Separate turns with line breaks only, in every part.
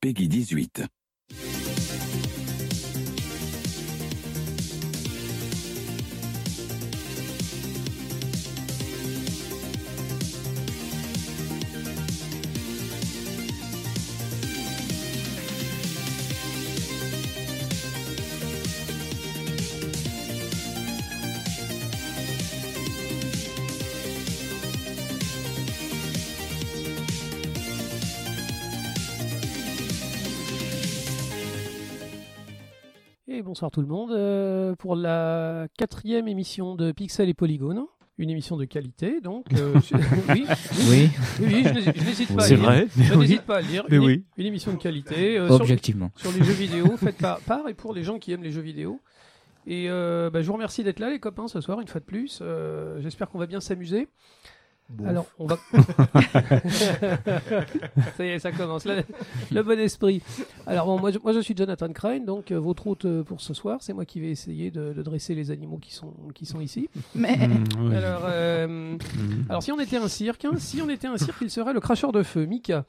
Peggy 18.
Et bonsoir tout le monde euh, pour la quatrième émission de Pixel et Polygone. Une émission de qualité, donc. euh, je- oui,
Oui,
oui, oui, je n'hési- je n'hésite pas. à
C'est
le dire.
vrai.
Je n'hésite pas à le dire.
Mais
une, é-
oui.
une émission de qualité euh, sur,
objectivement.
sur les jeux vidéo, faite par, par et pour les gens qui aiment les jeux vidéo. Et euh, bah, je vous remercie d'être là, les copains, ce soir, une fois de plus. Euh, J'espère qu'on va bien s'amuser. Alors, on va. ça y est, ça commence. Le, le bon esprit. Alors, bon, moi, je, moi, je suis Jonathan Crane, donc euh, votre hôte euh, pour ce soir. C'est moi qui vais essayer de, de dresser les animaux qui sont, qui sont ici. Hmm,
Mais
Alors, euh, alors, si on était un cirque, hein, si on était un cirque, il serait le cracheur de feu, Mika.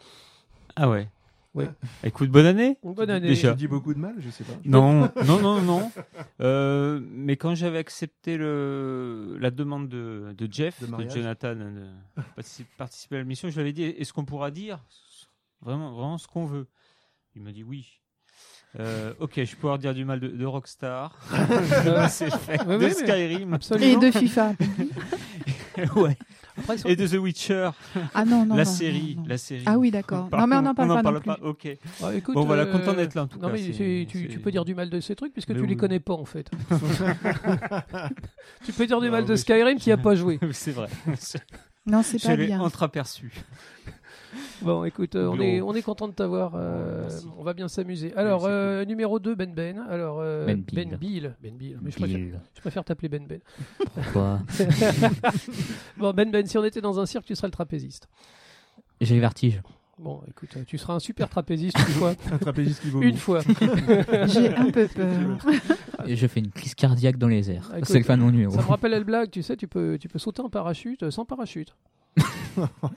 Ah ouais.
Ouais.
Écoute, bonne année.
Bonne année.
Déjà.
Tu dis beaucoup de mal, je sais pas.
Non, non, non, non. Euh, mais quand j'avais accepté le, la demande de, de Jeff,
De
de,
mariage.
Jonathan, euh, de partici- participer à l'émission, je lui avais dit est-ce qu'on pourra dire vraiment, vraiment ce qu'on veut Il m'a dit oui. Euh, ok, je peux pouvoir dire du mal de, de Rockstar,
Euh,
c'est fait,
Ouais, ouais,
de
mais-
Skyrim
et
Absolument.
de FIFA.
ouais,
Après, sur-
et de The Witcher,
Ah non, non.
la
non,
série,
non, non.
la série.
Ah oui, d'accord.
Par
Non, mais on
contre,
n'en parle pas non plus.
pas. Ok.
Ah, écoute,
Bon, voilà,
euh,
content d'être là, en tout
non,
cas,
mais
c'est-
c'est- tu, tu
c'est-
peux dire du mal de ces trucs puisque
Mais
tu les
oui.
connais pas en fait. tu peux dire du mal
Non,
de
mais-
Skyrim qui a pas joué.
c'est vrai.
Non, c'est
Je
pas
l'ai
bien.
entreaperçu.
Bon, écoute, euh, on
Bureau.
est, on est content de t'avoir. euh,
Merci.
on va bien s'amuser. Alors,
Oui, c'est
euh, numéro 2, Ben Ben. Alors, euh,
Ben Bill.
ben Bill. Ben Bill. Mais je préfère,
Bill,
je préfère t'appeler Ben Ben.
pourquoi
bon, Ben Ben, si on était dans un cirque, tu serais le trapéziste.
J'ai le vertige.
Bon, écoute, euh, tu seras un super trapéziste une fois.
Un trapéziste qui vaut
Une fois.
J'ai un peu peur.
Et je fais une crise cardiaque dans les airs.
Ah, écoute,
C'est le fin de mon numéro.
Ça me rappelle la blague, tu sais, tu peux, tu peux sauter en parachute euh, sans parachute.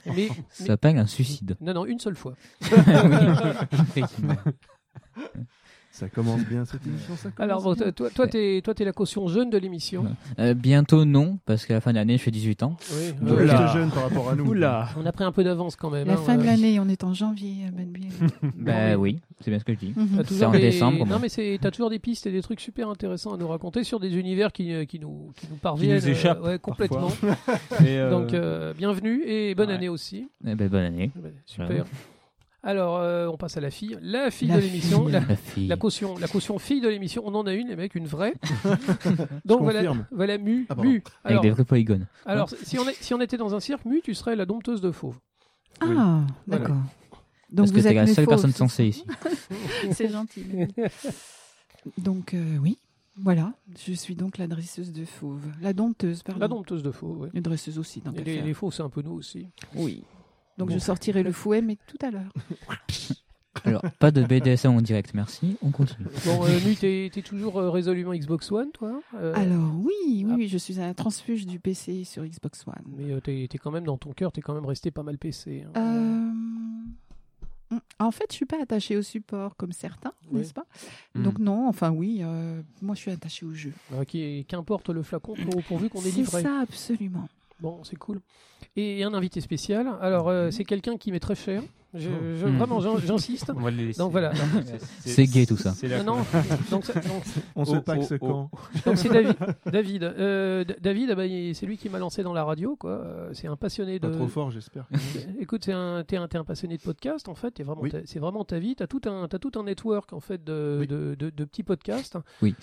mais,
Ça s'appelle un suicide.
Non, non, une seule fois.
Oui, effectivement.
Ça commence bien cette émission, ça
Alors, bon, toi, toi, toi, t'es, toi, t'es la caution jeune de l'émission.
Ouais. Euh, bientôt non, parce qu'à la fin de l'année, je fais 18 ans.
Oui. euh,
Tu
Oula.
restes jeune par rapport à nous.
Oula.
On a pris un peu d'avance quand même.
Ah, La
hein,
fin
on
de
a-
l'année, on est en janvier, Ben Biel.
Bah oui, c'est bien ce que je dis.
Mhm.
T'as toujours
en
des...
décembre, moi.
Non, mais c'est... t'as toujours des pistes et des trucs super intéressants à nous raconter sur des univers qui, euh, qui, nous... qui nous parviennent. euh,
Qui nous échappent,
ouais, complètement.
Mais, euh,
Donc, euh, bienvenue et bonne
ouais.
année aussi.
Eh ben, bonne année.
Ouais, Super. Alors, euh, on passe à la fille. La fille
La
de l'émission.
fille.
La...
La fille.
la caution, la caution fille de l'émission, on en a une, les mecs, une vraie. Donc voilà,
confirme.
voilà Mu.
Ah, pardon.
Mu.
Avec
Alors,
des vrais polygones.
alors, si, on est- si on était dans un cirque, Mu, tu serais la dompteuse de fauves.
Ah, d'accord. Donc
parce que
vous
t'es
êtes
la
mes
seule
faux,
personne
c'est ça
censée ici.
C'est gentil. Ben Biel. Donc euh, oui, voilà. Je suis donc la dresseuse de fauve, la dompteuse, pardon.
La dompteuse de fauves, oui.
La dresseuse aussi,
Ah,
donc.
Et les, les faux, c'est un peu nous aussi.
Oui. Donc je sortirai le fouet, mais tout à l'heure.
Alors, pas de BDSM en direct, merci. On continue.
Bon, euh, Nu, t'es t'es toujours euh, résolument Xbox One, toi Euh,
Alors oui, oui,
ah.
oui, je suis un transfuge du PC sur Xbox One.
Mais euh, t'es t'es quand même dans ton cœur, t'es quand même resté pas mal PC. hein.
Euh, mm, En fait, je suis pas attachée au support comme certains,
Oui.
n'est-ce pas
Mm.
Donc non, enfin oui, euh, moi je suis attachée au jeu.
Euh, qui- Qu'importe le flacon, pour- pourvu qu'on est
C'est
livré.
ça absolument.
Bon, c'est cool. Et un invité spécial. Alors, euh, c'est quelqu'un qui m'est très cher.
Oh.
Je, je-
Hmm.
Mm.
vraiment, j'in- j'insiste.
on va les laisser.
Donc voilà.
C'est gay, tout ça.
C'est la-
Non, non. Donc, ça- donc-
On se
Oh,
taxe
oh,
quand
donc c'est David. David, euh, D- David, ah bah, il- c'est lui qui m'a lancé dans la radio. quoi. Euh, C'est un passionné de.
Pas trop fort, j'espère.
Écoute, c'est un- t'es un, t'es un passionné de podcast, en fait. t'es vraiment,
Oui.
t'as- C'est vraiment ta vie. T'as tout un, t'as tout un network, en fait, de,
Oui.
de, de- de petits podcasts.
Donc,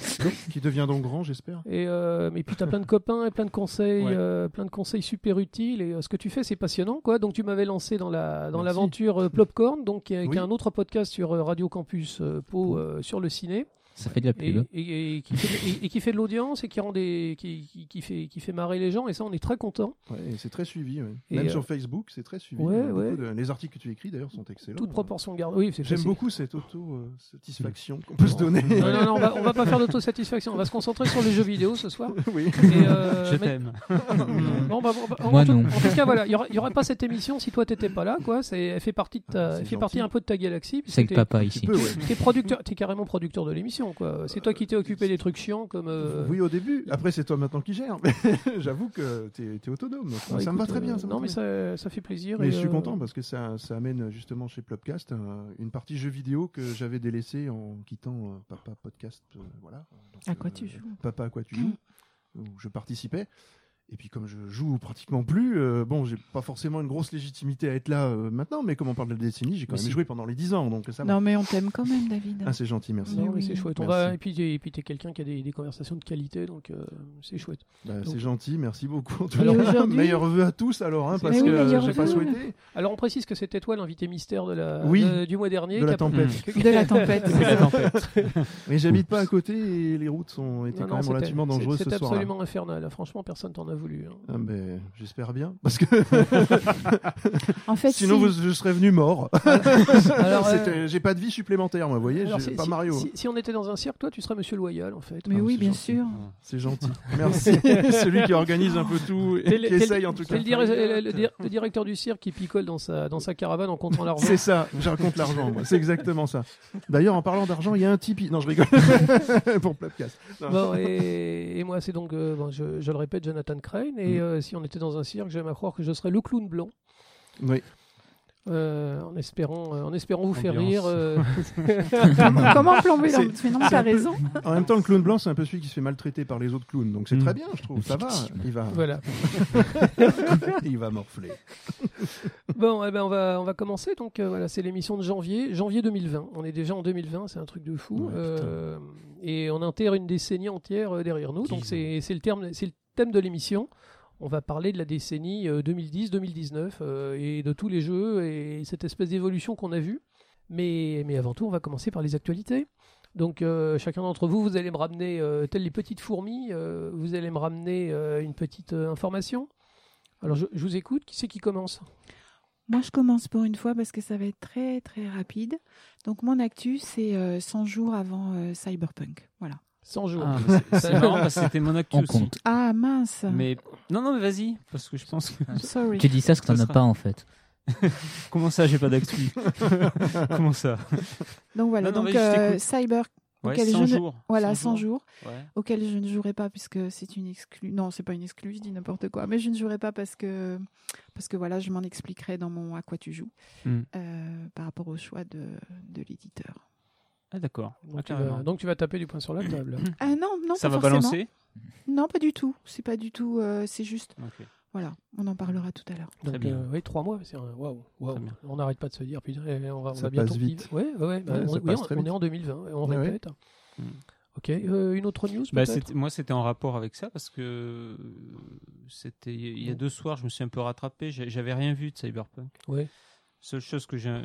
qui deviendront grands, j'espère.
Et, euh, mais puis, t'as plein de copains et plein de conseils,
Ouais.
euh, plein de conseils super utiles. Et euh, ce que tu fais, c'est passionnant, quoi. Donc, tu m'avais lancé dans la, dans
Merci.
l'aventure euh, Plopcorn, donc qui est, qui est
Oui.
un autre podcast sur euh, Radio Campus euh, Pau euh, sur le ciné.
Ça fait de la
et,
pub.
et- et qui fait, et- et qui fait de l'audience et qui rend des, qui, qui- qui fait, qui fait marrer les gens. Et ça, on est très content.
Ouais, et c'est très suivi. ouais.
Et,
Même
euh,
sur Facebook, c'est très suivi.
ouais,
Il y a beaucoup
ouais.
de- Les articles que tu écris d'ailleurs sont excellents.
Toute proportion gardée. Oui, c'est
J'aime
facile.
beaucoup cette auto-satisfaction qu'on peut se donner.
Non, non, non, on va, on va pas faire d'autosatisfaction. On va se concentrer sur les jeux vidéo ce soir.
oui.
Et, euh,
Je
mais-
t'aime.
Mm.
Bon, bah, bon, bah, en-
Moi,
en, tout-
non.
en tout cas, voilà, il n'y aurait, il y aurait pas cette émission si toi t'étais pas là, quoi. C'est, elle fait partie de ta-
Ah, c'est
elle fait
gentil.
partie un peu de ta galaxie. puisque
C'est le
t'es-
papa
Tu
ici.
peux, ouais.
T'es producteur, t'es carrément producteur de l'émission, quoi. C'est toi qui t'es occupé des trucs chiants comme. euh,
Oui, au début. Après, c'est toi maintenant qui gère. Mais J'avoue que t'es es autonome. donc
bah,
ça me va
écoute,
très bien.
euh,
ça me
non,
va
mais
très
ça, ça fait plaisir.
Mais
et,
je suis
euh,
content parce que ça, ça amène euh, justement chez Plopcast un- une partie jeux vidéo que j'avais délaissée en quittant euh, Papa Podcast. euh, voilà. Donc,
À quoi
euh,
tu joues
Papa à quoi tu joues où je participais. Et puis comme je joue pratiquement plus, euh, bon, j'ai pas forcément une grosse légitimité à être là euh, maintenant, mais comme on parle de la décennie, j'ai quand
Mais
même
si.
joué pendant les 10 ans, donc ça va.
Non, mais on t'aime quand même, David.
Ah, c'est gentil, merci.
Non, mais
Oui,
c'est
oui.
chouette. On
Merci.
va, et puis t'es, et puis t'es quelqu'un qui a des, des conversations de qualité, donc euh, c'est chouette.
Bah,
Donc-
c'est gentil, merci beaucoup. En tout
Alors,
cas.
aujourd'hui-
meilleurs vœux à tous alors, hein,
Mais
parce
oui,
que euh,
meilleurs
j'ai pas
vœux.
souhaité
Alors on précise que c'était toi l'invité mystère de la,
Oui.
de- du mois dernier.
de la
qui a-
tempête.
De la tempête.
C'est la tempête.
Mais j'habite pas à côté et les routes sont étaient
Bah Non, non,
quand même
c'était-
relativement
c'est-
dangereuses ce
C'était
soir. hein.
absolument infernal. Franchement, personne t'en a voulu. hein.
Ah, J'espère bien, parce que
En fait,
sinon
si.
vous- je serais venu mort.
Alors, euh,
C'était- J'ai pas de vie supplémentaire, moi, vous voyez,
alors,
j'ai
si-
pas
si-
Mario. hein.
Si, si on était dans un cirque, toi, tu serais Monsieur Loyal, en fait.
Mais
Ah,
oui,
c'est
bien
gentil.
sûr.
C'est gentil. Merci. Celui qui organise un peu tout et
T'es
qui
le-
essaye en tout
C'est
cas.
le, dir- le- le dir- le directeur du cirque qui picole dans sa, dans sa caravane en comptant l'argent.
C'est ça, je raconte l'argent, moi. C'est exactement ça. D'ailleurs, en parlant d'argent, il y a un Tipeee. Non, je rigole. Pour Plopcast.
Bon, et, et moi, c'est donc, euh, bon, je, je le répète, Jonathan Crane. Et
Mm.
euh, si on était dans un cirque, j'aime à croire que je serais le clown blanc.
Oui.
euh, en, espérant, euh, en espérant vous faire rire.
Ambiance.
euh,
Comment, comment plomber
C'est-
l'ambiance Mais non, t'as raison.
En même temps, le clown blanc, c'est un peu celui qui se fait maltraiter par les autres clowns. Donc c'est
Mm.
très bien, je trouve. Ça va. Il va,
voilà.
il va morfler.
Bon, eh ben, on, va, on va commencer. Donc, euh, voilà, c'est l'émission de janvier. Janvier 2020. On est déjà en 2020, c'est un truc de fou.
Ouais,
Euh, et on enterre une décennie entière euh, derrière nous. Donc,
Dix
c'est c'est le, terme- c'est le thème de l'émission. On va parler de la décennie euh, 2010-2019 euh, et de tous les jeux et cette espèce d'évolution qu'on a vue. Mais, mais avant tout, on va commencer par les actualités. Donc, euh, chacun d'entre vous, vous allez me ramener, euh, telles les petites fourmis, euh, vous allez me ramener euh, une petite euh, information. Alors, je, je vous écoute. Qui c'est qui commence
Moi, je commence pour une fois parce que ça va être très, très rapide. Donc, mon actu, c'est euh, 100 jours avant euh, Cyberpunk. Voilà.
100 jours.
Ah, mais c'est- C'est marrant parce que c'était mon actu
On
aussi.
compte.
Ah, mince.
Mais non, non, mais vas-y, parce que je pense que.
Sorry.
Tu dis ça parce que t'en
Ça
as
sera-
pas en fait.
Comment ça, j'ai pas d'actu Comment ça
Donc, voilà.
Non, non,
Donc,
vas-y, je
euh,
t'écoute.
Cyber,
Ouais,
Quel
100
jeu de-
jours.
voilà, 100 jours.
Ouais.
auquel je ne jouerai pas puisque c'est une exclue. Non, c'est pas une exclue, je dis n'importe quoi, mais je ne jouerai pas parce que parce que voilà, je m'en expliquerai dans mon à quoi tu joues
Mm.
euh, par rapport au choix de, de l'éditeur.
Ah, d'accord.
Donc,
Ah,
tu vas,
carrément.
donc tu vas taper du poing sur la table.
Ah non, non,
ça
pas
va
forcément.
balancer
Non, pas du tout. C'est pas du tout. euh, c'est juste.
Ok.
Voilà, on en parlera tout à l'heure.
Donc,
Très bien.
euh, oui, trois mois, c'est un- waouh, waouh.
Très bien.
On n'arrête pas de se dire, putain, eh, on va, on
Ça
va bientôt
passe vite.
vivre. Ouais, ouais, ouais, bah,
Ouais,
on,
ça
oui,
passe
on-
très
on
vite.
est en 2020, et on
Ouais, ouais.
répète.
Hmm.
Ok, euh, une autre news
Bah,
peut-être
c'était- moi, c'était en rapport avec ça parce que euh, c'était il y
Mm.
a deux soirs, je me suis un peu rattrapé. j'a- J'avais rien vu de Cyberpunk.
Ouais.
Seule chose que j'ai. euh,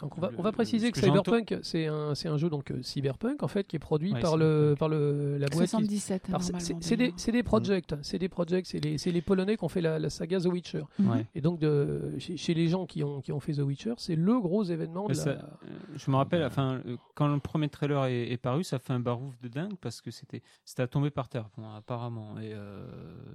Donc on va,
le-
on va préciser
ce
que
j'ai ento-
Cyberpunk, c'est un, c'est un jeu donc euh, cyberpunk en fait qui est produit
Ouais,
par le
Cyberpunk.
par le la boîte. qui-
77
Alors, c'est-
normalement.
c'est c'est des,
d'ailleurs.
c'est des projects, c'est des projects, c'est les, c'est les Polonais qui ont fait la, la saga The Witcher.
Mhm.
Ouais.
Et donc de, chez, chez les gens qui ont qui ont fait The Witcher, c'est le gros événement de
Mais ça-
la.
euh, je me rappelle, enfin, euh, quand le premier trailer est, est paru, ça fait un barouf de dingue parce que c'était c'était à tomber par terre, bon, apparemment. Et euh,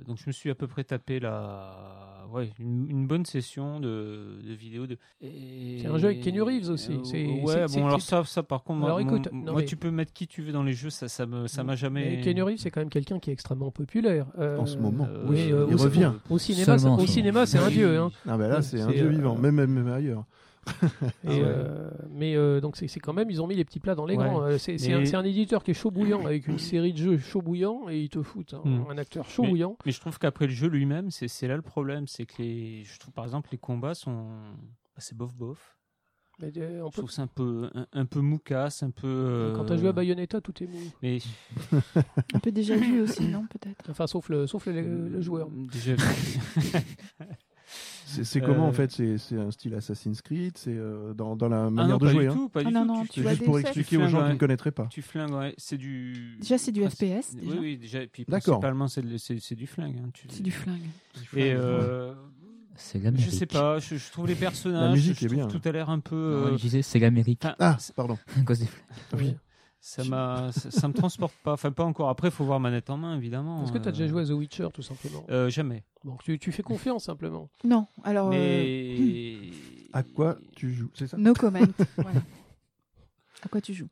donc je me suis à peu près tapé la, ouais, une, une bonne session de, de vidéos. De... et-
C'est un jeu avec Keanu Reeves aussi,
Euh,
c'est- c'est-
ouais,
c'est-
bon alors
c'est-
ça, ça par contre, moi,
Alors, écoute,
mon-
non,
moi,
mais-
tu peux mettre qui tu veux dans les jeux, ça, ça me, ça m'a jamais.
Et Keanu Reeves, c'est quand même quelqu'un qui est extrêmement populaire. Euh,
En ce moment.
Euh,
Oui, euh,
il
au-
revient.
Au cinéma,
Seulement en
c'est- au
ce
cinéma,
moment.
c'est un
Oui.
dieu. hein.
Ah bah là, c'est un
C'est,
dieu
euh,
vivant, même, même ailleurs.
Et,
Ah ouais.
euh, mais euh, donc c'est c'est quand même, ils ont mis les petits plats dans les
Ouais.
grands. Euh, C'est c'est
Mais-
un, c'est un éditeur qui est chaud bouillant avec une série de jeux chaud bouillant et ils te foutent un,
Hmm.
un acteur chaud bouillant.
Mais je trouve qu'après le jeu lui-même, c'est c'est là le problème. C'est que les, je trouve par exemple les combats sont. bah, c'est bof bof.
Mais, euh, on
Je
peut-
trouve ça un peu, un, un peu moucasse, un peu. euh,
Quand t'as joué à Bayonetta, tout est mou.
Mais.
On peut déjà vu aussi, non
Euh,
peut-être.
Enfin, sauf le, sauf le, le joueur.
Déjà-
C'est c'est comment
Euh,
en fait C'est c'est un style Assassin's Creed C'est euh, dans, dans la
Ah non,
manière de
pas
jouer.
du
hein.
tout, pas
Ah
du
non,
tout.
non, tu
C'est
vois
juste
des
pour
sets.
expliquer aux
Tu
gens
flingues,
qui ne
ouais.
connaîtraient pas.
Tu flingues, ouais. C'est du.
Déjà, c'est du
Ah, c'est-
FPS.
Oui,
déjà.
oui, déjà. et Puis
D'accord.
principalement, c'est le- c'est c'est du flingue. hein, tu-
C'est du flingue.
Et euh,
C'est
je
l'Amérique.
sais pas, je, je trouve les personnages.
musique
je
est
trouve
bien.
Tout à l'air un peu.
Non,
euh,
je disais, c'est l'Amérique.
enfin,
Ah, pardon.
à cause des flingues.
Oui.
Ça m'a, ça, ça me transporte pas. Enfin, pas encore. Après, il faut voir manette en main, évidemment.
Est-ce que tu as déjà
Euh,
joué à The Witcher, tout simplement
euh, Jamais.
Donc tu, tu fais confiance, simplement.
Non, alors. euh,
Mais
À quoi tu joues C'est ça
no comment. Voilà. À quoi tu joues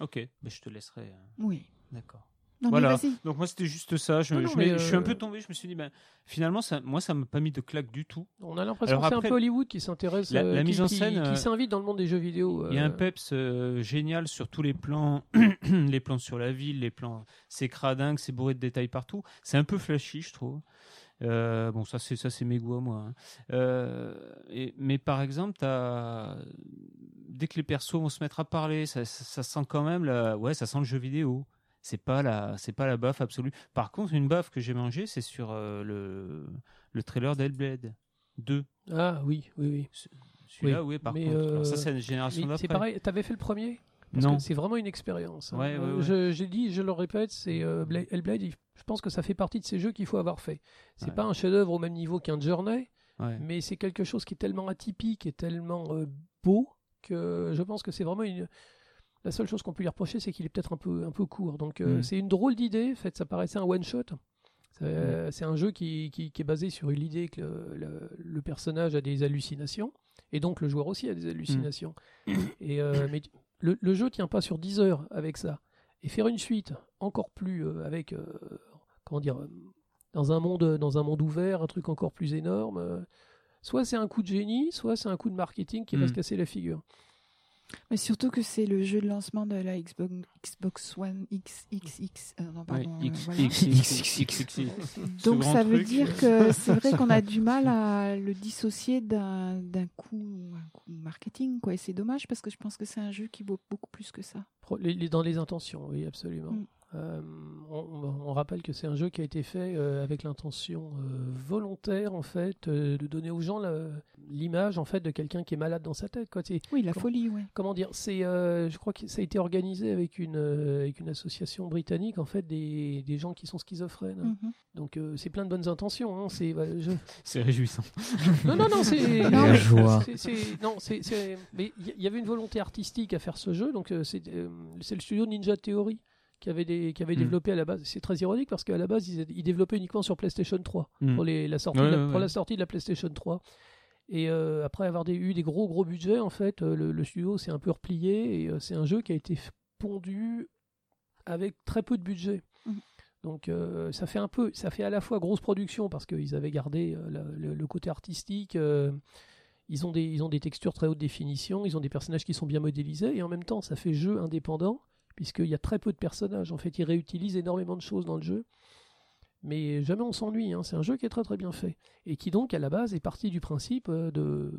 Ok, mais je te laisserai. euh,
Oui.
D'accord.
Non,
Voilà.
mais vas-y.
Donc moi, c'était juste ça. Je,
Non, non,
je,
mais,
m'ai- je suis
euh,
un peu tombé. Je me suis dit, ben, finalement, ça, moi, ça m'a pas mis de claque du tout.
On a l'impression
Alors
que c'est un
après,
peu Hollywood qui s'intéresse,
la-
euh,
la
qui-
mise en
qui-
scène,
qui,
euh,
s'invite dans le monde des jeux vidéo.
Il y a
euh,
un peps euh, génial sur tous les plans, les plans sur la ville, les plans. C'est cradingue, c'est bourré de détails partout. C'est un peu flashy, je trouve. Euh, bon, ça c'est ça c'est mes goûts à moi. hein. Euh, et- mais par exemple, t'as- dès que les persos vont se mettre à parler, ça, ça- ça sent quand même la... ouais, ça sent le jeu vidéo. C'est pas la c'est pas la baffe absolue. Par contre, une baffe que j'ai mangée, c'est sur euh, le le trailer d'Hellblade 2.
Ah oui, oui, oui.
Celui-là, oui, par
mais,
contre. Alors, ça
euh,
c'est une génération
Mais
d'après.
C'est pareil, t'avais fait le premier Parce
Non.
que c'est vraiment une expérience. hein.
Ouais, ouais,
Euh,
ouais.
je- J'ai dit, je le répète, c'est euh, Bla- Hellblade. il- Je pense que ça fait partie de ces jeux qu'il faut avoir fait. C'est
Ouais.
pas un chef-d'œuvre au même niveau qu'un Journey,
Ouais.
mais c'est quelque chose qui est tellement atypique et tellement euh, beau que je pense que c'est vraiment une. La seule chose qu'on peut lui reprocher, c'est qu'il est peut-être un peu, un peu court. Donc euh,
Mm.
c'est une drôle d'idée. En fait, ça paraissait un one shot.
Mm.
Euh, C'est un jeu qui, qui- qui est basé sur une idée que le, le- le personnage a des hallucinations, et donc le joueur aussi a des hallucinations.
Mm.
Et, euh, mais tu- le, le jeu tient pas sur 10 heures avec ça. Et faire une suite encore plus euh, avec, euh, comment dire, euh, dans un, monde, dans un monde ouvert, un truc encore plus énorme, euh, soit c'est un coup de génie, soit c'est un coup de marketing qui
Mm.
va se casser la figure.
Mais surtout que c'est le jeu de lancement de la Xbox, Xbox One XXX. euh, non,
Ouais,
pardon. euh,
X,
voilà.
X, X, X, X, X, X.
Donc
grand
ça veut
truc.
dire que c'est vrai qu'on a du mal à le dissocier d'un d'un coup, un coup marketing. Quoi. Et c'est dommage parce que je pense que c'est un jeu qui vaut beaucoup plus que ça.
Pro- les- les- Dans les intentions, oui, absolument.
Mm.
Euh, on, on- on rappelle que c'est un jeu qui a été fait euh, avec l'intention euh, volontaire, en fait, euh, de donner aux gens la- l'image, en fait, de quelqu'un qui est malade dans sa tête. Quoi. C'est-
Oui, la
Com-
folie, ouais.
Comment dire C'est, euh, je crois que ça a été organisé avec une, euh, avec une association britannique, en fait, des, des gens qui sont schizophrènes.
Mhm.
Donc, euh, c'est plein de bonnes intentions. hein. C'est, voilà, je-
C'est réjouissant.
non, non, non, c'est.
La
non, mais
joie.
c'est- c'est- Non, c'est. c'est- Mais il y- il y avait une volonté artistique à faire ce jeu, donc euh, c'est euh, c'est le studio Ninja Theory qui avait, des, qui avait
Mm.
développé à la base. C'est très ironique parce qu'à la base, ils, ils développaient uniquement sur PlayStation 3 pour, les, la, sortie
Hmm. Ouais,
de la-
ouais,
pour
ouais.
la sortie de la PlayStation 3. Et euh, après avoir des- eu des gros gros budgets, en fait, euh, le, le studio s'est un peu replié et euh, c'est un jeu qui a été f- pondu avec très peu de budget.
Mhm.
Donc euh, ça fait un peu, ça fait à la fois grosse production parce qu'ils avaient gardé euh, la- le, le côté artistique. euh, ils ont, des, ils ont des textures très haute définition, ils ont des personnages qui sont bien modélisés, et en même temps, ça fait jeu indépendant, puisqu'il y a très peu de personnages. En fait, ils réutilisent énormément de choses dans le jeu. Mais jamais on s'ennuie, hein. c'est un jeu qui est très très bien fait. Et qui donc, à la base, est parti du principe euh, de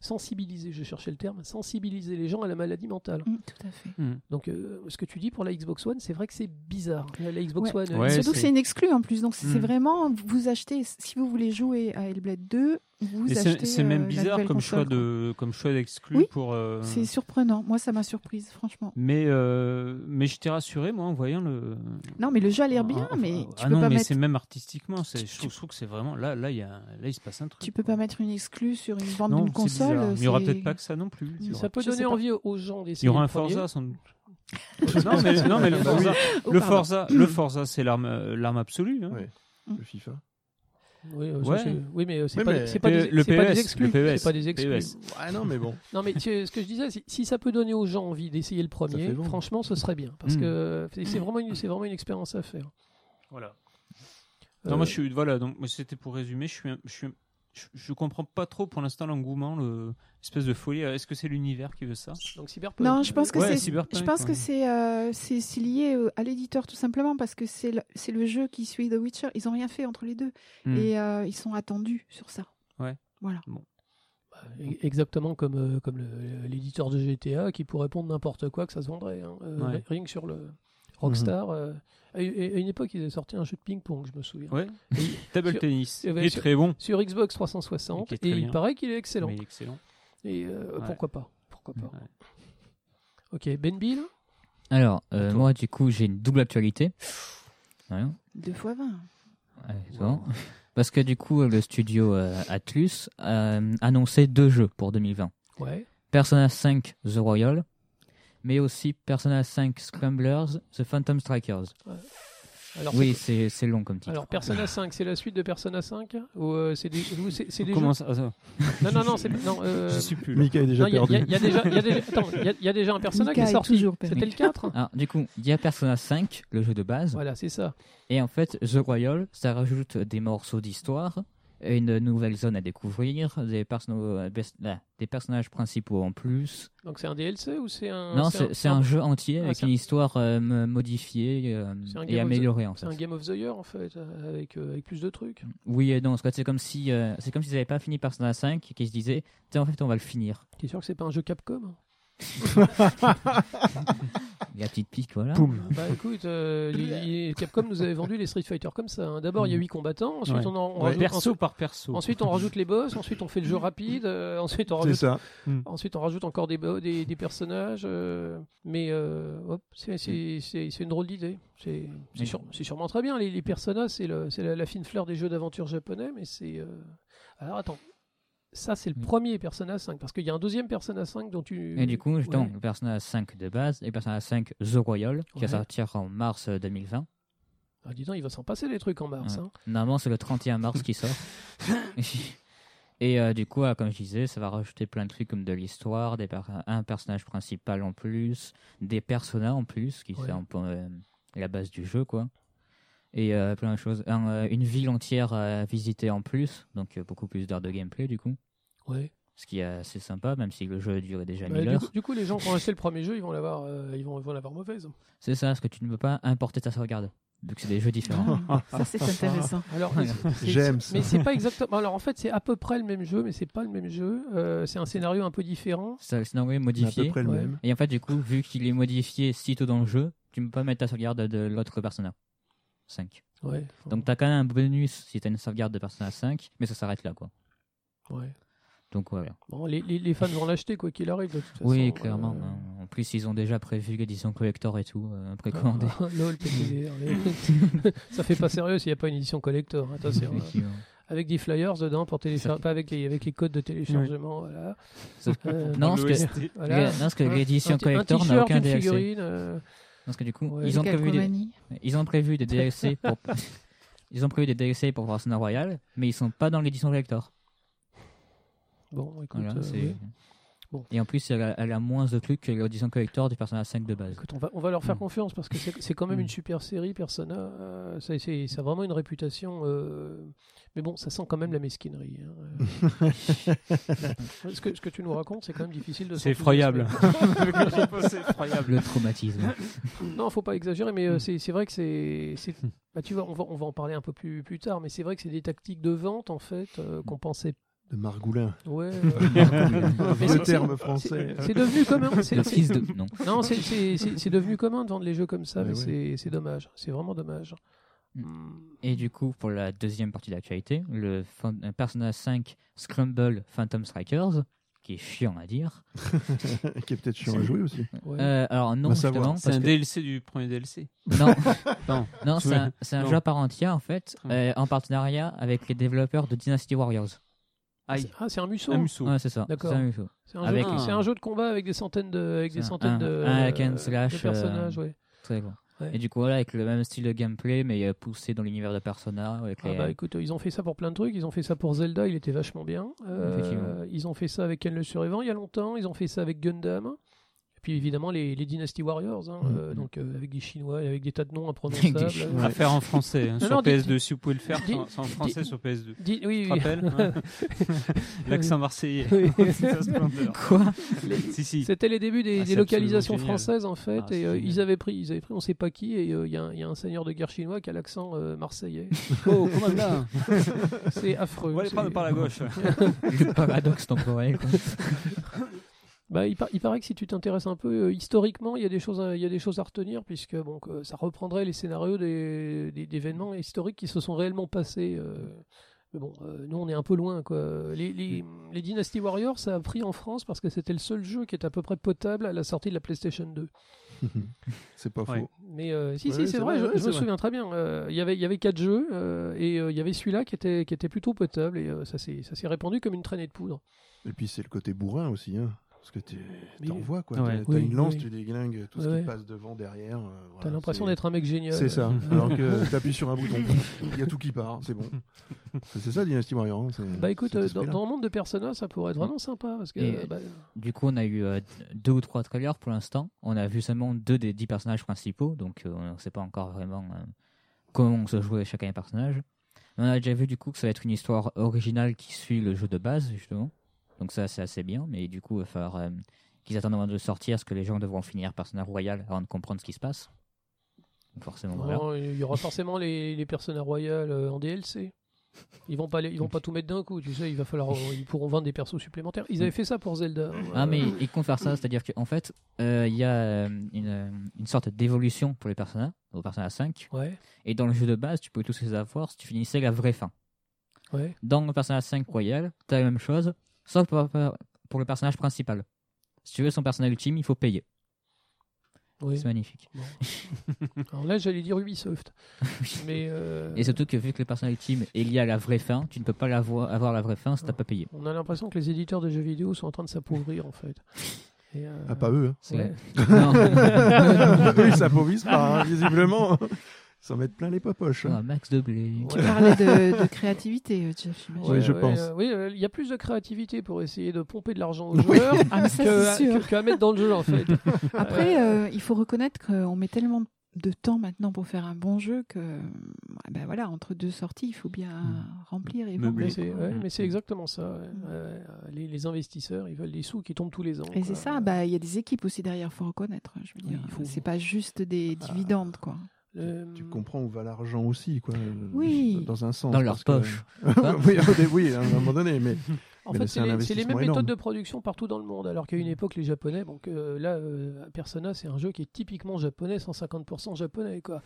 sensibiliser, je cherchais le terme, sensibiliser les gens à la maladie mentale.
Mhm, tout à fait.
Donc, euh, ce que tu dis pour la Xbox One, c'est vrai que c'est bizarre. La, la Xbox One, euh,
Ouais,
Surtout que
c'est-
c'est une exclue en plus, donc c'est
Mm.
vraiment vous achetez si vous voulez jouer à Hellblade 2, vous
Et c'est
achetez.
c'est
euh,
même
la
bizarre
nouvelle
comme
console,
choix, de, comme choix d'exclus
Oui,
pour. euh,
quoi. C'est surprenant. Moi, ça m'a surprise, franchement.
Mais, euh, mais j'étais rassuré, moi, en voyant le.
Non, mais le jeu a l'air bien,
Ah,
mais
ah
tu peux
non,
pas
mais
mettre.
c'est même artistiquement. c'est- Je trouve, je trouve que c'est vraiment. Là, là, il y a un- là, il se passe un truc.
Tu peux
quoi.
pas mettre une exclue sur une vente
Non,
d'une
c'est
console.
bizarre. Mais Il y aura
c'est-
peut-être pas que ça non plus. Il y aura-
ça peut
Je sais
donner
pas.
envie aux gens
il y
d'essayer.
aura
le
un
premier.
Forza sans doute. non, mais, non, mais le
Bah oui.
Forza,
Oh,
le
pardon.
Forza, le Forza, c'est l'arme, euh, l'arme absolue. hein.
Ouais. Le FIFA.
Oui, euh, ça,
Ouais.
c'est- oui, mais euh, c'est
Oui,
pas,
mais-
c'est pas
Le-
des,
le
c'est pas
PES,
des exclus.
le PES,
c'est pas des exclus.
PES.
Ouais, non, mais bon.
Non, mais tu- ce que je disais, si, si ça peut donner aux gens envie d'essayer le premier,
fait vendre.
franchement, ce serait bien. Parce
Mm.
que c'est c'est vraiment, une- c'est vraiment une expérience à faire.
Voilà.
Euh,
Non, moi, je suis. Voilà, donc moi, c'était pour résumer. Je suis. un- Je suis un- je, je comprends pas trop pour l'instant l'engouement, le- l'espèce de folie. Euh, Est-ce que c'est l'univers qui veut ça
Euh, donc Cyberpunk.
Non, je pense que
Ouais,
c'est.
Cyberpunk,
Je pense
ouais.
que c'est euh, c'est c'est lié euh, à l'éditeur tout simplement parce que c'est le, c'est le jeu qui suit The Witcher. Ils ont rien fait entre les deux
Hmm.
et euh, ils sont attendus sur ça.
Ouais.
Voilà.
E- Exactement comme, euh, comme le- l'éditeur de GTA qui pourrait pondre n'importe quoi que ça se vendrait. hein. Euh,
Ouais. Mhm.
Rien que sur le. Rockstar. euh, à, à une époque, ils avaient sorti un jeu de ping-pong, je me souviens.
Ouais. Table
Sur-
tennis.
Eh ben,
est
sur-
très bon.
Sur Xbox 360, et
Il est très
il
bien.
paraît qu'il est excellent.
Mais il est excellent.
Et euh,
Ouais.
pourquoi pas Pourquoi pas
Ouais.
Ok, Ben Benby, là
Alors, euh,
Toi.
moi, du coup, j'ai une double actualité. Rien.
Deux fois 20.
Ouais, bon. Parce que du coup, le studio euh, Atlus a euh, annoncé deux jeux pour 2020.
Ouais.
Persona 5 The Royal, mais aussi Persona 5 Scramblers The Phantom Strikers.
Alors,
oui, c'est c'est long comme
c'est-
titre.
Alors, Persona 5, c'est la suite de Persona 5 Ou euh, c'est des, ou c'est- c'est des
Comment
jeux
ça, ah, ça,
Non, non, non, c'est. Non, euh,
Je suis plus. là.
Mika est déjà
non, il y a- il y,
perdu.
a- il y a déjà- il y a déjà- attends, il y a- il y a déjà un Persona qui
Mika
est
est
sorti.
toujours perdu.
C'était le 4
Alors, du coup, il y a Persona 5, le jeu de base,
Voilà, c'est ça.
et en fait, The Royal, ça rajoute des morceaux d'histoire, une nouvelle zone à découvrir, des, perso- euh, bes- là, des personnages principaux en plus.
Donc, c'est un DLC ou c'est un.
non, c'est c'est un, jeu entier
Ah,
avec
c'est
une
un-
histoire euh, m- modifiée euh,
C'est un
et
Game of the-
améliorée en
C'est
fait.
un Game of the Year en fait, euh, avec, euh, avec plus de trucs.
Oui et non, parce que c'est comme si euh, c'est comme s'ils n'avaient pas fini Persona 5 et qu'ils se disaient, Tiens, en fait, on va le finir.
T'es sûr que c'est pas un jeu Capcom hein
La petite pique, voilà.
Poum.
Bah écoute, euh, il- il- Capcom nous avait vendu les Street Fighter comme ça. hein. D'abord, il y a 8 combattants, ensuite,
Ouais.
on, en, on
Ouais.
rajoute,
Perso
ensuite-
par perso.
ensuite, on rajoute les boss, ensuite on fait le jeu rapide, euh, ensuite, on
C'est
rajoute,
ça.
ensuite on rajoute encore des, bo- des, des personnages. euh, mais euh, hop, c'est-
Mm.
c'est c'est- c'est une drôle d'idée. C'est c'est
Mais-
sûr- c'est sûrement très bien. Les, les personnages, c'est le- c'est la, la fine fleur des jeux d'aventure japonais, mais c'est... euh, Alors attends. Ça, c'est le
Oui.
premier Persona 5, parce qu'il y a un deuxième Persona 5 dont tu...
Mm. Et du coup,
Ouais.
donc, Persona 5 de base et Persona 5 The Royal, qui
Ouais.
va sortir en mars euh, 2020.
Ah, dis donc, il va s'en passer des trucs en mars.
Ouais.
hein.
Normalement, c'est le 31 mars qui sort. et euh, du coup, euh, comme je disais, ça va rajouter plein de trucs comme de l'histoire, des per- un personnage principal en plus, des personnages en plus, qui
Ouais.
sont un peu euh, la base du jeu, quoi. Et euh, plein de choses. Un, euh, une ville entière à visiter en plus, donc euh, beaucoup plus d'heures de gameplay, du coup.
Ouais.
Ce qui est assez sympa, même si le jeu dure déjà
Bah,
1000
du,
heures.
coup, du coup, les gens qui ont acheté le premier jeu, ils vont l'avoir, euh, ils vont, ils vont l'avoir mauvaise.
C'est ça, parce que tu ne peux pas importer ta sauvegarde, vu que c'est des jeux
Ah.
Ah.
différents.
Ah. Ça, c'est intéressant.
Alors,
Ouais.
c'est- c'est-
J'aime
c'est-
ça.
Mais c'est pas exactement. Alors, en fait, c'est à peu près le même jeu, mais c'est pas le même jeu. Euh, c'est un scénario un peu différent.
Ça, le scénario est
C'est à peu
modifié.
près le
Ouais.
même.
Et en fait, du coup, vu qu'il est modifié si tôt dans le jeu, tu ne peux pas mettre ta sauvegarde de l'autre Persona 5.
Ouais.
Donc, t'as quand même un bonus si t'as une sauvegarde de Persona 5, mais ça s'arrête là, quoi.
Ouais.
Donc, voilà.
Bon, les, les, les fans vont l'acheter quoi qu'il arrive. De toute façon,
oui, clairement.
Euh,
hein. En plus, ils ont déjà prévu l'édition collector et tout, euh, précommandée.
ah, lol, PTDR, les- Ça fait pas sérieux s'il n'y a pas une édition collector. hein, attention, hein.
Effectivement.
Avec des flyers dedans pour télécharger, pas avec les, avec les codes de téléchargement. Voilà.
Sauf que-
Euh,
non, parce que,
L'OST.
voilà.
non, parce que
Un-
l'édition
un t- un
collector n'a
t-shirt,
aucun
une
DLC.
figurine, euh,
Parce que du coup,
Ouais.
ils, ont prévu des,
Capcomanie.
ils ont prévu des DLC pour... ils ont prévu des DLC pour Persona Royal, mais ils sont pas dans l'édition collector.
Bon, écoute.
Voilà,
euh,
c'est-
oui. Bon.
Et en plus, elle a, elle a moins de trucs que l'édition collector du Persona 5 de base.
Écoute, on va, on va leur faire
Mm.
confiance parce que c'est c'est quand même
Mm.
une super série, Persona. euh, ça, c'est- ça a vraiment une réputation. euh, mais bon, ça sent quand même la mesquinerie. hein, euh. ce, que, ce que tu nous racontes, c'est quand même difficile de
C'est
s'enthousiasmer.
effroyable. C'est effroyable.
Le traumatisme.
Non, faut pas exagérer, mais euh,
Mm.
c'est c'est vrai que c'est. c'est-
Mm.
Bah, tu vois, on va, on va en parler un peu plus, plus tard, mais c'est vrai que c'est des tactiques de vente, en fait, euh, qu'on pensait.
De Margoulin.
Ouais. euh, mais c'est-
Le
c'est-
terme
c'est
français.
c'est devenu commun.
Le
c'est- c'est-
fils de. Non.
Non, c'est- c'est c'est- c'est devenu commun de vendre les jeux comme ça,
Mais
mais
ouais.
c'est- c'est dommage. C'est vraiment dommage.
Mm. Et du coup, pour la deuxième partie de l'actualité, le fan- euh, Persona 5 Scramble Phantom Strikers, qui est chiant à dire.
Qui est peut-être chiant à jouer aussi.
Ouais.
Euh, alors non,
Va savoir.
justement,
C'est un
parce que...
DLC du premier DLC.
non,
Non.
non, c'est un, c'est un
Non.
jeu à part entière en fait,
Très
euh, en partenariat avec les développeurs de Dynasty Warriors.
Aïe.
Ah, c'est un musso.
Un musso.
Ouais, c'est ça.
D'accord.
C'est un UFO.
C'est un,
Avec-
jeu, c'est un jeu de combat avec des centaines de, avec des
C'est un-
centaines
un-
de,
un hack and
de
slash,
personnages. ouais.
Très bon.
Ouais.
Et du coup, voilà, avec le même style de gameplay, mais euh, poussé dans l'univers de Persona. Avec
Ah
les-
bah écoute, ils ont fait ça pour plein de trucs. Ils ont fait ça pour Zelda, il était vachement bien. Euh,
Effectivement.
ils ont fait ça avec Ken le Survivant il y a longtemps. Ils ont fait ça avec Gundam. Et puis évidemment les, les Dynasty Warriors, hein,
Mhm.
euh, donc euh, avec des Chinois, et avec des tas de noms imprononçables.
Avec des Chinois.
Euh,
À faire en français. hein,
Non, non,
sur
dis-
PS2, si vous pouvez le faire,
dis-
c'est en français
dis-
sur PS2.
Di- oui,
Tu te
oui.
rappelles hein L'accent marseillais.
Oui.
C'est sa splendeur.
Quoi
Si, si.
C'était les débuts des,
Ah,
des
c'est
localisations
absolument génial.
françaises en fait,
Ah, c'est
et euh,
génial.
ils avaient pris, ils avaient pris, on sait pas qui, et euh, il y a un- il y, a un seigneur de guerre chinois qui a l'accent euh, marseillais. oh, comment là C'est affreux.
On va les
c'est-
prendre par la gauche.
Le paradoxe temporel. quoi.
Bah, il, par- il paraît que si tu t'intéresses un peu euh, historiquement, il y a des choses, à, il y a des choses à retenir puisque bon, que ça reprendrait les scénarios des, des- d'événements historiques qui se sont réellement passés. euh, mais bon, euh, nous on est un peu loin quoi. Les, les, les Dynasty Warriors, ça a pris en France parce que c'était le seul jeu qui était à peu près potable à la sortie de la PlayStation 2.
c'est pas
Ouais.
faux.
Mais euh, si,
Ouais,
si,
ouais,
c'est
c'est
vrai,
vrai,
je,
ouais,
je
c'est
me
vrai.
souviens très bien. Euh, Il y avait- il y avait quatre jeux euh, et euh, il y avait celui-là qui était, qui était plutôt potable et euh, ça s'est ça s'est répandu comme une traînée de poudre.
Et puis c'est le côté bourrin aussi, hein. Parce que t'es-
Mais-
t'envoies quoi.
Ouais.
T'as- T'as
Oui,
une lance,
oui.
tu déglingues tout ce
Ouais.
qui passe devant, derrière. euh, voilà,
T'as l'impression
c'est-
d'être un mec génial.
C'est ça.
Euh.
Alors que t'appuies sur un bouton, il y a tout qui part, c'est bon. C'est ça Dynasty Warrior. hein, c'est-
Bah écoute,
cet
euh, dans,
esprit-là.
dans le monde de Persona, ça pourrait être vraiment sympa parce que
Et-
euh, bah,
Du coup, on a eu euh, deux ou trois trailers pour l'instant. On a vu seulement deux des dix personnages principaux, donc euh, on ne sait pas encore vraiment euh, comment se jouait chacun des personnages. Mais on a déjà vu du coup que ça va être une histoire originale qui suit le jeu de base, justement. Donc ça, c'est assez bien, mais du coup, il va falloir euh, qu'ils attendent avant de sortir, parce que les gens devront finir Persona Royal avant de comprendre ce qui se passe. Donc forcément, voilà.
non, il y aura forcément les, les Persona Royal euh, en DLC. Ils vont pas, les- ils vont pas tout mettre d'un coup, tu sais. Il va falloir, euh, ils pourront vendre des persos supplémentaires. Ils avaient fait ça pour Zelda.
Ah
Euh,
mais ils comptent faire ça, c'est-à-dire qu'en fait, euh, il y a euh, une, euh, une sorte d'évolution pour les personnages, au Persona 5,
Ouais,
Et dans le jeu de base, tu pouvais tous les avoir si tu finissais la vraie fin.
ouais.
Dans le personnage 5 Royal, t'as la même chose, sauf pour, pour le personnage principal. Si tu veux son personnage ultime, il faut payer.
Oui.
C'est magnifique.
Alors là, j'allais dire Ubisoft, mais euh,
Et surtout que vu que le personnage ultime est lié à la vraie fin, tu ne peux pas l'avoir- avoir la vraie fin si t'as pas payé.
on a l'impression que les éditeurs de jeux vidéo sont en train de s'appauvrir en fait. Et, euh,
Ah, pas eux. hein.
C'est-
Ouais.
Non.
eux, ils s'appauvrissent pas, hein, visiblement. Ils s'en mettent plein les popoches. hein.
Un max de blé.
Tu parlais de, de créativité, euh, Jeff, j'imagine.
Ouais. je pense.
euh, oui, euh, il y a plus de créativité pour essayer de pomper de l'argent aux joueurs
Ah, mais ça,
que-
c'est sûr.
que- qu'à mettre dans le jeu en fait.
Après, euh, il faut reconnaître qu'on met tellement de temps maintenant pour faire un bon jeu que, euh, ben voilà, entre deux sorties, il faut bien
Hmm.
remplir et vendre.
Meubler.
Mais
Oui.
c'est
quoi.
ouais,
Mm.
mais c'est exactement ça. ouais.
Mm.
Euh, les, les investisseurs, ils veulent des sous qui tombent tous les ans.
Et
quoi.
c'est ça, bah, il y a des équipes aussi derrière, faut reconnaître. Je veux
euh, Oui,
dire,
il faut-
c'est pas juste des dividendes, quoi.
Euh,
Tu comprends où va l'argent aussi, quoi.
Oui.
Dans un sens.
Dans leur
parce que-
poche.
oui, à un moment- oui, à un moment donné, mais
En
Mais
fait,
c'est
c'est
un
les, c'est les mêmes
investissement
méthodes
énorme. Mm.
de production partout dans le monde. Alors qu'à une époque, les Japonais, donc euh, là, euh, Persona, c'est un jeu qui est typiquement japonais, 150% japonais, quoi.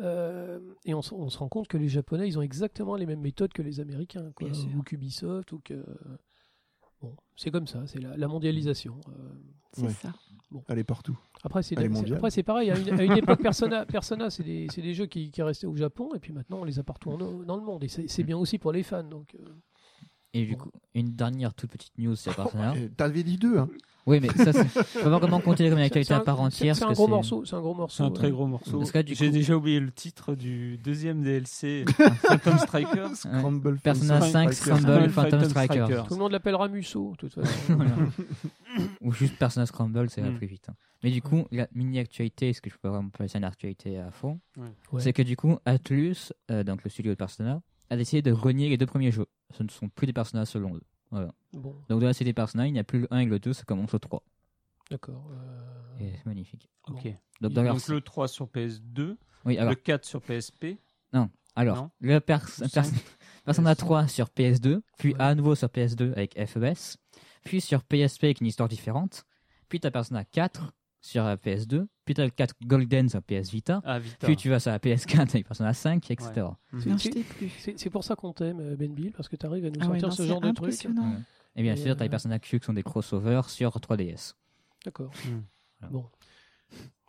Euh, et on, se- on se rend compte que les Japonais, ils ont exactement les mêmes méthodes que les Américains, quoi.
Bien sûr.
ou qu'Ubisoft, ou que. euh, Bon, c'est comme ça, c'est la, la mondialisation. Euh,
C'est
Ouais.
ça.
aller partout.
Après, c'est
Elle est
c'est-
mondiale.
après, c'est pareil. À une, à une époque, Persona, Persona c'est des, c'est des jeux qui, qui restaient au Japon, et puis maintenant, on les a partout en- dans le monde. Et c'est
Mm.
c'est bien aussi pour les fans. Donc, euh,
Et du coup, une dernière toute petite news sur Persona.
Et T'avais dit deux, hein.
Oui, mais ça, c'est- faut pas vraiment compter comme
c'est-
une actualité
c'est
à
un-
part
c'est-
entière.
C'est
parce
un
que
gros morceau. C'est un gros morceau.
C'est un très
ouais.
gros morceau.
Parce que là, du
J'ai
coup-
déjà oublié le titre du deuxième DLC, Phantom Striker.
Ouais.
Crumble
Persona
Fencer,
5,
Striker.
Scramble,
Scramble,
Phantom
Phantom
Striker.
Striker.
Tout le monde l'appellera Musso, de toute façon.
Ou juste Persona Scramble, ça va
Mm.
plus vite. hein. Mais du coup, la mini-actualité, ce que je peux vraiment appeler ça une actualité à fond,
Ouais.
Ouais.
c'est que du coup, Atlus, euh, donc le studio de Persona, a décidé de renier les deux premiers jeux. Ce ne sont plus des Persona selon eux.
bon,
Donc dans la série des Persona, il n'y a plus le 1 et le 2, ça commence au 3.
d'accord. euh,
Et c'est magnifique.
bon.
Ok.
Donc,
Donc,
dans leur...
le 3 sur PS2,
Oui, alors,
le 4 sur PSP.
alors
non.
le pers- pers-
Cinq.
Persona 3 sur PS2, puis
Ouais.
à nouveau sur PS2 avec FES, puis sur PSP avec une histoire différente, puis t'as Persona 4 sur euh, PS2, puis t'as le 4 Golden sur PS Vita,
Ah, Vita.
Puis tu vas sur la PS4 avec Persona 5, etc.
Mm.
N'en
C'est-
jetez plus.
C'est c'est pour ça qu'on t'aime, euh, Ben Bill, parce que t'arrives à nous
Ah ouais,
sortir
non,
ce
c'est
genre de truc.
impressionnant.
Ouais. Et bien
Et,
sûr, t'as les
euh,
Persona Q qui sont des crossovers sur 3DS.
D'accord.
Hmm.
Bon.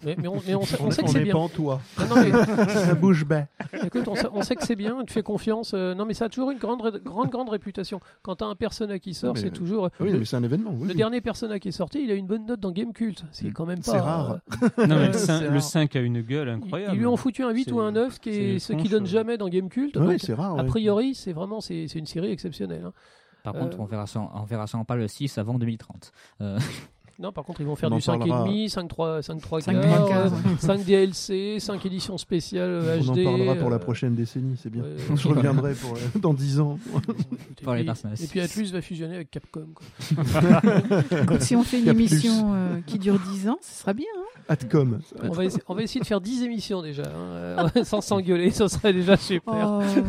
Mais, mais on, mais on sait, on
On,
sait que
on
c'est
est
bien.
pas en toi.
Non, non, mais-
Ça bouge bas.
Écoute, on sait, on sait que c'est bien, on te fait confiance. euh, non, mais ça a toujours une grande, ré- grande, grande réputation. Quand t'as un Persona qui sort,
Mais-
c'est toujours.
Ah Oui,
le,
mais c'est un événement. oui,
le
oui.
dernier Persona qui est sorti, il a une bonne note dans Gamecult. C'est quand même pas.
C'est rare.
euh,
Non, mais le,
Euh,
cin-
c'est
le
rare.
5 a une gueule
ils-
incroyable.
ils lui ont foutu un 8 ou un
C'est-
9, qui est, ce
c'est
qui
franche,
donne
ouais.
jamais dans Gamecult.
Ouais,
Donc,
c'est rare.
a
ouais.
priori, c'est vraiment c'est c'est une série exceptionnelle. hein.
Par
Euh,
contre, on verra, sans, on verra sans pas le 6 avant 2030.
Non, par contre, ils vont faire
On en
du 5,5,
parlera.
5,3, 5,3
Cinq trois
quarts,
quarts.
euh, 5 DLC, 5 éditions spéciales euh,
On
HD.
en parlera pour la
euh,
prochaine décennie, c'est bien.
euh,
Je reviendrai pour, euh, dans 10 ans.
Et
Pour les
puis-
Persona
Et puis Atlus va fusionner avec Capcom. quoi.
Écoute, si on fait une
Y a plus.
émission euh, qui dure 10 ans, ce sera bien. hein.
Atcom.
On va, essa- on va essayer de faire 10 émissions déjà, hein, euh, sans s'engueuler, ce serait déjà super.
Oh.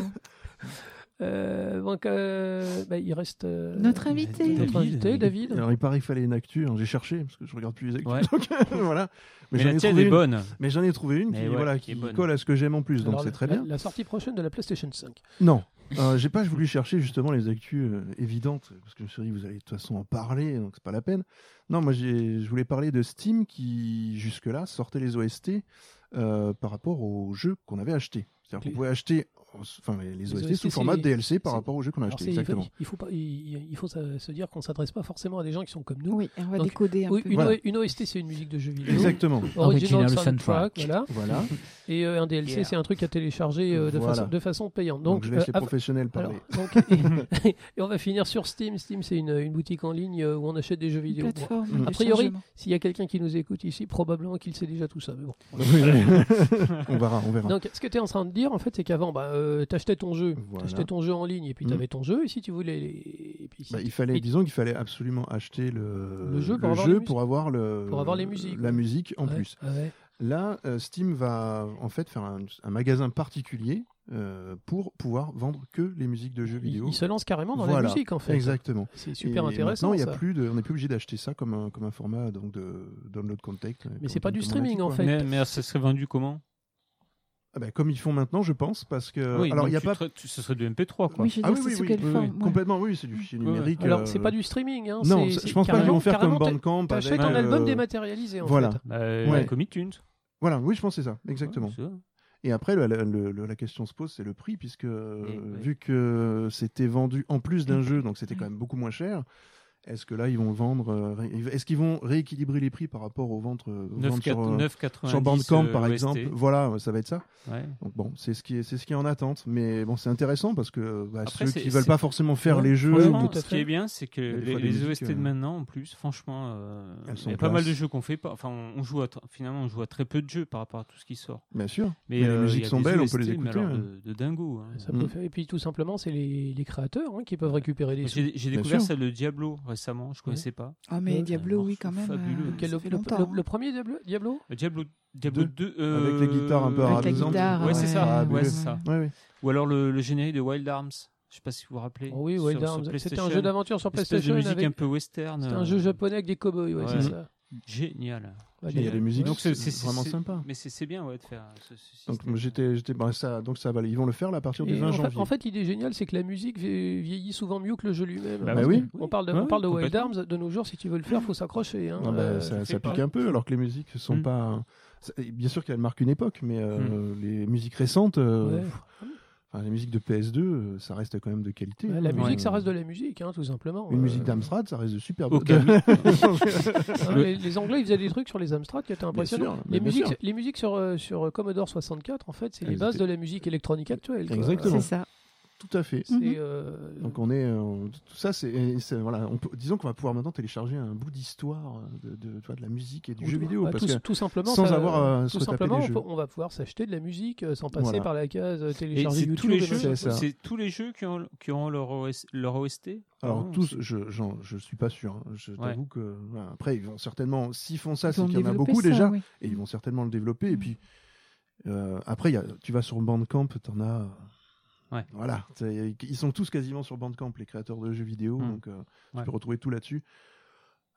Euh, donc, euh, bah, il reste euh,
Notre invité.
notre
David.
invité, David.
Alors, il paraît qu'il fallait une actu. hein, J'ai cherché parce que je regarde plus les actus.
Ouais.
donc, voilà.
Mais,
j'en
la
ai
tienne
trouvé
est
une-
bonne.
Mais j'en ai trouvé une
Mais
qui,
ouais,
voilà,
qui est
qui
bonne.
colle à ce que j'aime en plus. Donc
Alors,
c'est
la-
très
la-
bien.
La sortie prochaine de la PlayStation 5.
Non. Euh, j'ai pas voulu chercher justement les actus euh, évidentes parce que je me suis dit vous allez de toute façon en parler donc c'est pas la peine. Non moi j'ai je voulais parler de Steam qui jusque là sortait les OST euh, par rapport aux jeux qu'on avait achetés. C'est-à-dire
Les-
qu'on pouvait acheter enfin les, les OST, sous
OST,
format
c'est-
DLC par
c'est-
rapport aux jeux qu'on a
Alors,
achetés
c'est- il faut,
exactement.
il faut pas- il- il faut se se dire qu'on s'adresse pas forcément à des gens qui sont comme nous.
Oui, on va
Donc,
décoder un
Oui,
peu.
une,
Voilà.
O- une OST, c'est une musique de jeu vidéo.
Exactement.
Original,
Original
soundtrack,
soundtrack.
voilà.
Voilà.
Et euh, un DLC,
Yeah.
c'est un truc à télécharger euh, de,
Voilà.
façon, de façon payante.
Donc,
Donc,
je laisse
euh,
les
av-
professionnels
alors,
parler.
donc, et, et on va finir sur Steam. Steam, c'est une, une boutique en ligne euh, où on achète des jeux
Une
vidéo. Bon,
plateforme.
Mm.
de
A priori,
téléchargement.
s'il y a quelqu'un qui nous écoute ici, probablement qu'il sait déjà tout ça. Mais bon.
on verra, on verra.
Donc, ce que tu es en train de dire, en fait, c'est qu'avant, bah, euh, t'achetais ton jeu,
Voilà.
t'achetais ton jeu en ligne, et puis
Mhm.
t'avais ton jeu, et si tu voulais, les- et puis si
Bah,
tu-
il fallait,
et-
disons qu'il fallait absolument acheter le,
Le jeu pour avoir les
pour avoir le-
Pour avoir les musiques,
la
ouais.
musique en
Ouais,
plus.
ouais.
Là, euh, Steam va en fait faire un, un magasin particulier euh, pour pouvoir vendre que les musiques de jeux
Il,
vidéo.
il se lance carrément dans la
Voilà.
musique, en fait.
Exactement.
C'est super
Et
intéressant.
Maintenant, il y
ça.
a plus de, on n'est plus obligé d'acheter ça comme un, comme un format donc de download content. euh,
Mais c'est pas du
comme- comme on a
streaming,
dit,
en
quoi.
fait.
Mais, mais ça serait vendu comment
Ah bah, comme ils font maintenant, je pense, parce que
Oui,
Euh, alors
donc
il y a
tu
pas.
tra- tu- ce serait du MP3 quoi.
Oui, je veux
Ah
dire,
oui,
c'est
oui,
sous
oui,
quelle
oui, oui,
forme ouais.
complètement, oui, c'est du fichier
Ouais, ouais.
numérique.
Alors,
euh,
c'est pas du streaming. Hein,
Non,
c'est-
ça-
c'est
je pense pas qu'ils
carrément-
vont faire comme
carrément,
Bandcamp.
T'achètes
avec,
un album
euh,
dématérialisé en
voilà.
fait.
Euh,
Ouais.
Like a Minute.
Voilà, oui, je pense que c'est ça, exactement.
Ouais, c'est ça.
Et après, le- le- le- la question se pose, c'est le prix, puisque euh,
ouais.
vu que c'était vendu en plus d'un jeu, donc c'était quand même beaucoup moins cher. Est-ce que là, ils vont vendre euh, ré- Est-ce qu'ils vont rééquilibrer les prix par rapport aux ventes, euh, aux ventes
9,
sur, euh,
9,90
sur Bandcamp,
euh,
par
OST.
exemple Voilà, ouais, ça va être ça.
Ouais.
Donc bon, c'est ce qui est, c'est ce qui est en attente. Mais bon, c'est intéressant parce que bah,
Après,
ceux
c'est-
qui veulent
c'est-
pas forcément faire
Ouais,
les jeux,
Franchement,
tout à
ce qui
fait.
est bien, c'est que
y a des
les,
fois des
les
musiques,
OST de
euh,
maintenant, en plus, franchement, euh,
Elles
il y
sont
a pas mal
classe.
de jeux qu'on fait pas. Enfin, on joue à tr- finalement, on joue à très peu de jeux par rapport à tout ce qui sort.
bien sûr.
Mais,
Mais les
euh,
musiques
il y a
sont
des
belles, on
OST,
peut les
mais
écouter, hein.
alors
ouais.
de, de dingo. hein.
Ça
Mm.
peut faire- Et puis tout simplement, c'est les, les créateurs hein, qui peuvent récupérer les
Moi,
sous.
J'ai j'ai
Bien
découvert
sûr.
ça le Diablo récemment, je connaissais pas.
Ah, mais
Ouais.
Diablo, oui, quand même.
Fabuleux.
euh,
Quel-
ça
le,
fait
le-
longtemps,
le-
hein.
le premier Diablo, Diablo
Le Diablo, Diablo 2. euh,
Avec les guitares un peu Ah,
Avec la
arabisante.
guitare.
Ouais, c'est ça.
Fabuleux.
Ouais, c'est ça.
Ouais, ouais.
Ou alors le, le générique de Wild Arms. Je sais pas si vous vous rappelez.
Oh Oui,
sur-
Wild
sur
Arms. C'était un
PlayStation.
jeu d'aventure sur
Espèce de
PlayStation.
musique
avec-
un peu western.
C'était
euh,
un jeu japonais avec des cowboys, ouais,
Ouais.
c'est
Mhm.
ça.
Génial.
Ouais,
Il y a des musiques
Donc, c'est-
c'est
c'est-
vraiment
c'est-
sympa.
Mais c'est c'est bien ouais, de faire ce, ce
Donc
système.
j'étais, j'étais, bah, ça, donc ça va. Ils vont le faire là, à partir du
Et
20
en, fait,
janvier.
en fait, l'idée géniale, c'est que la musique vie- vieillit souvent mieux que le jeu lui-même.
Bah
Bah
oui.
oui.
On parle de,
Ouais,
on parle de
oui,
Wild
complètement.
Arms. De nos jours, si tu veux le faire, faut s'accrocher. hein.
Ah bah,
Euh,
ça,
tu
ça
fais
pique
pas.
un peu, alors que les musiques sont
Mm.
pas. c'est- Bien sûr qu'elles marquent une époque, mais euh, les musiques récentes, euh,
Mm. ouais.
pff, enfin, les musiques de PS2, euh, ça reste quand même de qualité.
Ouais, La
Euh,
musique, ça reste de la musique, hein, tout simplement.
Une
Euh,
musique d'Amstrad, ça reste de super.
Ok.
Hein,
Le-
les, les Anglais, ils faisaient des trucs sur les Amstrad qui étaient impressionnants.
sûr,
les,
mais bien
musiques,
sûr.
les musiques sur, euh, sur Commodore 64, en fait, c'est les
Elles
bases
étaient-
de la musique électronique actuelle. quoi.
Exactement.
C'est ça.
Tout à fait.
C'est,
Mhm.
euh,
Donc on est, euh, tout ça, c'est, et c'est- voilà, on peut- disons qu'on va pouvoir maintenant télécharger un bout d'histoire euh, de, de, tu vois, de la musique et du
on-
jeu vidéo,
bah,
parce
tout,
que
tout simplement,
sans
ça-
euh,
euh,
avoir à se
tout
retaper
simplement,
les
on,
jeux.
peut- on va pouvoir s'acheter de la musique euh, sans passer
Voilà.
par la case euh,
Et
télécharger
c'est
YouTube.
tous les
et machin.
jeux,
c'est ça.
c'est tous les jeux qui ont, qui ont leur, OS leur OST.
Alors
Ah,
Vraiment,
tous, je, j'en- je suis pas sûr. hein. Je t'avoue que voilà. après ils vont certainement, s'ils font ça,
Ils
c'est
ont
qu'il y en a
développé
beaucoup
ça, Mm.
déjà,
oui.
et ils vont certainement le développer. Et puis euh, après, il y a- tu vas sur Bandcamp, t'en as.
Ouais.
Voilà, t'as- ils sont tous quasiment sur Bandcamp, les créateurs de jeux vidéo,
Mm.
Hmm.
donc euh, tu
Ouais.
peux retrouver tout là-dessus.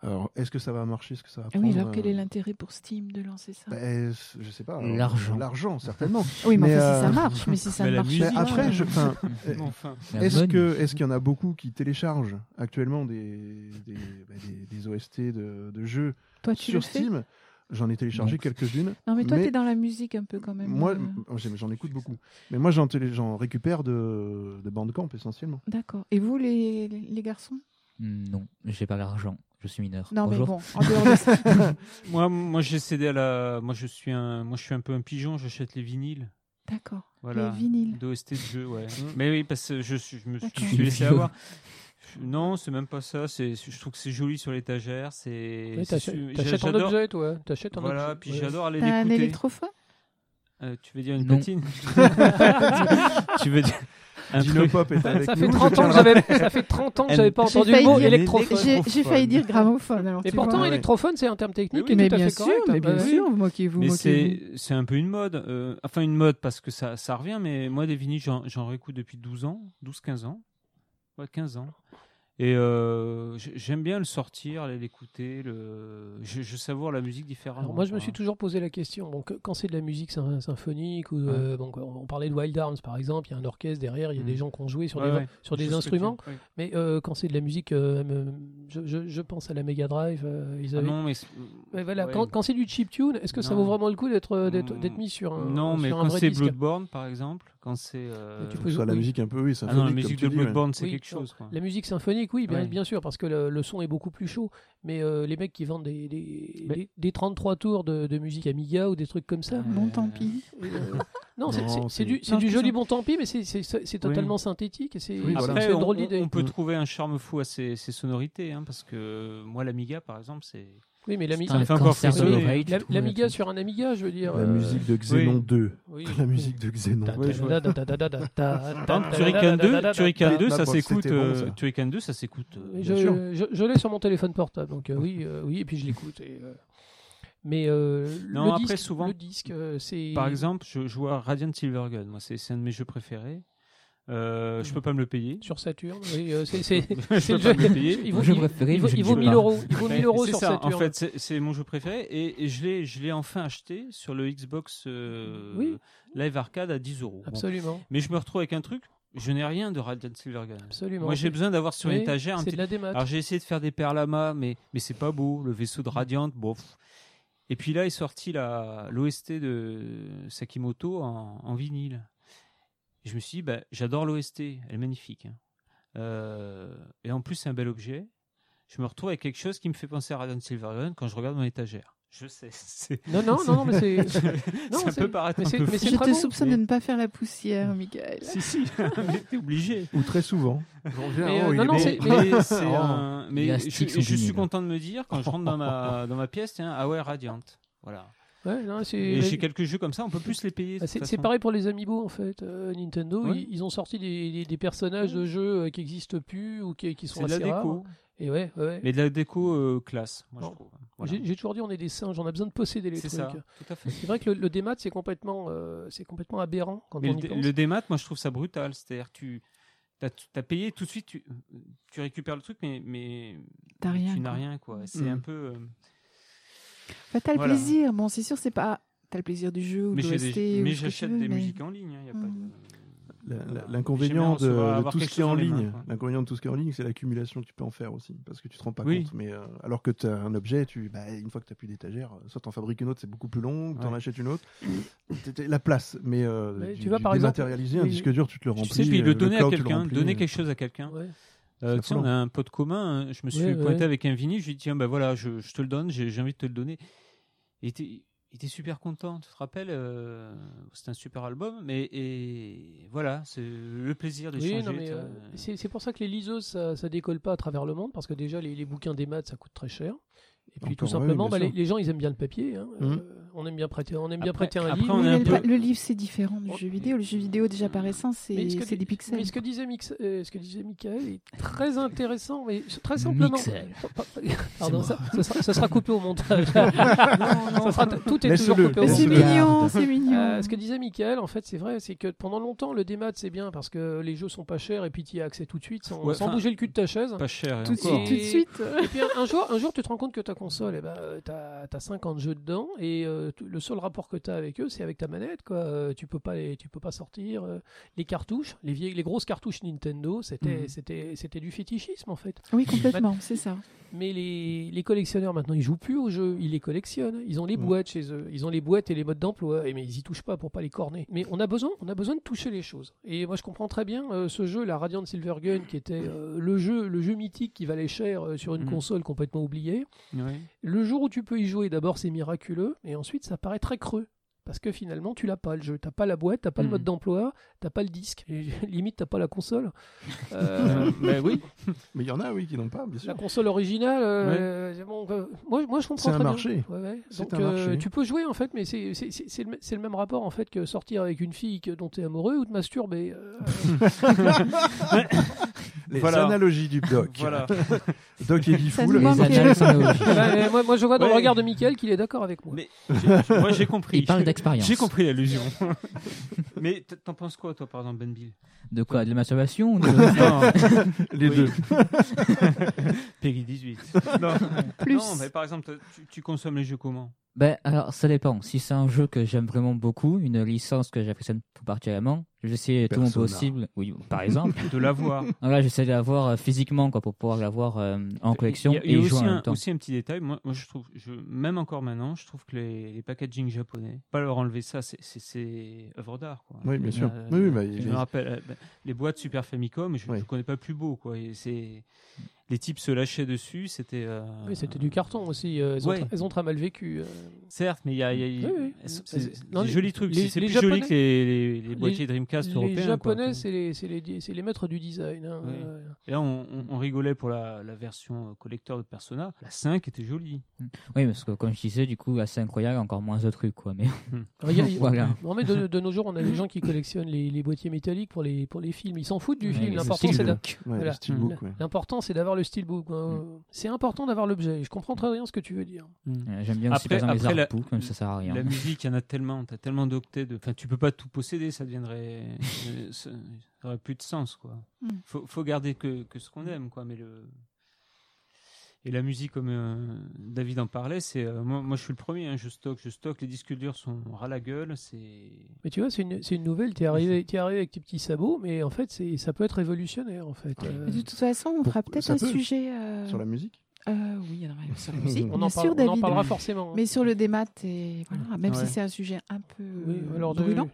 Alors, est-ce que ça va marcher, est-ce que ça va
Ah
prendre
oui, alors quel
euh,
est l'intérêt pour Steam de lancer ça
ben, c- Je sais pas. alors,
L'argent.
L'argent, certainement.
Oui, mais,
mais,
enfin, si
euh,
ça marche, mais si ça
mais
ne
la
marche
musique,
Mais
pas. euh,
après, je, enfin,
c'est- Enfin.
La
Est-ce
bonne.
que est-ce qu'il y en a beaucoup qui téléchargent actuellement des des, bah, des- des OST de, de jeux
Toi, Ah, tu le
sur
fais.
Steam J'en ai téléchargé
Non.
quelques-unes.
Non, mais toi,
Mais-
t'es dans la musique un peu quand même.
Moi, oh,
euh,
j'aime- j'en écoute beaucoup. Mais moi, j'en télé- j'en récupère de, de Bandcamp essentiellement.
D'accord. Et vous, les, les garçons
Non, j'ai pas l'argent. Je suis mineur.
Non,
Bonjour.
mais bon, en dehors de ça.
Moi, moi j'ai cédé à la. Moi, je suis un, moi, je suis un peu un pigeon, j'achète les vinyles.
D'accord.
Voilà.
Les vinyles.
D'OST de jeu, ouais. Mais oui, parce que je, suis- je me suis, je me
D'accord.
suis laissé avoir. Je- Non, c'est même pas ça. C'est, je trouve que c'est joli sur l'étagère. C'est.
Ouais,
c'est
t'achè-
su-
T'achètes un
j'adore-
objet, toi. T'achètes un
Voilà,
objet.
puis
Ouais.
j'adore aller
T'as un
l'écouter.
électrophone
Euh, tu veux dire une
Non.
platine Tu veux dire Un
Dino
truc-
Pop est avec
Ça
nous.
fait,
je
30 ans
tiens
que
à
j'avais, ça fait 30 ans que j'avais pas
J'ai
entendu le
failli
mot
dire-
électrophone.
J'ai j'ai failli dire gramophone. Alors,
Et
tu
pourtant,
vois.
ouais.
électrophone, c'est un terme technique
Mais
et
oui,
mais
tout à
bien
fait
sûr,
correct. Ah
mais bien
Ouais.
sûr, moquez-vous,
hein, bah Mais
moquez-vous.
c'est c'est un peu une mode. euh, enfin, une mode parce que ça, ça revient, mais moi, des vinyles, j'en j'en réécoute depuis 12 ans, 12-15 ans. Ouais, 15 ans. Et euh, j- j'aime bien le sortir, aller l'écouter. Le... Je, je savoure la musique différemment.
Alors moi, je me
quoi.
suis toujours posé la question. Donc, quand c'est de la musique syn- symphonique, ou, euh, bon, quoi, on parlait de Wild Arms par exemple, il y a un orchestre derrière, il y a
Mm.
des gens qui ont joué sur
Ouais,
des,
ouais,
sur
je
des
sais ce que tu-
instruments.
oui.
Mais euh, quand c'est de la musique, euh, euh, je, je- je pense à la Mega Drive. euh, ils
Ah
avaient-
non, mais. c'est-
Ouais, voilà.
ouais.
Quand, quand c'est du chip tune, est-ce que ça
Non.
vaut vraiment le coup d'être, euh, d'être,
Mm.
d'être mis sur un,
Non,
sur
mais
un
quand
vrai
c'est
disque
Bloodborne, par exemple, quand c'est. euh,
tu
dire
peux
que ça,
jouer,
la
oui.
musique un
Ah
peu, oui,
non, la
symphonique, comme
musique
tu
de
dis, ouais.
Bloodborne, c'est
Oui,
quelque
non.
chose. Quoi.
La musique symphonique, oui, bien,
Ouais.
bien sûr, parce que le, le son est beaucoup plus chaud. Mais euh, les mecs qui vendent des, des,
Mais-
des, des 33 tours de, de musique Amiga ou des trucs comme ça.
Bon, tant pis.
euh, non, c'est, c'est-
Non,
c'est
c'est-
du, c'est
Non,
du
je
joli
sens-
bon tant pis, mais c'est, c'est, c'est- c'est totalement synthétique et c'est,
Oui,
c'est-
voilà.
Après,
c'est une
on,
drôle
on-
d'idée.
on peut
Mm.
trouver un charme fou à ces, ces sonorités, hein, parce que euh, moi, l'Amiga, par exemple, c'est.
Oui, mais l'ami-
Ça me fait encore
oui,
frissonner.
mais
l'oreille, tu
la-
trouves,
l'Amiga
là-dessus.
sur un Amiga, je veux dire.
La
euh,
musique de Xenon 2.
oui.
La musique de Xenon.
Ta-
Ouais, je
ta-
vois.
ta- ta- ta- ta- ta- ta-
Par exemple,
ta- ta-
Turrican
ta-
2,
ta- ta-
Turrican 2, ça
Bah, bon,
s'écoute.
c'était bon,
euh,
ça.
Turrican 2, ça s'écoute. euh,
Mais
bien
Je,
sûr.
je, je l'ai sur mon téléphone portable, donc euh, oui, euh, oui, et puis je l'écoute. et, euh, mais euh,
Non,
le
après,
disque,
souvent,
le disque, euh, c'est
Par exemple, je joue à Radiant Silvergun. Moi, c'est c'est un de mes jeux préférés. Euh, je peux pas me le payer.
sur Saturn. oui, euh, c'est, c'est-
je
le
peux pas
jeu.
me le payer.
il vaut,
jeu
il-
préféré,
il vaut-
je
il
ne
vaut
joue
1000
pas.
euros. Il vaut
Mais
1000 euros
c'est
sur
ça,
Saturn.
En fait, c'est- c'est mon jeu préféré et, et je l'ai, je l'ai enfin acheté sur le Xbox euh,
Oui.
Live Arcade à 10 euros. Bon.
absolument,
Mais je me retrouve avec un truc. Je n'ai rien de Radiant Silvergun.
absolument.
Moi, j'ai
C'est-
besoin d'avoir sur
oui,
une étagère un
C'est
petit
de la démat.
Alors j'ai essayé de faire des perlamas, mais, mais c'est pas beau, le vaisseau
Mm.
de Radiant, bon. pff. Et puis là est sorti la- l'OST de Sakimoto en, en vinyle. Et je me suis dit, bah, j'adore l'OST, elle est magnifique. hein. Euh, et en plus c'est un bel objet. Je me retrouve avec quelque chose qui me fait penser à Radiant Silvergun quand je regarde mon étagère. Je sais, c'est
Non, non, non, non, mais c'est. non,
ça
c'est-
peut paraître
mais
un
c'est-
peu
mais c'est
Je
fou,
très
te
bon.
soupçonne de ne pas faire la poussière, Michael.
Si, si, mais t'es obligé.
Ou très souvent. J'en reviens,
Mais,
oh,
euh,
il
non,
est
non,
bon.
c'est-
Eh ben, mais c'est
Oh.
un- mais
Il y a
je,
Styx
je
au
suis
vinyle.
content de me dire quand je rentre dans ma, dans ma pièce, tiens, ah ouais, Radiant. Voilà.
Ouais, non, c'est-
Et,
mais- Bah,
j'ai quelques jeux comme ça, on peut plus les payer. de
C'est
toute
c'est
façon.
pareil pour les Amiibo en fait. Euh, Nintendo,
Ouais.
ils, ils ont sorti des, des- des personnages de jeux euh, qui n'existent plus ou qui, qui sont
C'est de la
assez rares.
déco.
Et ouais, ouais.
Mais de la déco euh, classe, moi je
hein. Bon.
trouve. Voilà.
J'ai j'ai toujours dit on est des singes, on a besoin de posséder les
C'est
trucs. euh,
ça, tout à fait.
C'est vrai que le, le démat c'est complètement, euh, c'est complètement aberrant quand
Mais
on
le,
y
dé-
pense.
le démat, moi je trouve ça brutal. C'est-à-dire que tu as, payé tout de suite, tu, tu récupères le truc, mais, mais
T'as rien,
tu n'as
quoi.
rien. quoi. C'est
Mm.
un peu. euh,
Bah, t'as le
Voilà.
plaisir. Bon, c'est sûr, c'est pas. T'as le plaisir du jeu ou
Mais
de
j'ai
l'OST.
des-
ou
mais
ce que tu
j'achète
veux,
des
mais-
musiques en ligne. hein, y a pas de-
Mm.
La- la-
Voilà.
L'inconvénient
J'aimerais
de,
recevoir-
de
avoir
tout ce
quelque
qui est
chose dans
en
les mains,
ligne,
quoi.
l'inconvénient de tout ce qui est en ligne, c'est l'accumulation que tu peux en faire aussi, parce que tu te rends pas
Oui.
compte. Mais euh, alors que tu as un objet, tu, bah, une fois que tu plus d'étagère, euh, soit t'en fabriques une autre, c'est beaucoup plus long, tu en
Ouais.
achètes une autre. C'était la place, mais, euh,
Mais
du-
tu vois,
du
par exemple,
dématérialiser un
oui.
disque dur, tu te le remplis.
Tu sais, puis
euh,
le donner à
cloud, tu le
quelqu'un,
remplis,
donner
euh,
quelque chose à quelqu'un.
Ouais.
Euh,
C'est
tu sais, on a un pote commun. hein, Je me suis
Ouais, ouais.
pointé avec un vinyle. Je lui ai dit tiens, ben voilà, je, je te le donne. J'ai j'ai envie de te le donner. Il était, il était super content. Tu te rappelles euh, C'était un super album. Mais et voilà, c'est le plaisir
Oui,
d'échanger.
non, mais,
tu vois.
euh, c'est c'est pour ça que les liseuses ça, ça décolle pas à travers le monde parce que déjà les, les bouquins des maths ça coûte très cher. Et puis
Encore,
tout
ouais,
simplement, bah,
bien
les,
sûr.
les gens ils aiment bien le papier. hein.
Mhm.
Euh, on aime bien prêter, on aime bien
Après-
prêter un
après,
livre.
on
Oui,
est un
mais le,
peu-
pa- le livre, c'est différent du
Oh.
jeu vidéo. Le jeu vidéo, déjà par essence, c'est
Mais ce que
c'est
dit-
des pixels.
Mais ce que disait, Mix, euh, ce que disait Michael est très intéressant, mais c'est très simplement.
Mixel.
Pardon,
moi.
ça, ça sera, ça sera coupé au montage. Ça sera- tout est
Laisse-le.
toujours coupé au
Mais
montage.
c'est
Regarde.
mignon, c'est mignon.
Euh, ce que disait Michael, en fait, c'est vrai, c'est que pendant longtemps, le démat, c'est bien parce que les jeux sont pas chers et puis tu y as accès tout de suite sans,
Ouais,
sans
enfin,
bouger le cul de ta chaise.
pas cher. et
tout de
encore.
suite, tout de suite.
Et puis un, un jour, un jour, tu te rends compte que ta console, eh ben, euh, t'as as 50 jeux dedans et euh, tout- le seul rapport que t'as avec eux, c'est avec ta manette, quoi. Euh, tu peux pas les, tu peux pas sortir euh, les cartouches, les vieilles, les grosses cartouches Nintendo, c'était,
Mhm.
c'était, c'était du fétichisme en fait.
Oui, complètement,
Bah,
c'est ça.
Mais les, les collectionneurs maintenant, ils jouent plus aux jeux, ils les collectionnent. Ils ont les
Mhm.
boîtes chez eux, ils ont les boîtes et les modes d'emploi, et mais ils y touchent pas pour pas les corner. Mais on a besoin, on a besoin de toucher les choses. Et moi, je comprends très bien euh, ce jeu, la Radiant Silvergun, qui était euh, le jeu, le jeu mythique qui valait cher euh, sur une
Mhm.
console complètement oubliée.
Ouais.
Le jour où tu peux y jouer, d'abord c'est miraculeux, et ensuite ça paraît très creux. Parce que finalement, tu l'as pas le jeu. T'as pas la boîte, t'as pas le
Mhm.
mode d'emploi, t'as pas le disque, et limite, t'as pas la console.
Euh,
Euh,
bah oui,
Mais il y en a, oui, qui n'ont pas, bien
la
sûr.
console originale, euh, bon, euh, moi, moi je comprends
C'est un
très bien.
marché.
Ouais, ouais.
C'est
Donc
un
euh,
marché.
tu peux jouer en fait, mais c'est c'est- c'est- c'est le, m- c'est le même rapport en fait que sortir avec une fille que, dont tu es amoureux ou de masturber. euh,
Les
Voilà.
analogies du doc.
voilà.
Doc et
Ça
Guifoul.
nous
Les
manque.
annales sont logiques.
Ouais, euh, moi, moi, je vois dans le
Ouais.
regard de Michael qu'il est d'accord avec moi.
Mais- J'ai- Moi j'ai compris.
Il parle d'expérience.
J'ai compris l'allusion. Mais t- t'en penses quoi, toi, par exemple, Ben Bill
De quoi De la masturbation ou de-
Non,
Les
Oui.
deux.
Peggy 18. Non,
Plus.
Non, mais par exemple, tu, tu consommes les jeux comment
Ben alors ça dépend. Si c'est un jeu que j'aime vraiment beaucoup, une licence que j'affectionne tout particulièrement, je vais essayer tout mon
Persona.
possible. Oui, par exemple.
De l'avoir.
Alors là, j'essaie de l'avoir euh, physiquement quoi, pour pouvoir l'avoir euh, en collection
Il y a, il y
et
a
y
aussi,
jouer en
un,
même temps.
aussi un petit détail. Moi, moi, je trouve, je, même encore maintenant, je trouve que les, les packaging japonais, pas leur enlever ça, c'est- c'est- c'est œuvre d'art. quoi.
Oui, bien sûr.
Euh,
Oui, oui, bah,
je
les-
me rappelle euh, bah, les boîtes Super Famicom, je ne
Oui.
connais pas plus beau. Quoi. Et c'est- les types se lâchaient dessus, c'était. euh,
Oui, c'était du carton aussi. euh, elles, ont
Ouais.
tra- elles ont très mal vécu. euh.
Certes, mais il y a, il y a- il y a-
Oui, oui.
c'est-
Elles-
c'est
non,
des
les-
jolis trucs.
les-
C'est- C'est
les
plus joli que les, les- les boîtiers Dreamcast
les
européens.
Japonais,
quoi.
c'est les, c'est les, c'est les maîtres du design. hein,
Oui.
euh.
Et Là, on, on- on rigolait pour la, la version euh, collector de Persona. La 5 était jolie.
Oui, parce que comme je disais, du coup, assez incroyable, encore moins de trucs quoi. Mais
Hmm.
Alors, il y a- il y a-
Voilà.
Non, mais de, de nos jours, on a des gens qui collectionnent les, les boîtiers métalliques pour les, pour les films. Ils s'en foutent du
Oui,
film.
mais
L'important, c'est d'a-
Ouais,
voilà.
le steelbook, ouais.
l'important, c'est d'avoir le steelbook. hein. C'est important d'avoir l'objet. Je comprends très bien ce que tu veux dire.
euh, j'aime bien aussi
Après-
par exemple,
après,
les
la-
artbooks, même ça sert à rien.
La musique, il y en a tellement. T'as tellement d'octets. De... Enfin, tu peux pas tout posséder. Ça deviendrait. euh, ça ça aurait plus de sens, quoi.
Mm.
Faut, faut garder que, que ce qu'on aime, quoi. Mais le. Et la musique, comme euh, David en parlait, c'est euh, moi, moi, je suis le premier. hein, je stocke, je stocke. Les disques durs sont ras la gueule. C'est
Mais tu vois, c'est une, c'est une nouvelle. T'es arrivé, t'es arrivé avec tes petits sabots, mais en fait, c'est, ça peut être révolutionnaire, en fait.
Ouais.
Euh,
De toute façon, on
Pour-
fera peut-être
ça
un
peut.
sujet. euh,
Sur la musique
euh, oui, alors, euh, sur la musique.
on, en
bien
parle-
sûr,
on en
David.
parlera forcément. hein.
Mais sur le démat, et voilà, même
Ouais.
si c'est un sujet un peu
Oui,
euh,
alors de-
brûlant.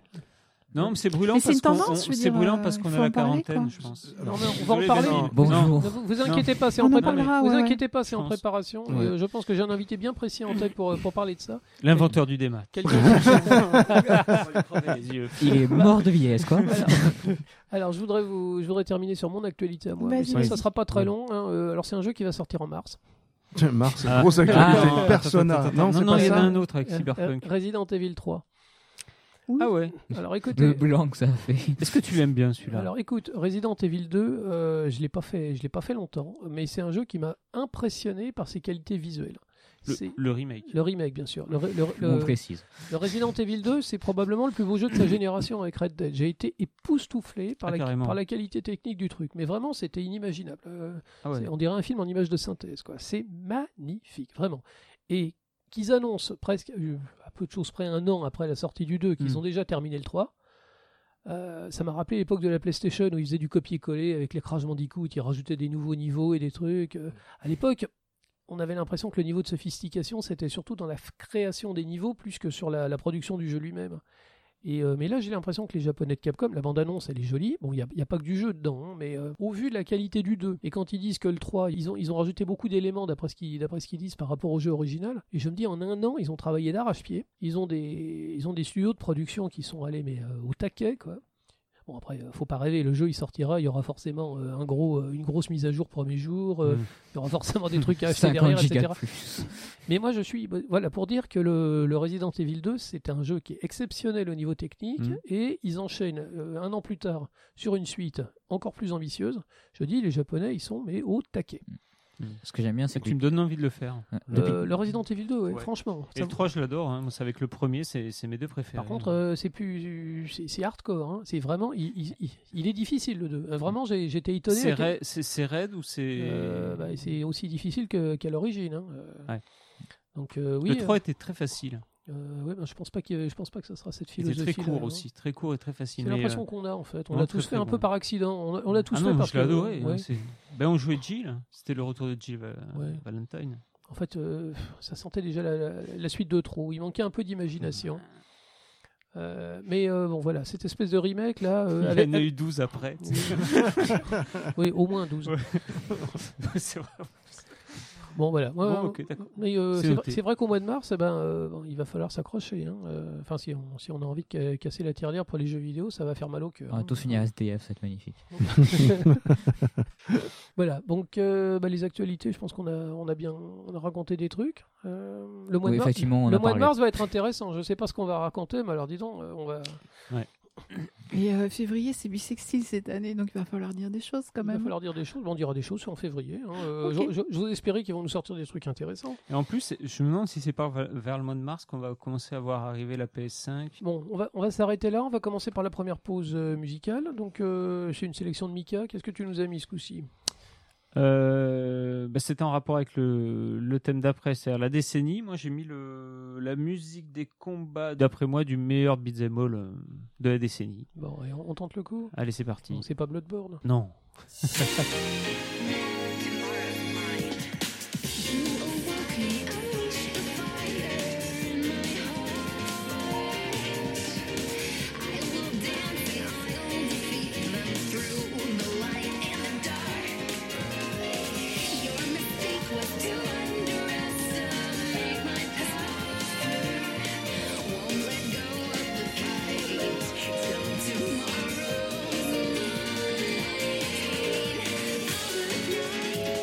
Non, mais c'est brûlant
Mais c'est
parce
une
qu'on
tendance,
on-
je veux
c'est
dire,
brûlant
euh,
parce qu'on
faut
a la
en parler,
quarantaine,
quoi.
je pense.
Non, mais on va en
Désolé,
reparler.
mais non.
Bonjour.
Ne vous, vous inquiétez pas, c'est en
On en
préparation.
parlera,
vous
ouais, ouais.
inquiétez pas, c'est en
Je pense.
préparation.
Ouais.
Euh, je pense que j'ai un invité bien précis en tête pour, euh, pour parler de ça.
L'inventeur du démat.
Quelqu'un-
Il est mort de vieillesse quoi.
alors, alors, je voudrais vous, je voudrais terminer sur mon actualité à moi.
Vas-y,
mais sinon,
vas-y.
ça sera pas très long. hein. Euh, alors, c'est un jeu qui va sortir en mars.
Tiens, Mars,
Ah.
grosse
Ah,
actualité.
non,
Persona. Non, c'est pas
il y en a
ça.
un autre avec
Euh,
Cyberpunk.
euh, Resident Evil 3.
Ah ouais.
Alors,
Le
écoutez,
blanc que ça fait.
Est-ce que tu l'aimes bien celui-là
Alors écoute, Resident Evil 2, euh, je l'ai pas fait, je l'ai pas fait longtemps, mais c'est un jeu qui m'a impressionné par ses qualités visuelles.
le,
C'est
le remake.
le remake bien sûr. Le, re- le- le-
On précise.
le Resident Evil 2, c'est probablement le plus beau jeu de sa génération avec Red Dead. J'ai été époustouflé par,
Ah,
la,
carrément.
par la qualité technique du truc, mais vraiment c'était inimaginable. Euh,
Ah ouais.
c'est- On dirait un film en image de synthèse, quoi. C'est magnifique, vraiment. Et qu'ils annoncent presque, euh, à peu de choses près, un an après la sortie du 2, qu'ils
Mm.
ont déjà terminé le 3. euh, ça m'a rappelé l'époque de la PlayStation où ils faisaient du copier-coller avec les Crash Bandicoot, ils rajoutaient des nouveaux niveaux et des trucs. Euh, à l'époque, on avait l'impression que le niveau de sophistication, c'était surtout dans la f- création des niveaux plus que sur la, la production du jeu lui-même. Et euh, mais là, j'ai l'impression que les Japonais de Capcom, la bande-annonce, elle est jolie. Bon, il n'y a, il y a pas que du jeu dedans, hein, mais euh, au vu de la qualité du 2, et quand ils disent que le 3, ils ont, ils ont rajouté beaucoup d'éléments d'après ce qu'ils d'après ce qu'ils disent par rapport au jeu original. Et je me dis, en un an, ils ont travaillé d'arrache-pied. Ils, ont des- ils ont des studios de production qui sont allés mais, euh, au taquet, quoi. Bon, après, euh, faut pas rêver, le jeu il sortira, il y aura forcément euh, un gros, euh, une grosse mise à jour premier jour, euh,
Mm.
il y aura forcément des trucs à acheter
50
derrière,
gigas
etc.
de plus.
Mais moi, je suis. Voilà, pour dire que le, le Resident Evil 2, c'est un jeu qui est exceptionnel au niveau technique
Mm.
Mhm.
et ils enchaînent euh, un an plus tard sur une suite encore plus ambitieuse. Je dis, les Japonais, ils sont mais au taquet.
Ce que j'aime bien, c'est que
Tu me donnes envie de le faire.
euh, depuis-
Le, le Resident Evil 2, ouais,
Ouais.
franchement.
Et
ça-
le 3, je l'adore. hein. Moi, C'est avec le premier, c'est c'est mes deux préférés. Hein.
par contre, euh, c'est plus, c'est c'est hardcore. hein. C'est vraiment, il, il- il- il est difficile le 2. Euh, Vraiment, j'ai- j'étais étonné.
c'est
à quel-
raid, c'est- c'est raid ou c'est.
Euh, bah, c'est aussi difficile que- qu'à l'origine. hein. Euh,
Ouais.
Donc euh, oui.
le 3 était très facile.
euh, euh, ouais, ben, je pense pas que je pense pas que ça sera cette
Il
philosophie.
était très court aussi. Très court et très
C'est
facile. mais,
l'impression
euh,
qu'on a en fait. On
non,
l'a
très,
tous fait
très
un peu
bon.
par accident. On l'a- on l'a tous
ah
fait
non, moi,
parce
je l'ai
que-
adoré. hein,
ouais.
c'est- Ben, on jouait Jill. C'était le retour de Jill euh,
Ouais.
Valentine.
En fait, euh, ça sentait déjà la, la- la suite de trop. Il manquait un peu d'imagination. Euh, mais euh, bon, voilà, cette espèce de remake là, euh,
Il y
avec-
en a eu 12 après.
oui, au moins 12.
C'est vrai.
Bon, voilà. Ouais,
Bon,
ouais,
ok, d'accord.
mais euh,
C'est
c'est vrai,
noté.
c'est vrai qu'au mois de mars, eh ben, euh, bon, il va falloir s'accrocher. hein. Euh, Enfin, si, on, si on a envie de ca- casser la tirelire pour les jeux vidéo, ça va faire mal au cœur.
On va
hein.
tous finir SDF, ça va être magnifique.
Voilà, donc euh, bah, les actualités, je pense qu'on a, on a bien on a raconté des trucs. Euh, le mois,
Oui,
de, mars,
effectivement, on
le
a
mois de
parlé.
mars va être intéressant. Je sais pas ce qu'on va raconter, mais alors dis donc, euh, on va,
Et euh, février, c'est bisextile cette année, donc il va falloir dire des choses quand
il va
même.
falloir dire des choses. Bon, on dira des choses en février. hein. Euh,
Ok.
je, je- je vous espérais qu'ils vont nous sortir des trucs intéressants.
Et en plus, je me demande si c'est pas v- vers le mois de mars qu'on va commencer à voir arriver la PS5.
Bon, on va, on va s'arrêter là. On va commencer par la première pause euh, musicale. Donc, euh, c'est une sélection de Mika. Qu'est-ce que tu nous as mis ce coup-ci
Euh, bah, C'était en rapport avec le, le thème d'après, c'est-à-dire la décennie. Moi, j'ai mis le, la musique des combats, d'après moi, du meilleur beat'em all euh, de la décennie.
Bon, et on, on tente le coup
Allez, c'est parti.
Non, C'est pas Bloodborne.
Non.
Tomorrow's mine.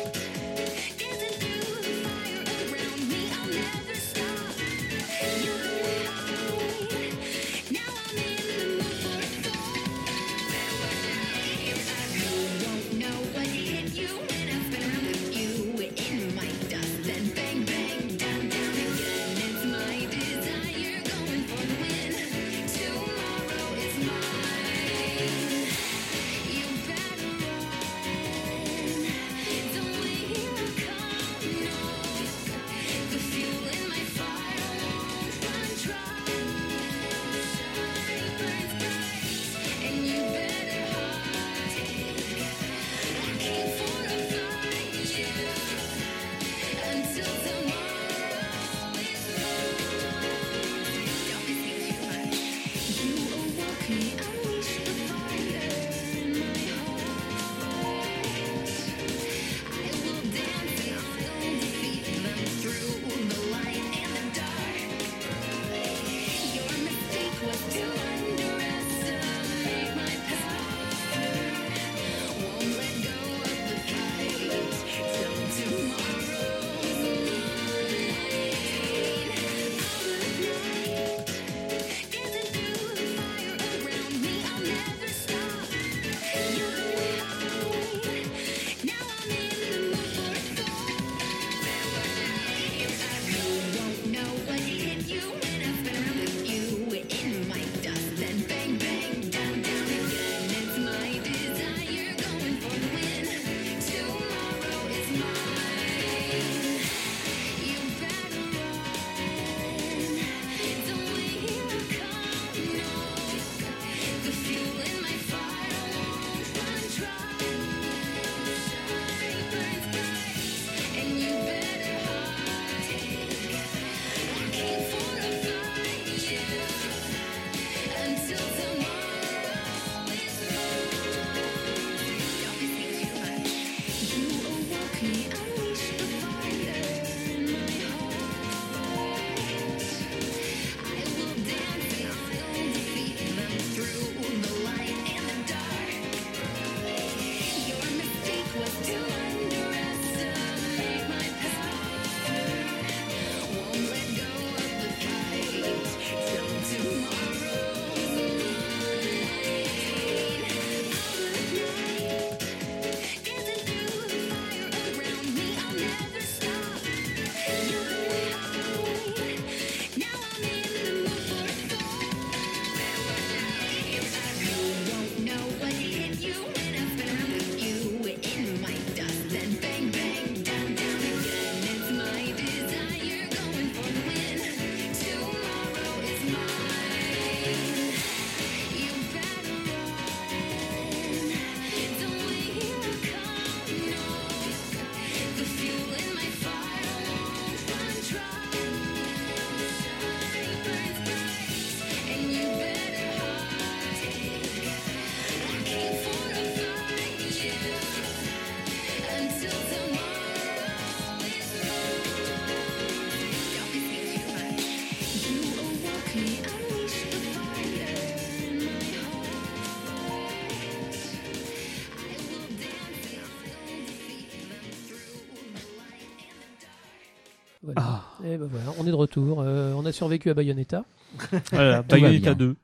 Ah.
Eh ben voilà, on est de retour. Euh, on a survécu à Bayonetta.
Ah, Voilà,
Tout va
Bayonetta
bien.
2.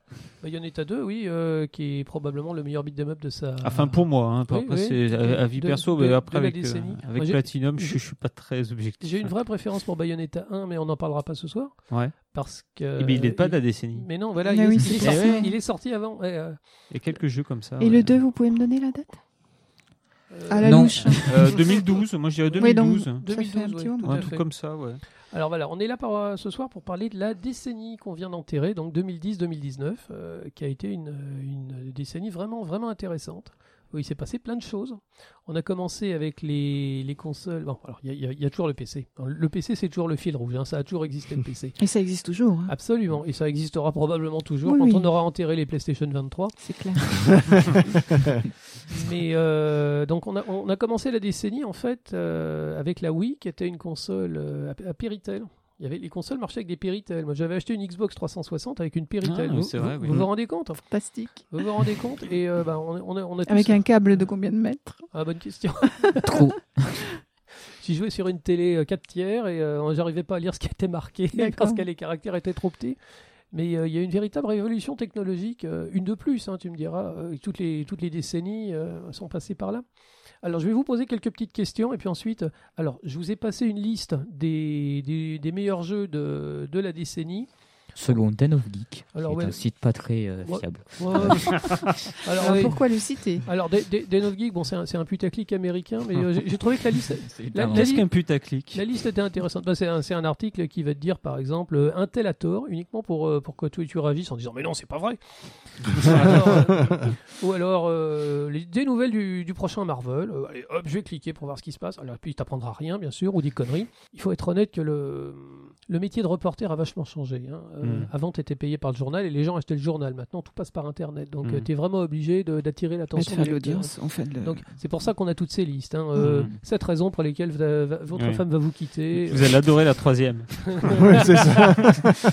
Bayonetta 2, oui, euh, qui est probablement le meilleur beat'em up de sa.
Enfin, pour moi, hein,
Ah. Oui,
après,
oui.
c'est à, à vie
De-
perso,
de-
mais
de
après,
la
avec, euh,
décennie.
avec
Moi, j'ai-
Platinum, je,
j'ai-
je suis pas très objectif.
J'ai une vraie préférence pour Bayonetta 1, mais on n'en parlera pas ce soir.
Ouais.
Parce que.
Eh ben, il n'est pas Eh de la décennie.
Mais non, voilà,
Ah
il, est-
oui,
il
c'est
est
ça.
sorti,
Ouais.
il est sorti avant. ouais, euh,
Il y a quelques jeux comme ça. euh,
Et
ouais.
le 2, vous pouvez me donner la date
euh,
À la
non.
louche.
Euh, 2012, moi je dirais
Oui, donc,
2012.
fait un
2012,
petit
ouais,
moment.
tout à
un truc
fait.
comme ça, ouais.
Alors voilà, on est là pour, euh, ce soir pour parler de la décennie qu'on vient d'enterrer, donc 2010-2019, euh, qui a été une, euh, une décennie vraiment, vraiment intéressante. où il s'est passé plein de choses. On a commencé avec les, les consoles. Bon, alors il y a- il y, a- il y a toujours le PC. Le PC, c'est toujours le fil rouge. hein, ça a toujours existé le PC.
Et ça existe toujours,
Ah.
hein.
Absolument. Et ça existera probablement toujours
Oui,
quand
oui.
on aura enterré les PlayStation 23.
c'est clair.
Mais euh, donc on a, on a commencé la décennie en fait euh, avec la Wii qui était une console euh, à, à Péritel. Il y avait, les consoles marchaient avec des Péritel. Moi j'avais acheté une Xbox 360 avec une Péritel.
Ah, oui,
vous,
c'est vrai,
vous,
oui.
vous vous rendez compte hein
Fantastique.
Vous vous rendez compte Et euh, bah, on, a- on a, on a tous-
Avec un câble de combien de mètres
Ah, bonne question.
Trop.
J'y jouais sur une télé euh, 4 tiers et euh, j'arrivais pas à lire ce qui était marqué
D'accord.
parce que les caractères étaient trop petits. Mais euh, il y a une véritable révolution technologique, euh, une de plus, hein, tu me diras. euh, et toutes, les, toutes les décennies euh, sont passées par là. Alors, je vais vous poser quelques petites questions et puis ensuite, euh, alors, je vous ai passé une liste des, des, des meilleurs jeux de, de la décennie.
Selon Den of Geek,
Alors,
qui est
ouais.
un site pas très euh,
Ouais.
fiable.
alors,
Alors,
oui.
Pourquoi le citer
alors des, des, des Nov Geek, bon, c'est un, c'est un putaclic américain, mais euh, j'ai j'ai trouvé que la liste, la- la
Qu'est-ce qu'un putaclic
La liste était intéressante. Bah, c'est, un, c'est un article qui va te dire, par exemple, euh, un tel a tort, uniquement pour, euh, pour que toi tu réagisses en disant Mais non, c'est pas vrai Ou alors, euh, Ou alors, euh, les- des nouvelles du, du prochain Marvel. Euh, allez, hop, je vais cliquer pour voir ce qui se passe. Alors, puis, tu t'apprendras rien, bien sûr, ou des conneries. Il faut être honnête que le, le métier de reporter a vachement changé. hein. Euh,
Mm.
Avant, tu étais payé par le journal et les gens achetaient le journal. Maintenant, tout passe par Internet. Donc,
Mm.
tu es vraiment obligé de- d'attirer l'attention.
Faire
des lecteurs.
l'audience, enfin le...
Donc c'est pour ça qu'on a toutes ces listes. Hein. Euh,
Mhm.
Sept raisons pour lesquelles va- va- votre
Oui.
femme va vous quitter.
Vous allez adorer la troisième.
Ouais, c'est ça.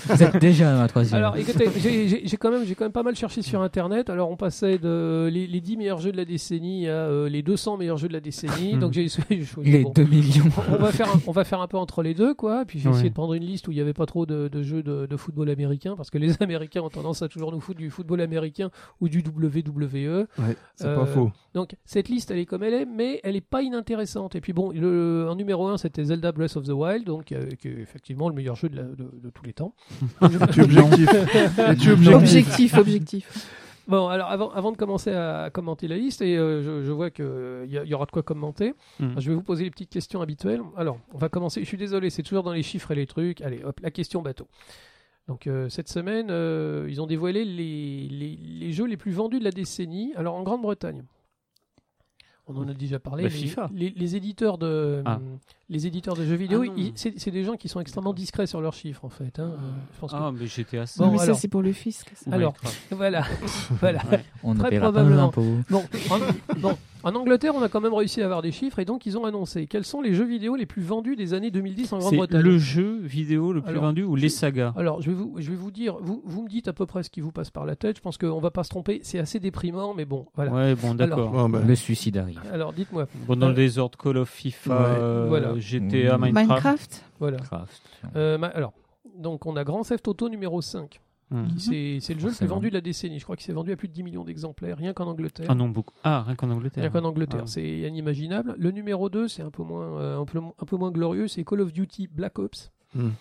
Vous êtes déjà dans la troisième.
Alors écoutez, j'ai- j'ai j'ai quand, même- j'ai quand même pas mal cherché sur Internet. Alors on passait de les, les 10 meilleurs jeux de la décennie à euh, les 200 meilleurs jeux de la décennie. Donc j'ai j'ai choisi-
Il est
bon.
2 millions.
On va, faire un, on va faire un peu entre les deux, quoi. Puis j'ai
Ouais.
essayé de prendre une liste où il n'y avait pas trop de, de jeux de, de football américain, parce que les Américains ont tendance à toujours nous foutre du football américain ou du WWE.
Ouais, c'est
Euh,
pas faux.
Donc cette liste, elle est comme elle est, mais elle est pas inintéressante. Et puis bon, le, en numéro 1, c'était Zelda Breath of the Wild, donc euh, qui est effectivement le meilleur jeu de, la- de- de tous les temps.
Tu es objectif. Et tu es objectif.
Objectif, objectif.
Bon, alors avant, avant de commencer à commenter la liste, et euh, je, je vois qu'il y, a- y aura de quoi commenter,
Mm.
je vais vous poser les petites questions habituelles. Alors, on va commencer. Je suis désolé, c'est toujours dans les chiffres et les trucs. Allez, hop, la question bateau. Donc euh, cette semaine, euh, ils ont dévoilé les, les- les jeux les plus vendus de la décennie. Alors en Grande-Bretagne, on en a déjà parlé.
Bah,
les-
FIFA.
Les, les éditeurs de
Ah.
les éditeurs de jeux vidéo,
Ah non.
ils- c'est c'est des gens qui sont extrêmement discrets sur leurs chiffres en fait. hein. Euh, je pense que-
Ah, mais j'étais assez.
Bon,
mais ça,
alors.
c'est pour le fisc. ça.
alors, voilà, voilà.
On ne
Très
paiera pas
probablement.
nos impôts.
Bon, en, bon, en Angleterre, on a quand même réussi à avoir des chiffres et donc ils ont annoncé quels sont les jeux vidéo les plus vendus des années 2010 en
C'est
Grande-Bretagne.
le jeu vidéo le plus
Alors,
vendu ou les sagas
Alors, je vais, vous, je vais vous dire, vous, vous me dites à peu près ce qui vous passe par la tête. Je pense qu'on va pas se tromper. C'est assez déprimant, mais bon, Ah, voilà.
Ouais, bon, d'accord.
Bon, bah,
Le suicide arrive.
Alors, dites-moi.
Bon, dans
Euh,
le désordre, Call of FIFA,
Ouais.
euh,
Voilà.
GTA,
Mm.
Minecraft.
Minecraft
Voilà.
Craft.
Euh, ma- alors, donc on a Grand Theft Auto numéro 5.
Mm.
Mhm.
C'est c'est le jeu le plus
Forcément.
vendu de la décennie. Je crois qu'il s'est vendu à plus de 10 millions d'exemplaires, rien qu'en Angleterre.
Ah non, beaucoup. Ah, rien qu'en Angleterre.
Rien qu'en Angleterre,
Ah.
c'est inimaginable. Le numéro 2, c'est un, peu moins, euh, un, peu, un peu moins glorieux, c'est Call of Duty Black Ops.
Hmm.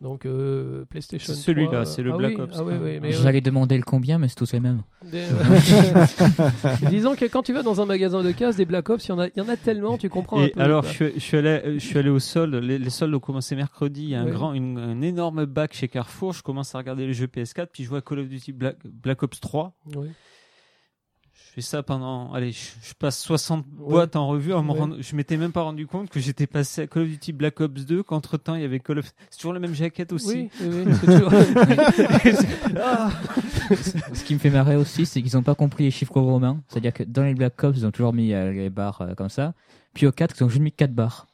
Donc euh, PlayStation.
C'est celui-là,
3, euh,
c'est le
ah
Black
oui,
Ops.
Ah oui, oui, mais, euh,
J'allais demander le combien, mais c'est tous les mêmes.
des- euh, Disons que quand tu vas dans un magasin de cases, des Black Ops, il y, en a- il y en a tellement, tu comprends. un
Et
peu,
alors,
quoi.
je, suis- je suis allé, euh, je suis allé au solde. Les, les soldes ont commencé mercredi. Il y a un,
Ouais.
grand, une, un énorme bac chez Carrefour. Je commence à regarder les jeux PS4. Puis je vois Call of Duty Black, Black Ops 3.
Ouais.
Je fais ça pendant. Allez, je, je passe 60
Ouais.
boîtes en revue. En me
Ouais.
rend- je m'étais même pas rendu compte que j'étais passé à Call of Duty Black Ops 2. Qu'entre temps, il y avait Call of. C'est toujours la même jaquette aussi.
Oui, oui, oui, c'est toujours-
Ah
Ce qui me fait marrer aussi, c'est qu'ils n'ont pas compris les chiffres romains. C'est-à-dire que dans les Black Ops, ils ont toujours mis euh, les barres euh, comme ça. Puis au 4, ils ont juste mis 4 barres.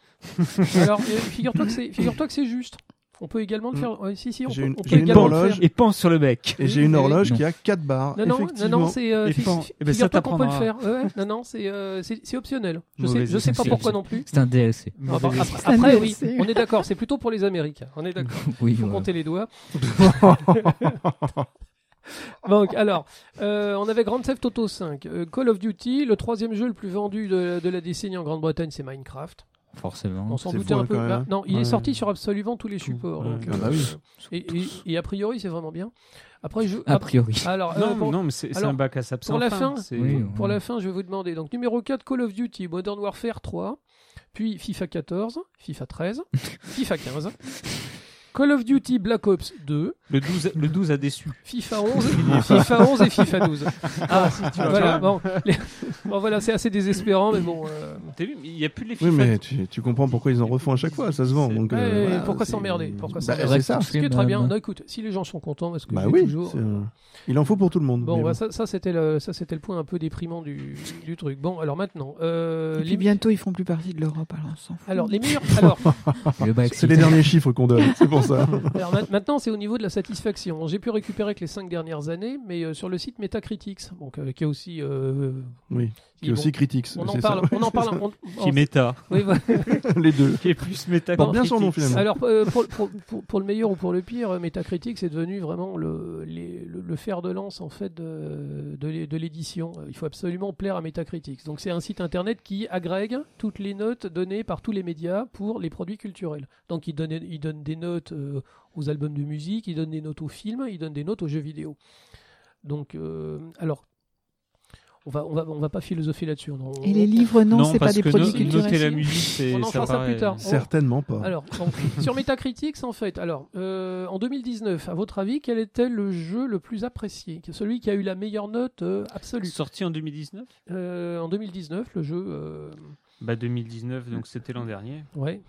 Alors, euh, figure-toi que c'est figure-toi que c'est juste. On peut également le
Mm.
faire. ouais, si, si, on
J'ai
peut,
une-
on
j'ai
peut
une
également le
horloge.
faire.
Et pense sur le bec.
Et j'ai une
Oui,
horloge
non.
qui a 4 barres.
Non, non, non,
effectivement.
non, c'est. Euh,
Et
fi-
pan-
fi-
eh ben,
figure
ça
pas qu'on peut le faire.
t'apprendra.
Ouais, ouais, non, non, c'est euh, c'est- c'est optionnel. Je sais,
Mauvaise
je sais pas
idée.
pourquoi non plus.
C'est un DLC.
Bon,
Mauvaise
Après,
idée.
après- après, oui,
C'est-
on est d'accord, c'est plutôt pour les Américains. On est d'accord.
Oui,
Il faut
ouais.
compter les doigts. Donc, alors, euh, on avait Grand Theft Auto 5, euh, Call of Duty, le troisième jeu le plus vendu de, de la décennie en Grande-Bretagne, c'est Minecraft.
forcément.
On s'en
C'est
doutait
fou,
un peu.
quand même, hein.
Bah, non, il
Ouais.
est sorti sur absolument tous les supports.
Ouais.
donc, euh,
Ah bah oui. Ah.
et, et- et a priori, c'est vraiment bien. Après, je.
A priori.
Alors, euh,
Non,
pour,
non, mais c'est c'est
alors,
un bac à sable
pour
sans
la fin,
c'est-
Oui,
pour
Mm.
ouais.
la fin, je vais vous demander. Donc, numéro 4, Call of Duty, Modern Warfare 3, puis FIFA 14, FIFA 13, FIFA 15, Call of Duty Black Ops 2,
Le 12, le 12 a déçu.
FIFA 11, FIFA 11 et FIFA 12. Ah,
vas
voilà,
quand même.
bon, les- bon, voilà, c'est assez désespérant, mais bon. euh,
T'as vu, il n'y a plus les
Oui,
FIFA.
mais tu, tu comprends pourquoi ils en refont à chaque fois, ça se vend.
C'est-
donc,
ouais,
euh, voilà,
pourquoi
c'est-
s'emmerder Pourquoi
Bah,
s'emmerder
C'est ça.
Ce qui est très bien. Non, écoute, si les gens sont contents, parce que
hein. Bah
j'ai
oui,
toujours.
c'est un- il en faut pour tout le monde.
Bon,
mais
bah,
bon.
ça, ça c'était le, ça, c'était le point un peu déprimant du, du truc. Bon, alors maintenant, euh,
Et puis bientôt, ils font plus partie de l'Europe, alors on s'en fout.
alors les meilleurs. Alors,
Le Brexit.
C'est les derniers chiffres qu'on donne, c'est pour ça.
Alors ma- maintenant, c'est au niveau de la satisfaction. J'ai pu récupérer que les cinq dernières années, mais euh, sur le site Metacritics, donc euh, qui est aussi, euh,
Oui, qui est
bon,
aussi critique. c'est-
on en
c'est
parle,
ça.
on en parle. on-
Qui est méta.
oui, voilà.
les deux.
Qui est plus méta
Porte
que
bien son nom,
critique.
finalement.
Alors euh, pour, pour- pour- pour le meilleur ou pour le pire, euh, Metacritics est devenu vraiment le, les- le- le fer de lance en fait de, de l'é- de l'édition. Euh, Il faut absolument plaire à Metacritics. Donc c'est un site internet qui agrège toutes les notes données par tous les médias pour les produits culturels. Donc il donne, il donne des notes euh, aux albums de musique, il donne des notes aux films, il donne des notes aux jeux vidéo. Donc euh, alors. On va, on, va, on va pas philosopher là-dessus. on- on-
Et les livres, Ah, non, c'est pas
parce
des
que
produits
no-
culturels.
noter la
si.
musique, c'est.
On en fera ça
paraît- euh,
plus tard.
Certainement pas.
Alors, donc, sur Metacritics, en fait, alors, euh, en 2019, à votre avis, quel était le jeu le plus apprécié Celui qui a eu la meilleure note euh, absolue.
Sorti en 2019
Euh, en 2019, le jeu. euh,
Bah 2019, donc c'était l'an dernier.
ouais.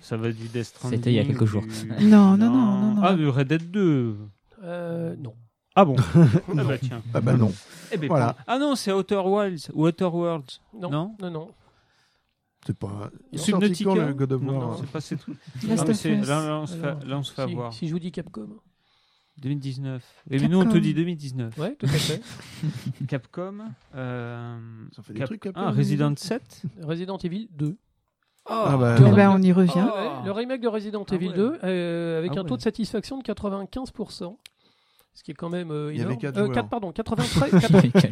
Ça va du Death Stranding.
C'était il y a quelques
du-
jours.
Non, non, non, non, non.
Ah, du Red Dead 2.
Euh, non.
Ah bon Ah
Non.
bah tiens.
Ah bah non.
Eh ben,
Voilà.
pas- Ah non, c'est Outer Wilds. Ou Outer Worlds.
Non.
Non
non,
Ah,
C'est pas. Ils ont sorti
Subnautica
quand, le God of
hein. Non,
War
non, c'est pas ces trucs.
Last
Non, mais
of
c'est-
Us.
Là, là, on se fait,
Alors,
là, on se fait
si,
avoir.
si je vous dis Capcom.
2019. Et Eh mais nous, on te
Capcom.
dit 2019.
Ouais, tout à fait.
Capcom. euh,
Ils ont fait des
Cap-
trucs Capcom,
Ah,
oui.
Resident 7
Resident Evil 2.
Ah bah,
Eh
non.
ben, on y revient.
Ah ouais, le remake de Resident
Ah
Evil
ouais.
2, euh, avec
Ah
un taux
ouais.
de satisfaction de 95%. Ce qui est quand même euh,
Il y avait
énorme.
quatre
Euh,
joueurs.
quatre, pardon, 93,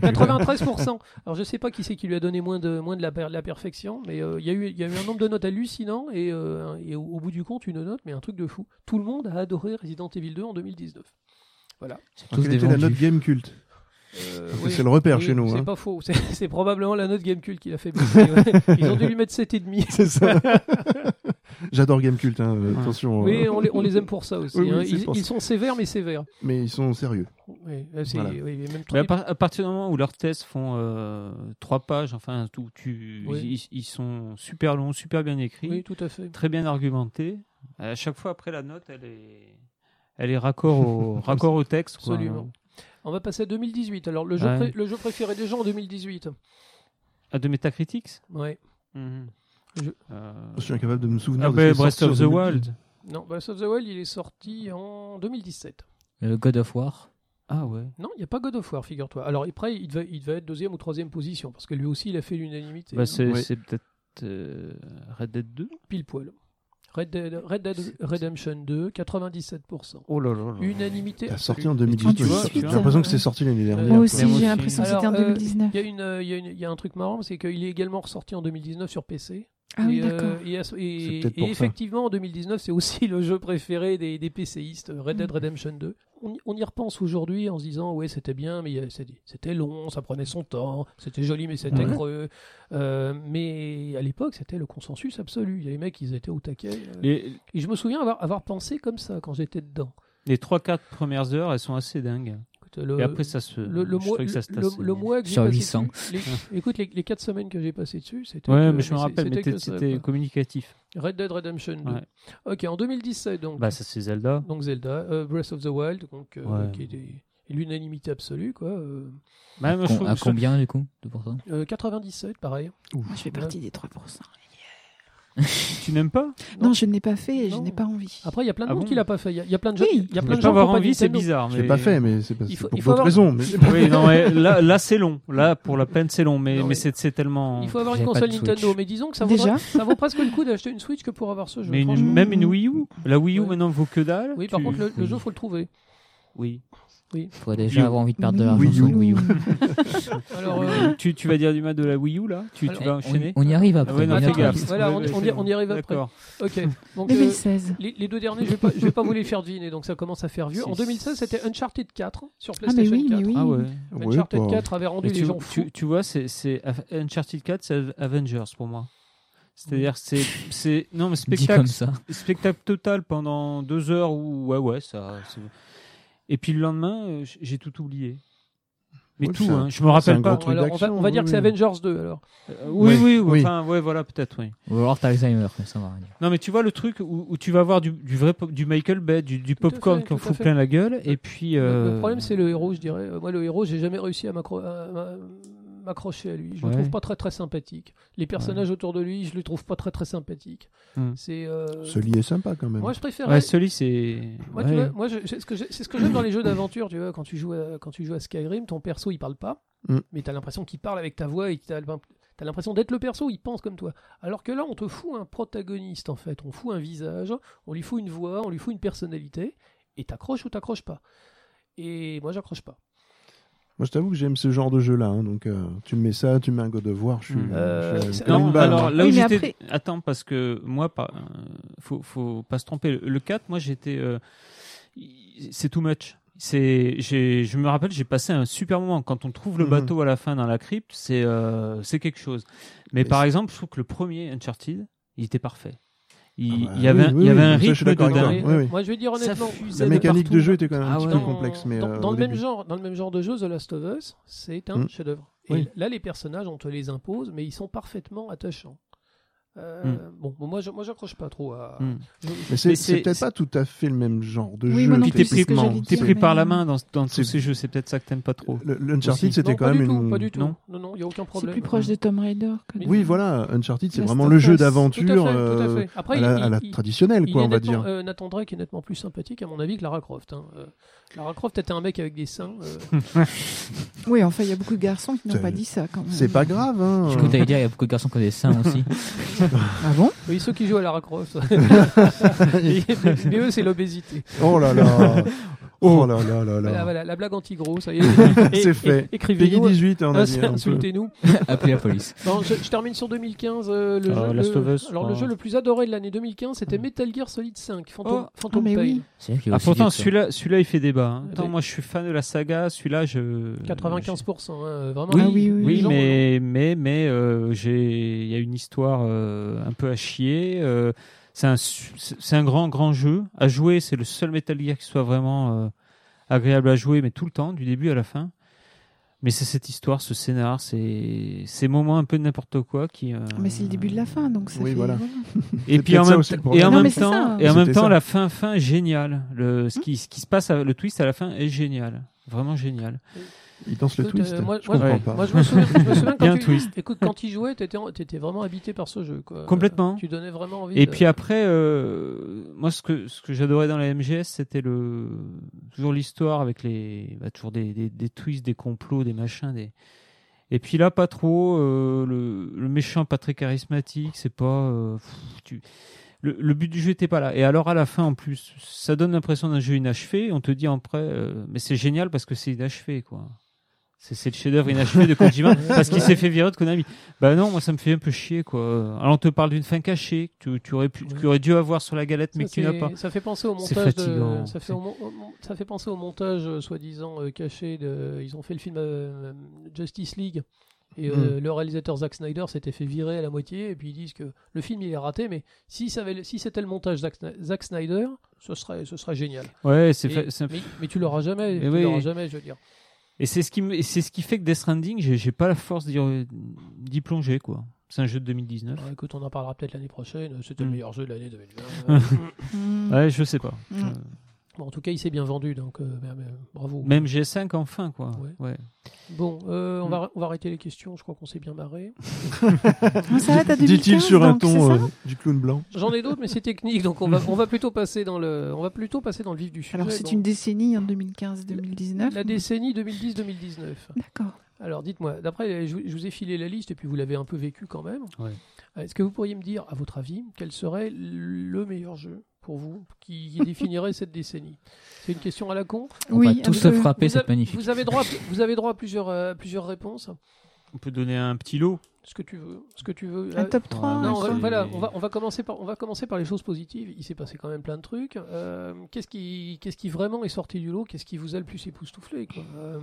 93%. Alors je sais pas qui c'est qui lui a donné moins de moins de la, per- de la perfection, mais euh, il y a eu il y a eu un nombre de notes hallucinant et, euh, et au, au bout du compte une note mais un truc de fou. Tout le monde a adoré Resident Evil 2 en 2019.
Alors, Quelle était la note game culte
Euh,
oui.
C'est le repère
Oui,
chez nous.
C'est
hein.
pas faux. C'est- C'est probablement la note Gamecult qui l'a fait baisser. ouais. Ils ont dû lui mettre 7,5.
C'est ça. J'adore game culte, hein, euh,
Ouais.
attention.
Oui,
euh,
on les, on les aime pour ça aussi.
Oui, oui,
hein.
c'est
Ils,
pour
ils
ça.
sont sévères, mais sévères.
Mais ils sont sérieux.
Oui, là, c'est-
Voilà.
oui, mais même
Mais
trois-
à, par- à partir du moment où leurs tests font euh, trois pages, enfin, tout, tu,
Oui.
ils, ils sont super longs, super bien écrits,
oui, tout à fait.
très bien argumentés. À chaque fois après la note, elle est, elle est raccord au, raccord au texte. quoi. hein.
Absolument. On va passer à 2018. Alors, le jeu,
Ouais.
pré- le jeu préféré des gens en 2018.
Ah, de Metacritics
Ouais.
Mhm.
Je-
Euh,
Je suis incapable de me souvenir.
Ah
de
ben,
ce qui est
Breath
sorti
of the
en 2000.
Wild.
Non, Breath of the Wild, il est sorti en 2017.
Le Euh, God of War.
Ah ouais.
Non, il n'y a pas God of War, figure-toi. Alors après, il devait, il devait être deuxième ou troisième position, parce que lui aussi, il a fait l'unanimité. hein,
Bah, c'est
Oui.
c'est peut-être euh, Red Dead 2
Pile poil. Red Dead, Red Dead Redemption 2, 97%.
Oh là là. là.
Unanimité.
Bah,
T'as
absolue.
sorti en 2018.
Tu vois,
J'ai
tu vois.
l'impression que c'est sorti l'année
Euh,
dernière.
Moi
quoi.
aussi,
moi aussi.
j'ai l'impression que c'était en
Alors, euh,
2019.
Il y, a une, euh, il y a une- il y a un truc marrant, c'est qu'il est également ressorti en 2019 sur PC.
Ah oui,
et, euh,
d'accord.
et à ce- et-
C'est peut-être
et
pour ça.
effectivement, en 2019, c'est aussi le jeu préféré des, des PCistes, Red Dead
Mm.
Redemption 2. On, y- on y repense aujourd'hui en se disant, ouais, c'était bien, mais euh, c'était c'était long, ça prenait son temps, c'était joli, mais c'était
Ouais.
creux. Euh, mais à l'époque, c'était le consensus absolu. Il y a les mecs, ils étaient au taquet. euh.
Les,
Et je me souviens avoir, avoir pensé comme ça quand j'étais dedans.
les 3-4 premières heures, elles sont assez dingues.
Écoute, le-
Et après, ça se.
Euh, le, le
je
mois,
trouvais que ça se
le-
tassait.
le- le mois que j'ai
Sur
passé
800.
dessus, les- écoute, les, les 4 semaines que j'ai passées dessus, c'était. que-
Ouais, mais je me
c'est-
rappelle, mais
c'était
t'es-
que ça,
c'était
quoi.
communicatif.
Red Dead Redemption 2.
Ouais.
Ok, en 2017, donc.
Bah, ça, c'est Zelda.
donc Zelda, euh, Breath of the Wild, donc, euh,
Ouais.
qui est des- l'unanimité absolue, quoi. euh,
Bah, moi, je
Con-
trouve
à
que ça-
combien du coup de pourcent
euh, 97, pareil.
Moi, je fais partie des 3%.
Tu n'aimes pas
Non, je ne l'ai pas fait et je
Non.
n'ai pas envie.
Après, il y a plein de
Ah
monde
bon
qui l'a pas fait. Il y a- il y a plein de gens.
Oui.
Il y a plein de
Ne pas
gens qui
avoir
ont pas
envie, c'est
Nintendo.
bizarre.
Je
mais-
l'ai pas fait, mais c'est parce
Il
que
faut-
pour
il faut
d'autres
avoir-
raisons. mais-
Oui, non, mais là, là c'est long. Là, pour la peine, c'est long. Mais,
Non,
mais
mais-
c'est c'est tellement.
Il faut avoir une
J'ai pas
console
de
Nintendo,
Switch.
mais disons que ça,
Déjà
vaudrait- ça vaut presque le coup d'acheter une Switch que pour avoir ce jeu.
Mais une-
franchement.
franchement.
même une Wii U. La Wii U
Ouais.
maintenant vaut que dalle.
Oui, par
Tu-
contre, le, le
Oui.
jeu, faut le trouver.
Oui.
Faudrait
You.
déjà avoir envie de perdre de
Oui,
l'argent
oui,
sur une
oui,
Wii U.
oui.
Alors,
Oui,
euh,
tu, tu vas dire du mal de la Wii U là Tu, tu
Alors,
vas
On,
enchaîner
on y arrive
Ah
après.
ouais, non,
on y
attends,
fais
arrive.
gaffe.
voilà, on y- on y- on y arrive après.
D'accord.
ok. Donc, euh,
2016.
les, les deux derniers, je vais pas, je vais pas vous les faire deviner, donc ça commence à faire vieux. En
Si.
2016, c'était Uncharted 4 sur
Ah, mais
PlayStation
oui,
4.
mais oui.
Ah ouais.
Ouais,
Uncharted
pas-
4 avait rendu
Mais
les
tu,
gens fous.
tu- tu vois, c'est c'est Av- Uncharted 4, c'est Av- Avengers pour moi. C'est-à-dire, c'est c'est non mais
Dit comme
spectacle,
ça.
spectacle total pendant deux heures ou ouais ouais ça. c'est- Et puis le lendemain, euh, j- j'ai tout oublié. Mais
Ouais,
tout,
c'est un-
hein, je me
c'est un
rappelle pas.
grand
Bon,
truc
alors, on va,
d'action,
on va
oui,
dire que c'est
oui.
Avengers 2 alors.
Euh, oui,
Oui,
oui,
oui.
Enfin, ouais, voilà, peut-être, oui.
Ou alors t'as Alzheimer, comme ça on va rien dire.
Non, mais tu vois le truc où, où tu vas voir du, du vrai pop- du Michael Bay, du, du
Tout à
popcorn
fait,
qui en
tout à
fout
fait.
plein la gueule, et puis.
Le-
euh,
Le problème, c'est le héros, je dirais. Euh, Moi, le héros, j'ai jamais réussi à m'accro- à- à- m'accrocher à lui. Je
Ouais.
le trouve pas très très sympathique. Les personnages autour de lui, je les trouve pas très très sympathiques.
Hmm.
C'est. euh,
Ce lit est sympa quand même.
Moi, je préfère.
Ouais, celui, c'est.
hein. Moi,
ouais.
tu vois, moi, je- c'est ce que j'ai- c'est ce que j'aime dans les jeux d'aventure, tu vois, quand tu joues à, quand tu joues à Skyrim, ton perso il parle pas,
Mm.
mais t'as l'impression qu'il parle avec ta voix et t'as l'im- t'as l'impression d'être le perso, il pense comme toi. Alors que là, on te fout un protagoniste en fait, on fout un visage, on lui fout une voix, on lui fout une personnalité, et t'accroches ou t'accroches pas. Et moi, j'accroche pas.
Moi, je t'avoue que j'aime ce genre de jeu-là. hein, donc, euh, tu me mets ça, tu me mets un God of War, je suis.
Mm.
Euh,
je suis
c'est-
comme
Non,
une balle.
alors là où
Oui, mais
j'étais.
après-
Attends, parce que moi, par- euh, faut, faut pas se tromper. Le 4, moi, j'étais. euh, y- C'est too much. C'est, j'ai, je me rappelle, j'ai passé un super moment. Quand on trouve le
Mhm.
bateau à la fin dans la crypte, c'est, euh, c'est quelque chose. Mais
Mais
par
c'est-
exemple, je trouve que le premier Uncharted, il était parfait. Il,
Ah bah,
il y avait,
oui,
un-
oui,
il y avait
oui,
un
ça, je
rythme
suis d'accord
de
avec toi.
dingue.
Mais,
oui,
euh,
oui.
Moi, je vais dire
Ça
honnêtement,
fusait
La
de
mécanique
partout.
de jeu était quand même un
Ah
petit
ouais.
peu
Dans-
complexe. Mais,
dans,
euh,
dans
au
le même
début.
genre, dans le même genre de jeu, The Last of Us, c'est un
Mm.
chef-d'œuvre.
Oui.
Et là, les personnages, on te les impose, mais ils sont parfaitement attachants. Euh,
Mm.
Bon, moi, je, moi, j'accroche pas trop à.
Mm.
Je- je-
Mais c'est-
Mais
c'est
c'est-
peut-être pas tout à fait le même genre de
Oui,
jeu.
moi non
Puis
plus,
t'es
c'est ce
pris,
que j'allais
t'es
dire,
pris
mais-
par la main dans, dans
C'est-
tous ces jeux. C'est peut-être ça que t'aimes pas trop.
Le- le
Aussi.
Uncharted, c'était
Non,
quand
pas
même
du tout,
une.
pas du tout.
Non.
Non, non, il n'y a aucun
C'est
problème.
plus proche de Tomb Raider que de-
Oui, voilà, Uncharted, c'est
Last
vraiment
of
le jeu
Us.
Tout à fait,
d'aventure
tout à
euh,
fait. Après,
à
il,
la,
il-
à la
il-
traditionnelle,
il
quoi,
est
on va
nettement-
dire.
euh, Nathan Drake est nettement plus sympathique, à mon avis, que Lara Croft. hein. Euh, Lara Croft était un mec avec des seins. euh,
Oui, enfin, il y a beaucoup de garçons qui n'ont
C'est-
pas dit ça quand même.
C'est pas grave,
Oh.
hein.
Je crois que t'allais dire, il y a beaucoup de garçons qui ont des seins aussi.
Ah bon
Oui, ceux qui jouent à Lara Croft. mais,
Et-
mais eux, c'est l'obésité.
Oh là là. Oh là là là
Voilà,
là.
voilà, la blague anti-gros, ça y est.
C'est fait. Peggy
Écrivez-nous.
18, hein, on a dit.
Insu-
un peu.
Euh, Insultez-nous.
Appelez la police.
Non, je, je termine sur 2015. euh, le
Ah,
jeu,
Last
le-
of Us, Mm.
alors,
quoi.
le jeu le plus adoré de l'année 2015, c'était Metal Gear Solid 5, Phantom,
Oh,
Ah,
Phantom
mais
Pain.
oui.
C'est vrai qu'il y a
Ah,
aussi
pourtant,
des-
celui-là, celui-là, il fait débat. hein.
Ouais.
Attends, moi, je suis fan de la saga. Celui-là, je.
95%, hein, vraiment.
Oui,
Ah oui, oui,
Oui,
les gens-
mais, mais, mais euh, j'ai- il y a une histoire euh, un peu à chier. euh, c'est un, su- c'est un grand, grand jeu. À jouer, c'est le seul Metal Gear qui soit vraiment euh, agréable à jouer, mais tout le temps, du début à la fin. Mais c'est cette histoire, ce scénar, c'est ces moments un peu de n'importe quoi qui. euh,
Ah, Mais c'est le début de la fin, donc ça
Oui,
fait-
voilà.
Et
C'est
puis en
peut-être ça
même,
aussi le
temps- et en
problème. Non,
même
mais c'est ça. Hmm.
temps, et en même
C'était
temps,
ça.
la fin, fin géniale. Le ce qui, ce qui se passe, à- le twist à la fin est génial, vraiment génial.
Il danse le
Écoute, euh,
twist.
moi-
Je
moi,
comprends
ouais.
pas.
Moi, je me souviens, je me souviens
Bien
quand, tu,
twist.
écoute, quand il jouait, t'étais, en- t'étais vraiment habité par ce jeu. Quoi.
Complètement.
Euh, Tu donnais vraiment envie.
Et
de-
puis après, euh, moi, ce que, ce que j'adorais dans la MGS, c'était le toujours l'histoire avec les bah, toujours des, des, des twists, des complots, des machins, des. Et puis là, pas trop. euh, le, le méchant, pas très charismatique. C'est pas. euh, pff, tu- le, le but du jeu était pas là. Et alors à la fin, en plus, ça donne l'impression d'un jeu inachevé. On te dit après, euh, mais c'est génial parce que c'est inachevé, quoi. C'est c'est le chef-d'œuvre inachevé de Kojima parce qu'il s'est fait virer de Konami. Bah non, moi ça me fait un peu chier quoi. Alors on te parle d'une fin cachée que tu, tu aurais pu, que tu aurais dû avoir sur la galette
Ça,
mais que tu n'as
c'est-
pas.
Ça fait penser au
C'est
montage. de-
fatigant.
ça, fait au mon- au mon- ça fait penser au montage euh, soi-disant euh, caché. De, ils ont fait le film euh, Justice League. Et euh,
Hmm.
le réalisateur Zack Snyder s'était fait virer à la moitié. Et puis ils disent que le film il est raté. Mais si, ça avait- si c'était le montage Zack, Sny- Zack Snyder, ce serait, ce serait génial.
Ouais, c'est
Et-
fa- c'est un-
mais, mais tu l'auras jamais.
Et
Tu
oui.
l'auras jamais, je veux dire.
et c'est ce qui me- et c'est ce qui fait que Death Stranding, j'ai j'ai pas la force d'y re- d'y plonger quoi. C'est un jeu de 2019.
Alors, Ah, écoute, on en parlera peut-être l'année prochaine. euh, C'était
Mm.
le
Hmm.
meilleur jeu de l'année 2020. Euh,
Mm.
Ouais, je sais pas.
Mm.
Euh,
bon, en tout cas, il s'est bien vendu, donc euh, ben, ben, bravo.
Même G5 enfin, quoi.
Ouais.
Ouais.
Bon, euh, on,
Mm.
va, on va arrêter les questions, je crois qu'on s'est bien barré.
On s'arrête à 2015,
Dit-il sur un
donc, c'est
ton
ça
euh, du clown blanc.
J'en ai d'autres, mais c'est technique, donc on va, on, va plutôt passer dans le, on va plutôt passer dans le vif du sujet.
Alors, c'est
Bon,
une décennie hein, en 2015-2019.
La décennie 2010-2019.
D'accord.
Alors dites-moi, d'après, je, vous- je vous ai filé la liste et puis vous l'avez un peu vécu quand même.
Ouais.
Euh, Est-ce que vous pourriez me dire, à votre avis, quel serait le meilleur jeu pour vous qui, qui définirait cette décennie C'est une question à la con.
On va tous se
euh,
absolument.
frapper,
vous,
c'est
avez,
magnifique.
vous avez droit, à- vous avez droit à plusieurs, euh, plusieurs réponses.
On peut donner un petit lot.
Ce que tu veux, ce que tu veux.
Un
Euh,
top 3.
non, on va-
c'est-
voilà, on va, on va commencer par, on va commencer par les choses positives. Il s'est passé quand même plein de trucs. Euh, qu'est-ce qui, qu'est-ce qui vraiment est sorti du lot Qu'est-ce qui vous a le plus époustouflé quoi Euh,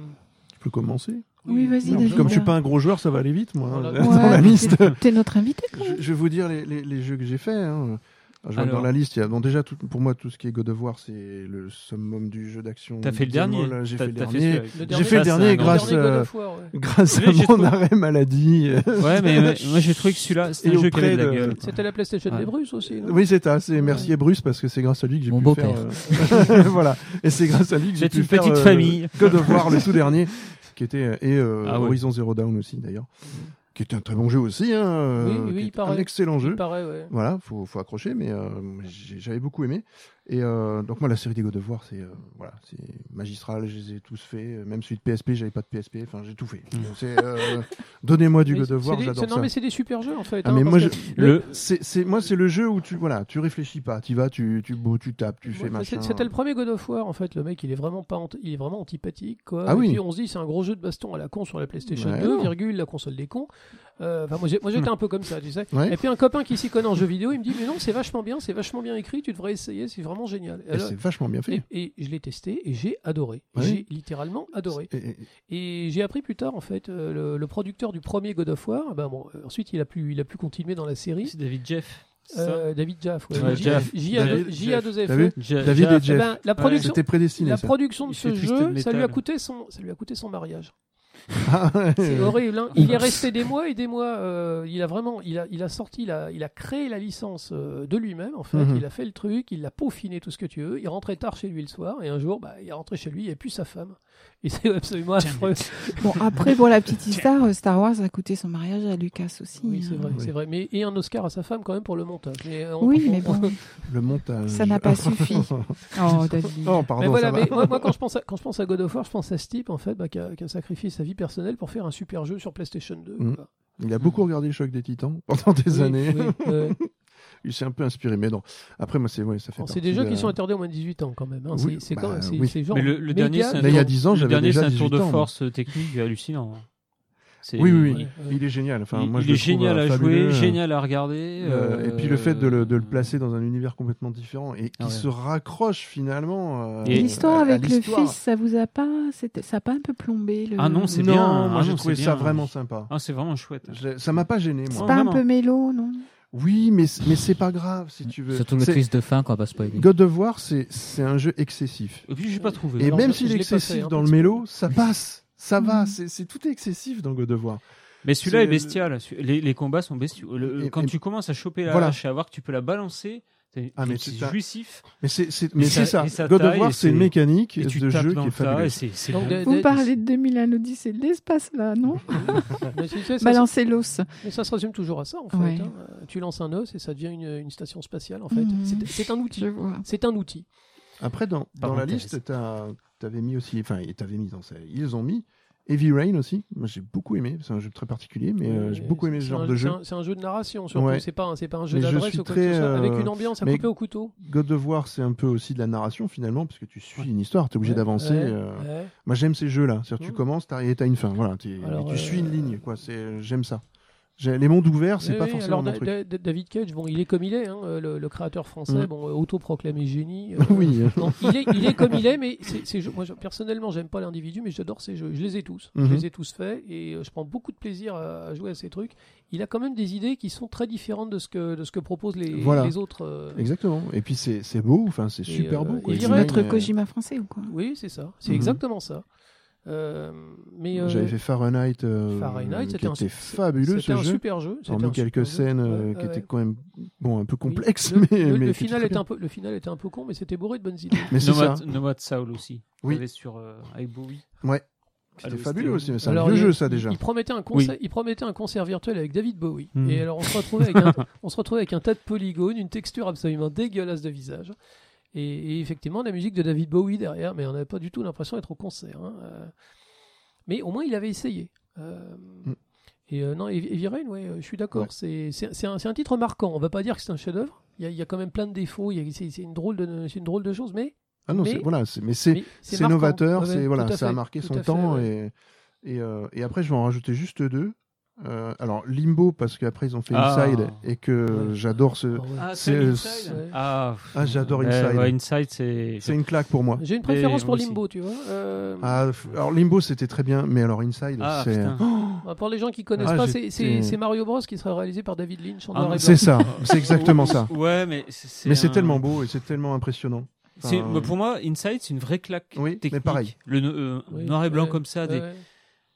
Tu peux commencer.
Oui, vas-y,
Non,
David.
Comme je suis pas un gros joueur, ça va aller vite, moi. hein,
Voilà.
dans la liste.
T'es notre invité. quand
Je,
même.
je vais vous dire les, les- les jeux que j'ai faits. hein. Alors, je vois que
Alors.
dans la liste, il y a bon, déjà tout- pour moi tout ce qui est God of War, c'est le summum du jeu d'action.
T'as fait le
Beat 'em
dernier.
all. J'ai
T'as-
fait le
t'as
dernier.
celui-là.
le
J'ai fait le
Ça, c'est
dernier
un grand-
grâce,
dernier God
euh,
of War, ouais.
grâce à
Celui-là, j'ai
mon
trouvé-
arrêt maladie. euh,
Ouais, mais ouais, moi j'ai trouvé que celui-là, c'est
Et
un jeu
auprès
qui avait de la
de-
gueule.
C'était la PlayStation
Ouais.
des Russes aussi. non
Oui, c'était assez. Merci et Bruce parce que c'est grâce à lui que j'ai
Mon
pu
beau-père.
faire. euh, voilà. Et c'est grâce à lui que j'ai
C'est
pu
une
faire,
petite
euh,
famille.
God of War le tout dernier, qui était euh, et euh,
Ah ouais.
Horizon Zero Dawn aussi d'ailleurs, qui était un très bon jeu aussi. hein, euh,
oui,
qui
il
est
paraît.
un excellent
Il
jeu.
paraît, ouais.
Voilà, faut, faut accrocher, mais euh, j'ai- j'avais beaucoup aimé. Et euh, donc moi, la série des God of War, c'est euh, voilà, c'est magistral. Je les ai tous faits. Même celui de PSP, j'avais pas de PSP. Enfin, j'ai tout fait.
Mm.
Donc, c'est, euh, Donnez-moi du
Mais
God
Mmh. c'est
of War,
des-
j'adore
c'est-
ça.
Non, mais c'est des super jeux en fait.
Ah,
hein,
mais
parce
moi,
que-
je-
Le-
C'est, c'est- moi, c'est le jeu où tu voilà, tu réfléchis pas, tu vas, tu tu bo- tu tapes, tu fais
moi, c'est-
machin.
C'était le premier God of War en fait. Le mec, il est vraiment pas, ant- il est vraiment antipathique quoi.
Ah
Et
oui.
puis on se dit, c'est un gros jeu de baston à la con sur la PlayStation
Ouais,
2,
non.
virgule, la console des cons. Euh, Enfin, moi, j'ai- moi, j'étais un peu comme ça, tu sais.
Ouais.
Et puis un copain qui s'y connaît en jeu vidéo, il me dit, mais non, c'est vachement bien, c'est vachement bien écrit, tu devrais essayer, c'est vraiment génial. Et
Et
alors-
c'est vachement bien fait.
euh, et- et je l'ai testé et j'ai adoré.
Ouais.
J'ai littéralement adoré.
Et- et-
Et j'ai appris plus tard, en fait, euh, le, le producteur du premier God of War, ben bon, euh, ensuite il a, pu, il a pu continuer dans la série,
C'est David Jeff.
euh, David Jaff. ouais.
Ouais,
J-
Jaff.
J- A-
David
J A
Jaff.
deux
T'as vu
F. E.
David et Jeff.
Ben, la production,
C'était prédestiné.
la
ça.
production de
Il
ce
fait
jeu,
Twisted
ça lui, a
Metal.
coûté son, ça lui a coûté son mariage.
Ah, ouais.
C'est horrible. hein. Il est
Oups.
resté des mois et des mois. euh, il a vraiment, il a, il a sorti, la, il a créé la licence euh, de lui-même en fait.
Mhm.
Il a fait le truc, il l'a peaufiné tout ce que tu veux. Il rentrait tard chez lui le soir et un jour, bah, il est rentré chez lui, il n'y avait plus sa femme. Et c'est absolument affreux.
Bon, après, pour la petite histoire, euh, Star Wars a coûté son mariage à Lucas aussi.
Oui, c'est
hein.
vrai,
Oui.
c'est vrai. Mais et un Oscar à sa femme quand même pour le montage. Mais euh, on-
Oui,
on-
mais bon.
Le montage.
Ça n'a pas suffi. Oh, David.
Oh,
Mais
pardon.
voilà,
ça va.
mais moi, moi, quand, je pense à, quand je pense à God of War, je pense à ce type en fait bah, qui, a, qui a sacrifié sa vie personnelle pour faire un super jeu sur PlayStation 2.
Mm.
quoi.
Il a beaucoup regardé le choc des Titans pendant des
Oui,
années.
oui, ouais.
Il s'est un peu inspiré, mais non. Après, moi, c'est ouais, ça fait.
Bon, Oh, c'est
partie
des jeux
de-
qui sont interdits aux moins de 18 ans quand même. hein.
Oui,
C'est- c'est
bah,
quand même- c'est-
oui.
c'est genre.
Mais le, le
méga-
dernier, c'est un,
Là, il y a
tour-
10 ans,
le
j'avais
dernier,
déjà
c'est un
18
tour de
ans.
force euh, technique hallucinant. C'est-
Oui, oui, oui.
Ouais, ouais.
Il est génial. Enfin,
il,
moi, je
il est
le trouve,
génial
euh,
à
fabuleux.
jouer, génial à regarder.
Euh, et puis le fait de le, de le placer dans un univers complètement différent et qui
Ah ouais.
se raccroche finalement. euh,
Et-
L'histoire
à- à
avec le
l'histoire.
fils, ça vous a pas, c'était- ça a pas un peu plombé le...
Ah non, c'est
Non,
bien.
moi
Ah
j'ai
non,
trouvé
c'est
ça
bien.
vraiment sympa.
Ah, c'est vraiment chouette.
Je- ça m'a pas gêné,
C'est
moi.
Non,
pas un
vraiment.
peu mélo, non
Oui, mais, c- mais c'est pas grave si tu veux.
Surtout le
C'est-
twist de fin qu'on va pas spoiler.
God of War, c'est c'est un jeu excessif.
Et puis j'ai pas trouvé.
Et
Alors,
même
je- je
s'il est
l'ai pas
excessif
fait, hein,
dans le
parce que-
mélo, ça passe. Ça va,
Mhm.
Mm.
c'est c'est- tout est excessif dans God of War.
Mais celui-là
C'est-
est bestial. Celui- Les, les combats sont bestiaux. Le-
Et-
quand
et-
tu commences à choper la
Voilà.
hache et à voir que tu peux la balancer, c'est
Ah, mais
c'est
c'est un-
jouissif.
Mais c'est- c'est mais
ça-
c'est ça.
et ça
God of
taille,
War,
et
c'est une
c'est-
mécanique
Et tu
de
tapes
jeu qui
dans
est
le tas. et
fabuleuse.
C'est c'est
Donc,
vraiment-
des-
Vous
des-
parlez de 2001 l'Odyssée de l'espace, là, non
Mais tu sais, ça,
Balancer l'os.
Mais ça se résume toujours à ça, en fait.
Bah, Ouais.
hein. Euh, Tu lances un os et ça devient une, une station spatiale, en fait.
Mhm.
C'est- C'est un outil.
Je vois.
C'est un outil.
Après, dans, dans la
Parenthèse.
liste, t'as- t'avais mis aussi, enfin, et t'avais mis dans ça, ils ont mis Heavy Rain aussi. Moi, j'ai beaucoup aimé. C'est un jeu très particulier, mais euh, j'ai beaucoup aimé ce
C'est
genre
un-
de jeu.
C'est un, c'est un jeu de narration, surtout.
Ouais.
C'est pas, un- c'est pas un jeu
Mais je
d'adresse
suis
ou quoi que ce
très,
soit. Avec
euh,
une ambiance à
mais-
couper au couteau.
God of War, c'est un peu aussi de la narration finalement, parce que tu suis une histoire, tu es obligé
Ouais,
d'avancer.
ouais,
euh,
ouais.
Moi, j'aime ces jeux-là. C'est-à-dire,
Mm.
tu commences, t'as- et t'as une fin. Voilà, t'es-
Alors,
tu suis
euh,
une ligne. quoi. C'est- J'aime ça. J'ai- Les mondes ouverts, c'est
Oui,
pas
oui,
forcément
alors, bah,
mon
Da-
truc.
Da- Da- David Cage, bon, il est comme il est, hein, le, le créateur français,
Mm.
bon, euh, autoproclamé génie. euh,
oui. euh,
non, il, est, il est comme il est, mais c'est c'est- je- moi, je- personnellement, j'aime pas l'individu, mais j'adore ces jeux. Je les ai tous. Je
Mhm.
les ai tous faits et euh, je prends beaucoup de plaisir à, à jouer à ces trucs. Il a quand même des idées qui sont très différentes de ce que, de ce que proposent les,
Voilà.
les autres. euh,
Exactement. Et puis, c'est c'est beau. Enfin, c'est
Et,
super
euh,
beau. quoi.
et il
Les
y a
lignes,
Notre
euh,
Kojima français ou quoi
Oui, c'est ça. C'est
Mhm.
exactement ça. Euh, mais euh,
J'avais fait Fahrenheit, euh,
Fahrenheit,
qui
c'était un su-
était fabuleux
c'était
ce
un
jeu.
super jeu. c'était
Hormis
un super
quelques
jeu.
scènes euh,
Ouais,
qui
ouais.
étaient quand même bon, un peu
Oui,
complexes,
le- le,
mais, mais
le
qui étaient
final
très
était
bien.
un peu, le final était un peu con, mais c'était bourré de bonnes idées.
Mais c'est ça.
Nomad, Nomad Soul aussi.
Oui.
T'avais sur euh, avec Bowie.
Ouais.
Allô,
C'était fabuleux
Stéo.
aussi, mais c'est un
Alors,
vieux
il-
jeu ça déjà.
Il promettait un
Oui.
concert, il promettait un concert virtuel avec David Bowie.
Hmm.
Et alors on se retrouvait avec un, on se retrouvait avec un tas de polygones, une texture absolument dégueulasse de visage. Et, et effectivement, la musique de David Bowie derrière, mais on n'avait pas du tout l'impression d'être au concert. hein. Euh, mais au moins, il avait essayé. Euh,
Hmm.
Et euh, non, Heavy Heavy Rain, ouais, euh, je suis d'accord.
Ouais.
C'est- C'est c'est un, c'est un titre marquant. On va pas dire que c'est un chef-d'œuvre. Il y, a- il y a quand même plein de défauts. il y a- C'est c'est une drôle de, c'est une drôle de chose, mais
Ah non,
mais-
c'est- voilà, c'est- mais c'est
mais
c'est
marquant.
novateur,
Ouais,
c'est
tout
voilà,
à
ça a
fait,
marqué
tout
son
à fait,
temps
ouais.
et et, euh, et après je vais en rajouter juste deux. Euh, alors Limbo parce qu'après ils ont fait
Ah.
Inside et que
Ouais.
j'adore ce.
Ah ouais.
Ah,
euh, c'est
c'est
le-
Inside.
Ouais.
Ah, pff,
Ah j'adore
euh,
Inside.
ouais, Inside, c'est.
C'est une claque pour Ah. moi.
J'ai une préférence
Et
pour
moi aussi.
Limbo, tu vois. Euh,
Ah, f- alors Limbo c'était très bien, mais alors Inside
Ah,
c'est euh,
putain.
bah, Pour les gens qui connaissent
Ah,
pas,
j'étais-
c'est- c'est c'est Mario Bros qui sera réalisé par David Lynch en
Ah,
noir et
c'est
blanc.
ça, c'est exactement ça.
Ouais, mais c'est.
Mais c'est
un-
tellement beau et c'est tellement impressionnant.
c'est-
Enfin, euh,
bah, pour moi, Inside, c'est une vraie claque.
Oui, mais
technique.
pareil.
Le no- euh,
Oui,
noir et blanc
ouais,
comme ça. Des...
Ouais.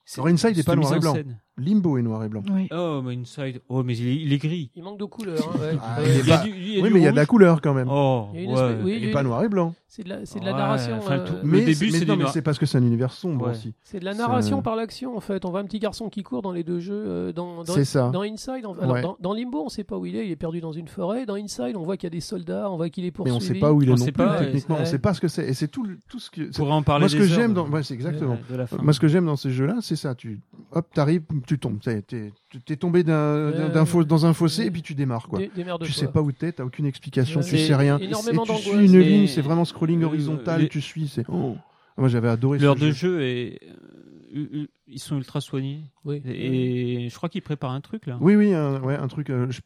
c'est-
Alors, Inside est
cette
pas noir
mise
et
en
blanc.
scène.
Limbo est noir et blanc.
Oui.
Oh, mais Inside. Oh, mais il est, il est gris.
Il manque de couleurs. hein, ouais.
Ah,
Ouais.
il est
Il y a
pas-
du- il y a
Oui,
du
mais il y a de la
rouge.
couleur quand même.
Oh,
Il y a une
ouais.
espèce- oui,
Il
il y
est
a
pas
une-
noir et blanc.
C'est de la, c'est de la
Ouais,
narration.
enfin,
euh,
tout- Le
Mais
début,
mais
c'est
non,
du
mais
noir.
c'est parce que c'est un univers sombre
Ouais.
aussi.
C'est de la
c'est-
narration par l'action en fait. On voit un petit garçon qui court dans les deux jeux. euh, dans, dans,
C'est ça.
dans Inside, on- alors,
Ouais.
dans, dans Limbo, on sait pas où il est. Il est perdu dans une forêt. Dans Inside, on voit qu'il y a des soldats. On voit qu'il est
Mais
poursuivi.
on sait pas où il est
On
non
sait
plus,
pas, ouais,
techniquement.
c'est-
On sait
ouais.
pas ce que c'est. Et c'est tout, le- tout ce que.
On pourrait en parler.
Moi, ce que
des heures hein.
j'aime
de-
dans. ouais, c'est exactement.
de la fin.
Moi, ce que j'aime dans ces jeux-là, c'est ça. Tu, hop, t'arrives, tu tombes. T'es, t'es- t'es tombé d'un, d'un- d'un faux- dans un fossé et puis tu démarres, quoi.
Des, des mères de
Tu sais
toi.
pas où t'es, t'as aucune explication,
Ouais.
tu
C'est
sais rien.
énormément
et tu suis
d'angoisse.
une
Et-
ligne, c'est vraiment scrolling
Euh,
horizontal,
les-
tu suis, c'est. Oh. Moi, j'avais adoré ce
L'heure
jeu.
de jeu est. euh, euh, Ils sont ultra soignés.
Oui.
Et je crois qu'ils préparent un truc
Hein.
là.
Oui, oui, un, ouais, un truc. euh, je-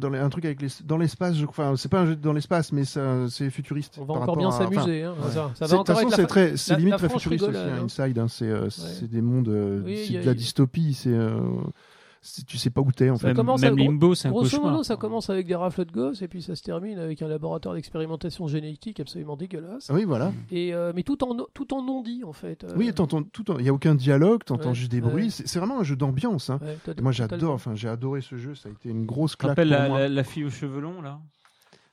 Dans les- un truc avec les, dans l'espace, je crois. Enfin, c'est pas un jeu dans l'espace, mais ça, c'est futuriste.
On va
par
encore
rapport
bien
à- enfin,
s'amuser. hein.
ouais.
Ça- ça
C'est-
va
De toute
encore
façon,
être
c'est
la
très, c'est
la-
limite
la
très
France
futuriste
rigole,
aussi. hein,
alors.
Inside, hein, c'est, euh, c'est des mondes, euh,
Oui,
c'est
y a-
de la
y a-
dystopie. C'est, euh, c'est- tu sais pas où t'es en fait.
Même,
commence à-
même Limbo, c'est un
Grosso
cauchemar.
modo, ça commence avec des rafles de gosses et puis ça se termine avec un laboratoire d'expérimentation génétique absolument dégueulasse.
Ah Oui, voilà.
Et euh, mais tout en tout en non dit en fait. Euh,
Oui, t'entends tout. en- Il y a aucun dialogue. T'entends
Ouais,
juste des
ouais.
bruits. C'est, c'est vraiment un jeu d'ambiance. hein.
ouais, t'as-
Et Moi,
t'as-
j'adore. Enfin, j'ai adoré ce jeu. Ça a été une grosse
Tu
claque
rappelles
pour
la,
moi.
la- la fille aux cheveux longs là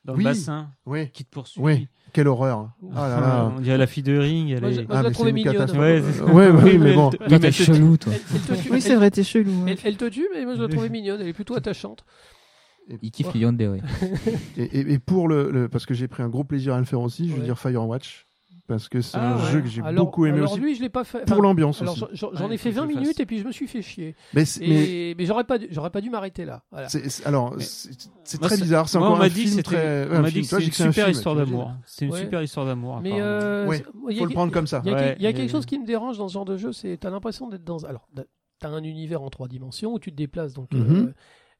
Dans
Oui.
le bassin
Oui.
qui te poursuit.
Oui. Quelle horreur. Ah là là. Ah,
On dirait la fille de Ring. Elle
Moi, je-
est...
moi, je la
mais
trouvais
c'est une
mignonne.
catastrophe.
Ouais, c'est ça.
Ouais, ouais, Ah oui, mais
elle
bon.
te-
Toi,
mais
t'es
elle te-
chelou, toi.
Elle, elle te tue,
Oui, c'est
elle-
vrai, t'es chelou. hein. ouais.
elle- elle te tue, mais moi je la trouvais mignonne. Elle est plutôt attachante.
Il kiffe les Hyundai, ouais.
Euh,
Et, et- et pour le, le- parce que j'ai pris un gros plaisir à le faire aussi, je veux
Ouais.
dire Firewatch parce que c'est
Ah
un
ouais.
jeu que j'ai
Alors-
beaucoup aimé
alors
aussi
lui, je l'ai pas fait.
pour
enfin,
l'ambiance
alors
aussi.
j'en- j'en j'en
Ouais,
ai
il faut
fait
que je
20
le fasse.
minutes et puis je me suis fait chier.
Mais c'est-
Et
mais
mais j'aurais pas dû- j'aurais pas dû m'arrêter là. Voilà.
c'est- c'est- alors
Mais-
c'est c'est
Moi,
très
c'est-
bizarre. C'est
Moi, on
encore
m'a
un
dit que
film
c'était-
très. ouais,
on
un
m'a
film.
dit que c'était
Toi, je dis
une
c'est un
super
film,
histoire
tu imagines.
d'amour. hein. C'est une
Ouais.
super histoire d'amour.
Mais
apparemment.
euh,
Ouais,
c'est- il y a-
Faut le prendre comme ça.
Il y a,
Ouais,
il y a
et-
quelque chose qui me dérange dans ce genre de jeu, c'est t'as l'impression d'être dans. Alors, t'as un univers en trois dimensions où tu te déplaces, donc. euh,
Mhm.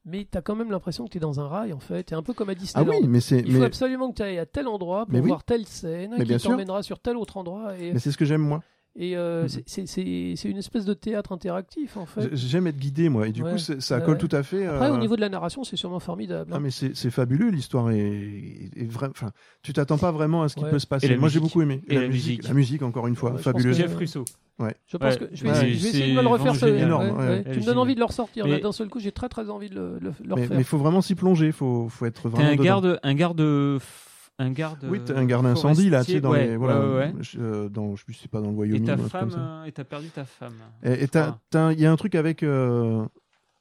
mais t'as quand même l'impression que t'es dans un rail, en fait. T'es un peu comme à
Ah
Disneyland.
oui, mais c'est
Il faut
mais,
absolument que tu ailles à tel endroit pour
Mais oui.
voir telle scène
Mais bien
qui
sûr.
t'emmènera sur tel autre endroit. Et,
mais c'est ce que j'aime moi.
et, euh,
Mhm.
c'est- c'est- c'est c'est une espèce de théâtre interactif, en fait.
J- J'aime être guidé moi et du
Ouais.
coup c'est- ça
Ouais,
colle
ouais.
tout à fait.
Après,
euh,
au niveau de la narration, c'est sûrement formidable. hein.
ah mais c'est c'est fabuleux l'histoire est, est vra- enfin tu t'attends pas vraiment à ce qui
Ouais.
peut se
Et
passer.
la
Moi j'ai
musique.
beaucoup aimé
Et la musique.
la musique encore une fois
Ouais, je pense
fabuleuse.
que-
Jeff Russo.
Je pense
Ouais.
que je vais,
Ouais,
essayer, je vais
c'est
essayer de me le refaire.
vraiment
ça,
génial.
Énorme, ouais.
Tu me donnes
Génial.
envie de le ressortir. là.
Mais-
D'un seul coup, j'ai très très envie de le, le- le
Mais
refaire.
mais faut vraiment s'y plonger. Faut faut être
T'es
vraiment
un
dedans.
garde, un garde, euh, f- un garde. euh,
Oui, t'as un garde incendie là, tu sais, dans
forestier, ouais,
les. Voilà,
ouais, ouais.
Je, euh, dans, je sais pas, dans le
Et
Wyoming.
ta
ou un truc comme
femme,
ça.
euh, et t'as perdu ta femme.
Et et
Ah.
t'as- t'as- il y a un truc avec. euh,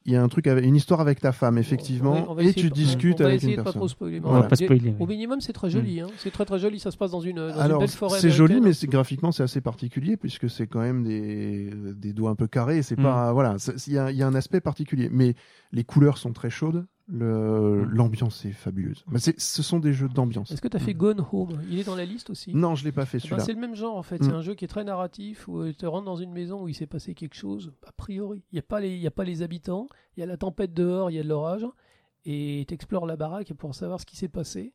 Il y a un truc avec une histoire avec ta femme, effectivement.
On va- on va
et
essayer
tu
de-
discutes
on va
avec
essayer
une
de pas
personne.
trop spoiler, mais
On va
voilà.
pas
Au minimum, c'est très joli. hein. C'est très très joli. Ça se passe dans une, dans une
Mm. Alors,
belle forêt.
c'est joli, mais
américaine.
c'est- graphiquement, c'est assez particulier puisque c'est quand même des, des doigts un peu carrés. C'est
Mm.
pas voilà, c'est- il y, a- il y a un aspect particulier, mais les couleurs sont très chaudes.
Mm.
le- L'ambiance est fabuleuse. Mais c'est- ce sont des jeux d'ambiance.
Est-ce que t'as fait Gone Home Il est dans la liste aussi.
Non, je l'ai pas
Eh
fait
ben,
celui-là.
c'est le même genre en fait.
Mm.
C'est un jeu qui est très narratif où euh, tu rentres dans une maison où il s'est passé quelque chose. A priori, il n'y a pas les, il y a pas les habitants. Il y a la tempête dehors, il y a de l'orage, et t'explores la baraque pour savoir ce qui s'est passé.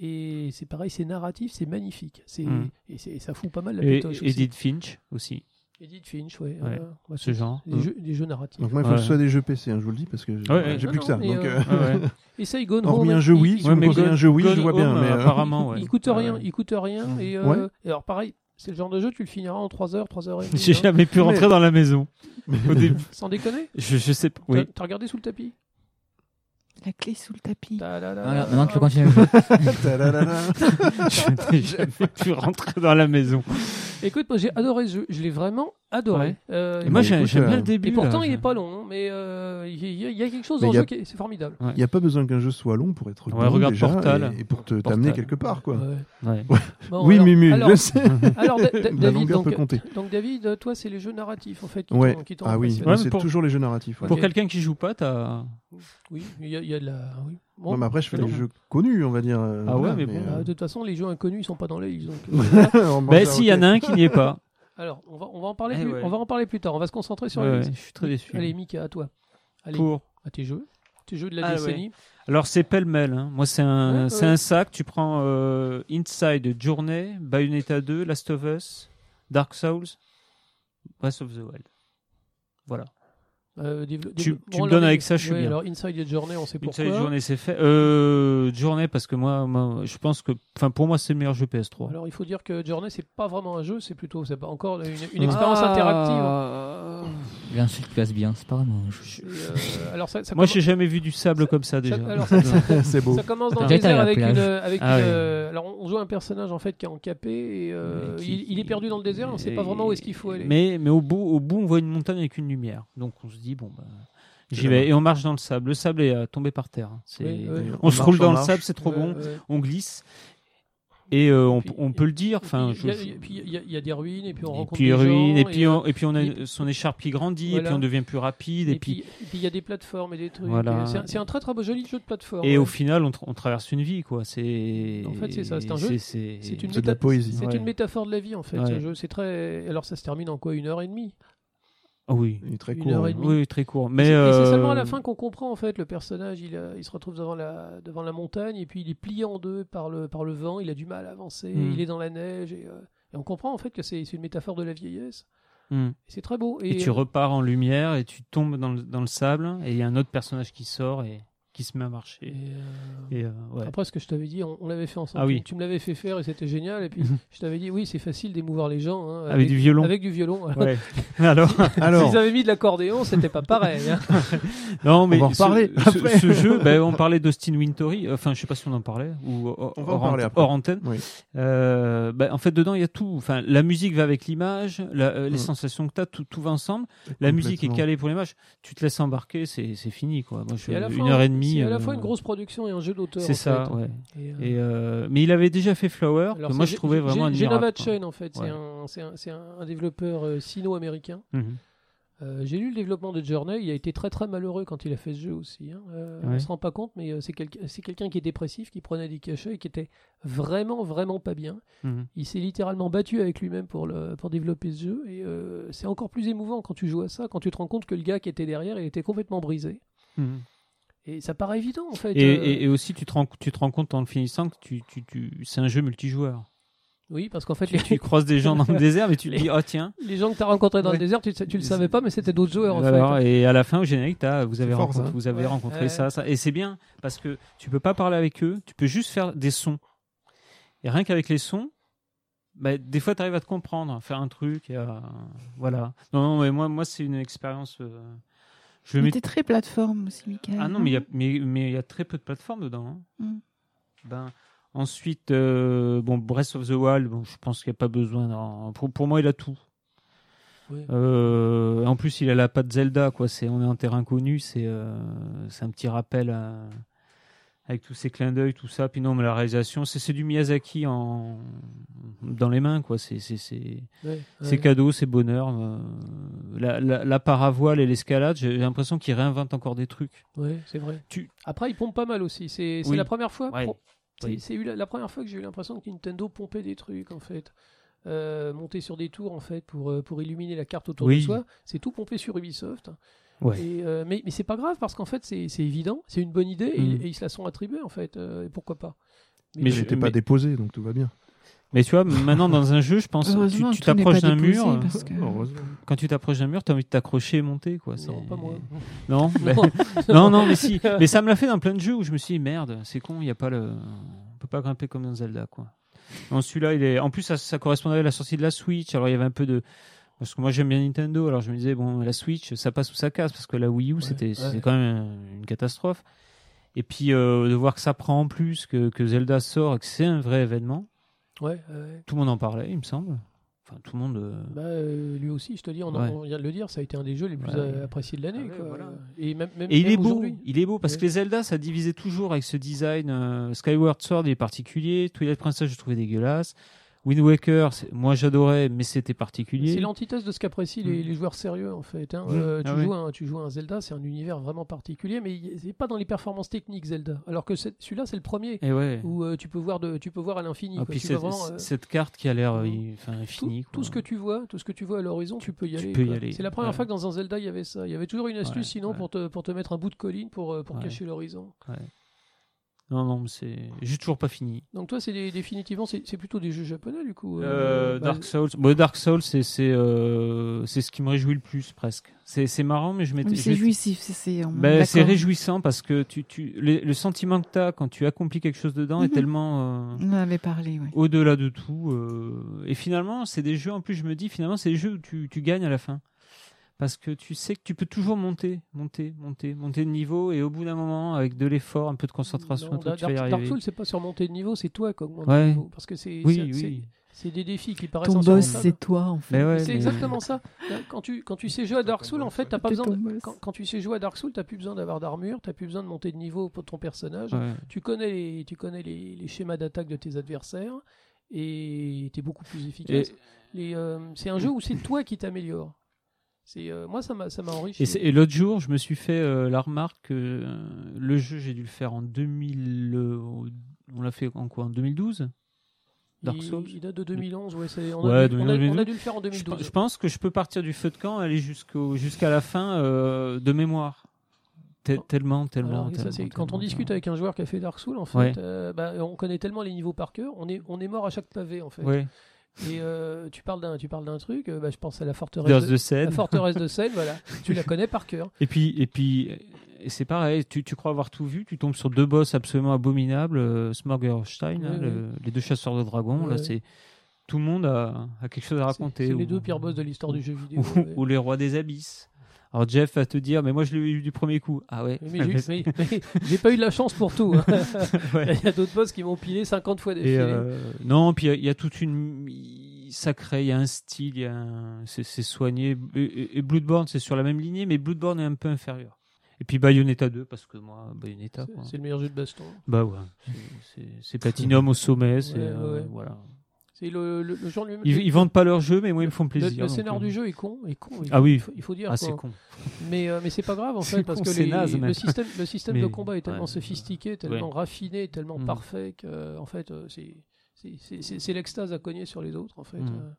Et c'est pareil, c'est narratif, c'est magnifique. C'est
Mm.
et, c'est- ça fout pas mal la
Et
pétoche. aussi.
Edith Finch aussi,
Edith Finch, ouais.
Ouais,
euh, bah,
ce
c'est-
genre.
des, jeux, des jeux narratifs.
Donc moi, il faut que
Ouais.
ce soit des jeux PC, hein, je vous le dis, parce que j'ai
Ouais,
j'ai
ouais.
plus que ça.
Non, non, mais,
donc,
euh,
Ah
euh,
Ouais, ouais.
Essaye Gone
Hormis
Home.
un jeu
il-
Wii,
il-
si vous me
mais
conseillez
Gone-
un jeu Wii, je
Gone
vois bien.
Home,
Mais, euh,
apparemment, ouais.
Il coûte rien, il coûte rien. Et euh,
Mmh. Ouais.
et alors pareil, C'est le genre de jeu, tu le finiras en 3 heures, 3 heures et demie,
J'ai
hein.
jamais pu rentrer dans la maison. Au début.
Sans déconner
Je, je sais pas.
T'as-
Oui.
T'as regardé sous le tapis
La clé sous le tapis.
Ta la la
Voilà,
la
maintenant
la.
tu peux continuer le jeu.
Ta-da-da-da.
je n'ai jamais pu rentrer dans la maison.
Écoute, moi j'ai adoré ce jeu, je l'ai vraiment adoré.
Ouais.
Euh,
Et moi,
bah,
j'ai-
écoute,
j'aime bien
euh,
le début.
et pourtant,
là.
il est pas long, hein, mais euh, il y, a- il y a quelque chose
Mais
dans
il
le
y a-
jeu qui est, c'est formidable.
Il n'y a pas besoin qu'un jeu soit long pour être
Ouais,
bon
regarde
déjà,
Portal.
et, et pour te-
Portal.
t'amener quelque part quoi.
Ouais.
Ouais.
Bon,
oui,
Euh, alors-
Mimu,
alors-
je sais.
Alors, Da- Da-
La
David,
longueur peut
donc,
compter.
donc, David, toi, c'est les jeux narratifs en fait qui
Ouais.
t'ont- qui t'ont
Ah oui,
impressionné.
mais
Ouais,
c'est
pour-
toujours les jeux narratifs. ouais.
Pour
Ok.
quelqu'un qui joue pas, t'as.
Oui, il y, a- il y a de la. oui. Bon.
Non, mais après, je fais
Non.
les jeux connus, on va dire. euh,
Ah ouais,
voilà,
mais bon,
Euh,
euh,
de toute façon, les jeux inconnus, ils sont pas dans les. Donc, euh,
on mange
Ben,
ça,
si, il y
ok.
en a un qui n'y est pas.
alors, on va, on va en parler.
Eh
plus,
ouais.
On va en parler plus tard. On va se concentrer sur.
Ouais,
les-
ouais, je suis très déçu.
Allez, Mika, à toi. Allez,
Pour.
à tes jeux, tes jeux de la
Ah ouais.
décennie.
Alors c'est pêle-mêle. hein. Moi c'est un,
Ouais,
c'est
ouais.
un sac. Tu prends euh, Inside, Journey, Bayonetta 2, Last of Us, Dark Souls, Breath of the Wild. Voilà.
Euh, dévelop-
Tu-
dévelop- bon,
tu me
là,
donnes
les-
avec ça, je suis
ouais,
bien.
Alors, Inside the Journey, on sait
Une
pourquoi.
seule journée c'est fait. Euh, journey parce que moi, moi, je pense que, enfin pour moi c'est le meilleur jeu PS3.
Alors, il faut dire que Journey, c'est pas vraiment un jeu, c'est plutôt c'est pas encore une,
Ah.
une expérience interactive. Euh,
Il y a un truc qui passe bien, c'est pas vraiment un jeu.
Et, euh, alors, ça, ça
Moi
commence-
j'ai jamais vu du sable comme ça déjà.
ça- alors, ça- ça-
C'est beau.
Ça commence dans le
Attends,
désert
la
avec
plage.
une. Avec
Ah
une,
ouais.
euh, alors, on joue un personnage en fait qui est handicapé et euh,
Mais qui-
il, il est perdu dans le désert, on sait pas
Et-
vraiment où est-ce qu'il faut aller.
Mais, mais au, bout, au bout, on voit une montagne avec une lumière. Donc on se dit, bon, bah, j'y
C'est
vais.
là-bas.
Et on marche dans le sable. Le sable est euh, tombé par terre. hein. C'est-
Oui, oui.
On, se
marche,
roule dans le
marche.
sable, c'est trop
Ouais,
bon.
Euh, ouais.
On glisse. Et euh, on,
Puis-
on peut le dire. Enfin,
Et puis,
je-
il y a- et puis, il y, a- il y a des ruines et puis on
et
rencontre
puis
des
il ruine,
gens,
et puis
euh,
on, et puis on a
et-
une- son écharpe qui grandit,
Voilà.
et puis on devient plus rapide, et,
et
puis
puis et puis il y a des plateformes et des trucs.
Voilà.
Et C'est un- c'est un très très beau joli jeu de plateforme.
et
ouais.
au final on, tra- on traverse une vie quoi. C'est
En fait, c'est ça, c'est un jeu.
C'est
C'est une
C'est de la
méta-
poésie.
C'est
Ouais.
une métaforme de la vie en fait.
Ouais.
Ce jeu, c'est très. Alors ça se termine en quoi Une heure et demie.
Ah oui, Oh,
Il est très
Une
court.
heure et
hein.
demie.
oui, très court.
Et
Mais
c'est- et c'est
euh,
seulement à la fin qu'on comprend en fait le personnage. Il, a- il se retrouve devant la devant la montagne et puis il est plié en deux par le par le vent. Il a du mal à avancer.
Mm.
Il est dans la neige et, euh, et on comprend en fait que c'est c'est une métaphore de la vieillesse.
hmm.
Et C'est très beau.
Et, tu repars en lumière et tu tombes dans le, dans le sable et il y a un autre personnage qui sort et qui se met à
et,
marcher.
euh,
Et euh, ouais.
Après ce que je t'avais dit, on, on l'avait fait ensemble.
Ah oui.
Tu me l'avais fait faire et c'était génial. Et puis je t'avais dit oui, c'est facile d'émouvoir les gens hein,
avec, du violon.
avec du violon.
Ouais. Alors,
Alors,
S'ils avaient mis de l'accordéon, c'était pas pareil. hein.
non mais
va en
ce-
reparler
ce,
après.
ce jeu, ben, on parlait d'Austin Wintory. Enfin, je sais pas si on en parlait ou hors,
On va en parler
ant-
après.
hors antenne.
oui.
Euh, bah, en fait, dedans, il y a tout. Enfin, la musique va avec l'image, la- euh, les
Mm.
sensations que tu as, tout, tout va ensemble. La musique est
Complètement.
calée pour l'image. Tu te laisses embarquer, c'est c'est fini. Quoi. Moi, je,
Et à la
une
fois,
heure et demie.
C'est à la
euh,
fois une grosse production et un jeu d'auteur.
C'est
en
ça,
fait.
ouais.
Et, euh,
Et, euh, mais il avait déjà fait Flower,
Alors,
que
c'est
moi je
G-
trouvais
G-
vraiment admirable.
Genova
quoi.
Chen, en fait, c'est
Ouais.
un, c'est un- c'est un- un développeur euh, sino-américain.
Mhm.
Euh, J'ai lu le développement de Journey, il a été très très malheureux quand il a fait ce jeu aussi. hein. Euh, On
Ouais.
se rend pas compte, mais euh, c'est quelqu'un c'est quelqu'un qui est dépressif, qui prenait des cachets et qui était vraiment vraiment pas bien.
Mhm.
Il s'est littéralement battu avec lui-même pour, le- pour développer ce jeu et euh, c'est encore plus émouvant quand tu joues à ça, quand tu te rends compte que le gars qui était derrière, il était complètement brisé.
Mhm.
Et ça paraît évident en fait.
Et,
euh,
et- et aussi, tu te, rends, tu te rends compte en le finissant que tu, tu, tu, c'est un jeu multijoueur.
Oui, parce qu'en fait,
Tu,
les,
tu croises des gens dans le désert, mais tu te dis, oh tiens.
les gens que tu as rencontrés dans le
Ouais.
désert, tu, tu le savais pas, mais c'était d'autres joueurs en fait.
Alors, Et à la fin, au générique, t'as- vous avez,
C'est fort,
rencontré,
ça.
vous avez
Ouais.
rencontré
Ouais.
ça, ça. Et c'est bien, parce que tu peux pas parler avec eux, tu peux juste faire des sons. Et rien qu'avec les sons, bah, des fois, tu arrives à te comprendre, à faire un truc. et à- Voilà. Non, non, mais moi, moi c'est une expérience. euh, Je le
Mais
mets-
t'es très plateforme aussi, Michael.
Ah non, mais il y, a- mais- mais il y a très peu de plateformes dedans. hein.
Mhm. Mm.
Ben, ensuite, euh, bon, Breath of the Wild, bon, je pense qu'il n'y a pas besoin. d'en- Pour, pour moi, il a tout.
Ouais.
Euh, en plus, il a la patte Zelda, quoi. C'est, on est en terrain connu, c'est, euh, c'est un petit rappel à- avec tous ces clins d'œil, tout ça. Puis non, mais la réalisation, c'est, c'est du Miyazaki en, dans les mains, quoi. C'est, c'est, c'est,
Ouais,
c'est
ouais.
cadeau, c'est bonheur. Euh, la, la, la paravoile et l'escalade, j'ai, j'ai l'impression qu'ils réinventent encore des trucs.
Ouais, c'est vrai.
Tu-
Après, ils pompent pas mal aussi. C'est c'est
Oui.
la première fois.
Ouais.
pro- c'est-
Oui.
C'est eu la, la première fois que j'ai eu l'impression que Nintendo pompait des trucs en fait. Euh, monter sur des tours en fait pour, euh, pour illuminer la carte autour de
Oui.
soi, c'est tout pompé sur Ubisoft.
Ouais.
Et, euh, mais mais c'est pas grave parce qu'en fait c'est c'est évident, c'est une bonne idée et,
Mm.
et ils se la sont attribués en fait. euh, et pourquoi pas
Mais
Mais
euh,
je-
j'étais pas
mais-
déposé, donc tout va bien.
Mais tu vois, maintenant dans un jeu, je pense, tu-
Heureusement
tu
que tout n'est pas
t'approches d'un
déposé,
mur.
parce que-
Heureusement.
Quand tu t'approches d'un mur, t'as envie de t'accrocher et monter, quoi.
non,
c'est-
pas moi.
Non, ben- non, non, mais si. Mais ça me l'a fait dans plein de jeux où je me suis dit merde, c'est con, il y a pas le, on peut pas grimper comme dans Zelda, quoi. Non, celui-là, il est. En plus, ça, ça correspondait à la sortie de la Switch. Alors, il y avait un peu de. Parce que moi, j'aime bien Nintendo. Alors, je me disais, bon, la Switch, ça passe ou ça casse. Parce que la Wii U, c'était c'était quand même un- une catastrophe. Et puis, euh, de voir que ça prend en plus, que, que Zelda sort et que c'est un vrai événement.
Ouais, ouais.
Tout le monde en parlait, il me semble. Enfin, tout le monde. euh,
Bah, euh, lui aussi, je te dis, on, en-
Ouais.
on vient de le dire, ça a été un des jeux les plus
Ouais.
euh, appréciés de l'année.
Ah ouais,
quoi.
voilà.
Et, même, même-
Et il
même
est beau,
aujourd'hui.
il est beau parce
Ouais.
que les Zelda, ça divisait toujours avec ce design. euh, Skyward Sword, il est particulier. Twilight Princess, je le trouvais dégueulasse. Wind Waker, c'est- moi j'adorais, mais c'était particulier.
C'est l'antithèse de ce qu'apprécient les, les joueurs sérieux en fait. hein.
Ouais.
Euh, tu,
Mm. Ah
joues à un, tu joues à un Zelda, c'est un univers vraiment particulier, mais il- c'est pas dans les performances techniques Zelda. Alors que c'est- celui-là, c'est le premier
Et ouais.
où euh, tu peux voir de, tu peux voir à l'infini.
Ah,
quoi.
puis
Tu
cette,
vas vraiment, euh,
cette carte qui a l'air euh,
tout-
i- enfin,
tout,
infinie.
tout ce que tu vois, tout ce que tu vois à l'horizon, tu peux y
tu
aller.
peux y
quoi.
aller,
C'est la première
ouais.
fois que dans un Zelda il y avait ça. Il y avait toujours une astuce,
Ouais,
sinon
ouais.
pour te pour te mettre un bout de colline pour euh, pour
Ouais.
cacher l'horizon.
Non, non, mais c'est. J'ai toujours pas fini.
Donc toi, c'est des- définitivement, c'est c'est plutôt des jeux japonais du coup.
Euh,
euh, bah,
Dark Souls, bon, Dark Souls, c'est c'est euh, c'est ce qui me réjouit le plus presque. C'est c'est marrant, mais je m'étais.
Mais
je
C'est
m'étais-
jouissif, c'est- c'est on est
Ben, c'est
d'accord.
réjouissant parce que tu, tu, le, le sentiment que tu as quand tu accomplis quelque chose dedans est
Mhm.
tellement euh,
On en avait parlé, ouais.
au-delà de tout. euh, et finalement, c'est des jeux, en plus, je me dis, finalement, c'est des jeux où tu, tu gagnes à la fin. Parce que tu sais que tu peux toujours monter, monter, monter, monter de niveau. Et au bout d'un moment, avec de l'effort, un peu de concentration,
non,
un truc,
Dark,
tu vas y
Dark
arriver.
Souls, c'est pas surmonter de niveau, c'est toi qui augmente
Ouais.
de niveau. Parce que c'est
oui,
c'est-
oui.
c'est- c'est des défis qui paraissent
Ton boss,
insurmontables.
c'est toi, en fait.
Mais ouais,
C'est
mais-
exactement ça. Quand tu, quand tu sais jouer à Dark Souls, en fait, t'as pas
T'es
besoin. de-
ton boss.
Quand, quand tu sais jouer à Dark Souls, t'as plus besoin d'avoir d'armure, t'as plus besoin de monter de niveau pour ton personnage.
Ouais.
Tu connais les, tu connais les, les schémas d'attaque de tes adversaires et t'es beaucoup plus
Et,
efficace. Les, euh, c'est un jeu où c'est toi qui t'améliores. C'est euh, moi, ça m'a, ça m'a enrichi.
et c'est- et l'autre jour, je me suis fait euh, la remarque que euh, le jeu, j'ai dû le faire en 2000. euh, on l'a fait en quoi En 2012 Dark
il,
Souls.
il date de 2011, ouais, c'est- on, a
Ouais,
dû, on a-
2011.
on a dû le faire en
Je,
2012.
pe- je pense que je peux partir du feu de camp, aller jusqu'au jusqu'à la fin euh, de mémoire. Te- tellement, tellement,
Alors, et Ah, ça,
tellement,
c'est-
tellement,
quand on discute
tellement.
avec un joueur qui a fait Dark Souls, en fait,
Ouais.
euh, bah, on connaît tellement les niveaux par cœur, on est, on est mort à chaque pavé, en fait.
Ouais.
Et euh, tu parles d'un, tu parles d'un truc, euh, bah, je pense à la forteresse
Dose
de,
de
la
scène.
forteresse de Seine, voilà. Tu la connais par cœur.
Et puis, et puis, euh, et c'est pareil. Tu, tu crois avoir tout vu, tu tombes sur deux boss absolument abominables, euh, Smog et Horstein,
Ouais,
hein, le- les deux chasseurs de dragons.
Ouais.
Là, c'est tout le monde a, a quelque chose à
C'est
raconter.
c'est les
Ou-
deux pires boss de l'histoire du jeu vidéo.
Ou,
ouais.
ou les rois des abysses. Alors Jeff va te dire, mais moi je l'ai eu du premier coup. Ah ouais.
Mais j'ai mais- mais j'ai pas eu de la chance pour tout. hein.
Ouais.
Il y a d'autres boss qui m'ont pilé 50 fois
Et
des
euh, non, puis il y a- il y, a toute une il- ça crée, il y a un style, il y a un- c'est c'est soigné. Et- Et, et Bloodborne, c'est sur la même lignée, mais Bloodborne est un peu inférieur. Et puis Bayonetta 2, parce que moi, Bayonetta, quoi.
C'est le meilleur jeu de baston.
bah ouais, c'est- c'est- c'est Platinum au sommet, c'est
Ouais,
euh,
ouais.
voilà.
C'est le, le, le genre lui-même.
Ils, ils vendent pas leur jeu, mais moi ils me font
le,
plaisir.
le
donc,
scénar
euh,
du jeu est con, est con. il
Ah oui.
faut- il faut dire.
Ah
quoi.
c'est con.
Mais, euh, mais c'est pas grave en fait,
C'est
parce
con,
que
c'est
les-
naze,
le
même.
système, le système de
Mais,
combat est tellement
ouais,
sophistiqué, tellement raffiné, tellement
Mm.
parfait que euh, en fait euh, c'est- c'est- c'est c'est- c'est l'extase à cogner sur les autres en fait.
Mm.
euh,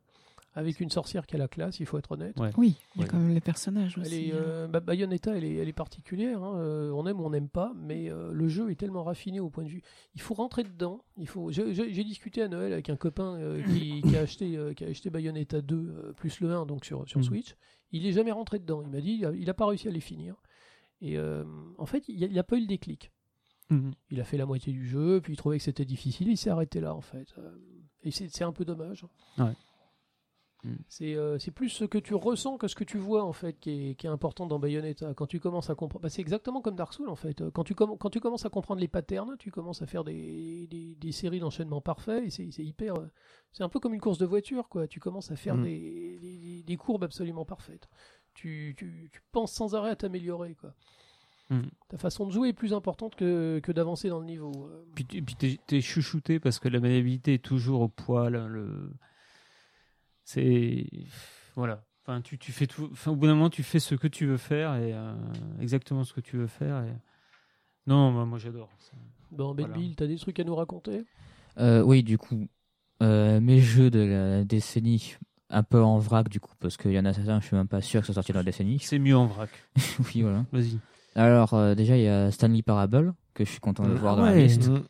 avec une sorcière qui a la classe, il faut être honnête.
Oui, il y a
Ouais.
quand même les personnages
Elle
aussi.
est,
hein.
euh, bah, Bayonetta, elle est, elle est particulière. hein, euh, on aime ou on n'aime pas, mais euh, le jeu est tellement raffiné au point de vue. Il faut rentrer dedans. Il faut. je- je- J'ai discuté à Noël avec un copain euh, qui, qui a acheté, euh, qui a acheté Bayonetta 2 euh, plus le 1 donc sur sur
Mhm.
Switch. Il est jamais rentré dedans. Il m'a dit, il a- il a pas réussi à les finir. Et euh, en fait, il a- il a pas eu le déclic.
Mhm.
Il a fait la moitié du jeu, puis il trouvait que c'était difficile, il s'est arrêté là en fait. Euh, Et c'est c'est un peu dommage.
Ouais. Mm.
C'est euh, c'est plus ce que tu ressens que ce que tu vois en fait qui est, qui est important dans Bayonetta. Quand tu commences à comprendre, bah, c'est exactement comme Dark Souls en fait. Euh, Quand tu, comm- quand tu commences à comprendre les patterns, tu commences à faire des, des- des séries d'enchaînements parfaits. Et c'est c'est hyper. euh, C'est un peu comme une course de voiture quoi. Tu commences à faire
Mm.
des, des- des courbes absolument parfaites. Tu, tu- tu penses sans arrêt à t'améliorer quoi.
Mm.
Ta façon de jouer est plus importante que, que d'avancer dans le niveau. Euh,
Puis, tu- puis t'es, t'es chouchouté parce que la maniabilité est toujours au poil. hein, Le... C'est. Voilà. Enfin, tu, tu fais tout... enfin, au bout d'un moment, tu fais ce que tu veux faire et euh, exactement ce que tu veux faire. et- Non, moi, moi, j'adore. ça.
Bon, Ben
Voilà.
Bill, t'as des trucs à nous raconter
Euh, oui, du coup, euh, mes jeux de la décennie, un peu en vrac du coup, parce qu'il y en a certains, je suis même pas sûr que ça sorti dans la décennie.
C'est mieux en vrac.
oui, voilà.
Vas-y.
Alors, euh, déjà, il y a Stanley Parable, que je suis content de voir dans la liste.
Mm.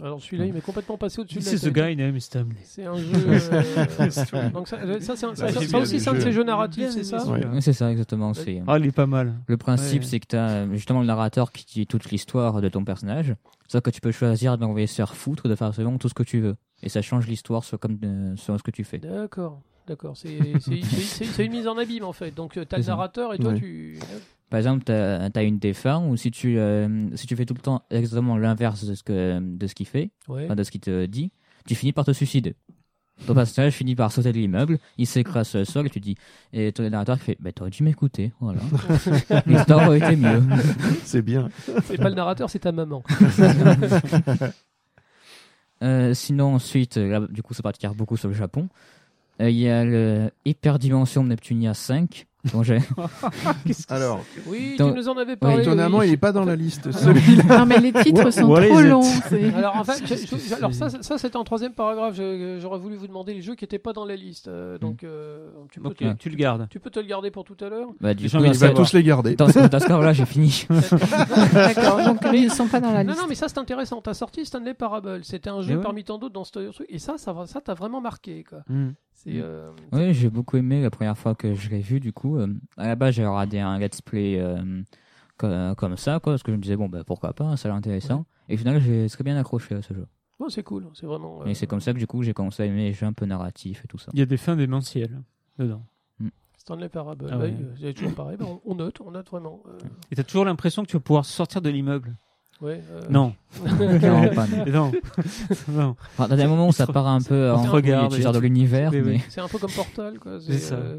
Alors celui-là, il m'est complètement passé au-dessus de
This
la
is the
tête.
guy named Stanley.
C'est un jeu. euh, Donc ça, ça, c'est un- ça-
Bah,
ça- ça
j'ai bien
aussi,
le
c'est un de
jeu.
ces jeux narratifs, c'est ça
Ouais.
Oui, C'est ça, exactement. C'est, euh,
Ah, il est pas mal.
Le principe,
Ouais.
c'est que tu as justement le narrateur qui dit toute l'histoire de ton personnage. Sauf que tu peux choisir d'envoyer se faire foutre, de faire absolument tout ce que tu veux. Et ça change l'histoire sur- comme, euh, selon ce que tu fais.
D'accord. D'accord, c'est c'est- c'est- c'est- c'est une mise en abîme en fait. Donc euh, t'as le
C'est ça.
narrateur et toi
Ouais.
tu.
Par exemple, tu as, une défunt où si tu, euh, si tu fais tout le temps exactement l'inverse de ce que- de ce qu'il fait,
Ouais.
enfin, de ce qu'il te dit, tu finis par te suicider. Ton personnage finit par sauter de l'immeuble, il s'écrase sur le sol et tu dis. Et ton narrateur qui fait Bah, t'aurais dû m'écouter, voilà. L'histoire aurait été mieux.
C'est bien.
C'est pas le narrateur, c'est ta maman.
Euh, sinon, ensuite, euh, là, du coup, ça partira beaucoup sur le Japon. Euh, Il y a le Hyperdimension Neptunia 5. dont j'ai-
Alors,
Oui,
Dans-
tu nous en avais parlé.
étonnamment,
Loïc.
il n'est pas dans la liste.
Ah
Celui
Non, mais les titres sont
What is
trop
it
longs. c'est-
Alors, en fait, je-
Qu'est-ce que
je- alors ça,
c'est
ça c'était en troisième paragraphe. Je- euh, J'aurais voulu vous demander les jeux qui n'étaient pas dans la liste. Euh, donc, euh, tu, peux
Ok,
te,
tu le gardes.
tu peux te le garder pour tout à l'heure.
Bah, du
J'ai
coup,
envie de
il
dans
va
ce-
savoir.
tous les garder.
dans ce- dans ce cas-là, j'ai fini.
D'accord, donc euh, ils ne sont pas dans la
Non,
liste.
non, mais ça c'est intéressant. T'as sorti Stanley Parable. C'était un jeu
Mais ouais.
parmi tant d'autres dans ce truc. Et ça, ça, va- ça t'a vraiment marqué. Quoi. C'est, euh,
Oui, j'ai beaucoup aimé la première fois que je l'ai vu. Du coup, Euh, à la base, j'ai regardé un let's play euh, co- euh, comme ça, quoi, parce que je me disais, bon, bah, pourquoi pas, ça a l'air intéressant. Et au final, j'ai très bien accroché à ce jeu.
oh, c'est cool. C'est vraiment. euh,
Et c'est comme ça que, du coup, j'ai commencé à aimer les jeux un peu narratifs et tout ça.
Il y a des fins démentielles dedans.
Stanley Parable.
Ah
Ouais,
ouais.
euh, c'est toujours pareil. Bah, on, on note, on note vraiment. euh,
Et t'as toujours l'impression que tu vas pouvoir sortir de l'immeuble.
ouais, euh,
Non,
Non, pas non.
non, non.
Enfin, dans des moments où ça part un peu en
regarde
couille et
et
tu sors de
tu-
l'univers,
Oui, oui.
mais
C'est un peu comme Portal. Quoi.
C'est ça.
euh,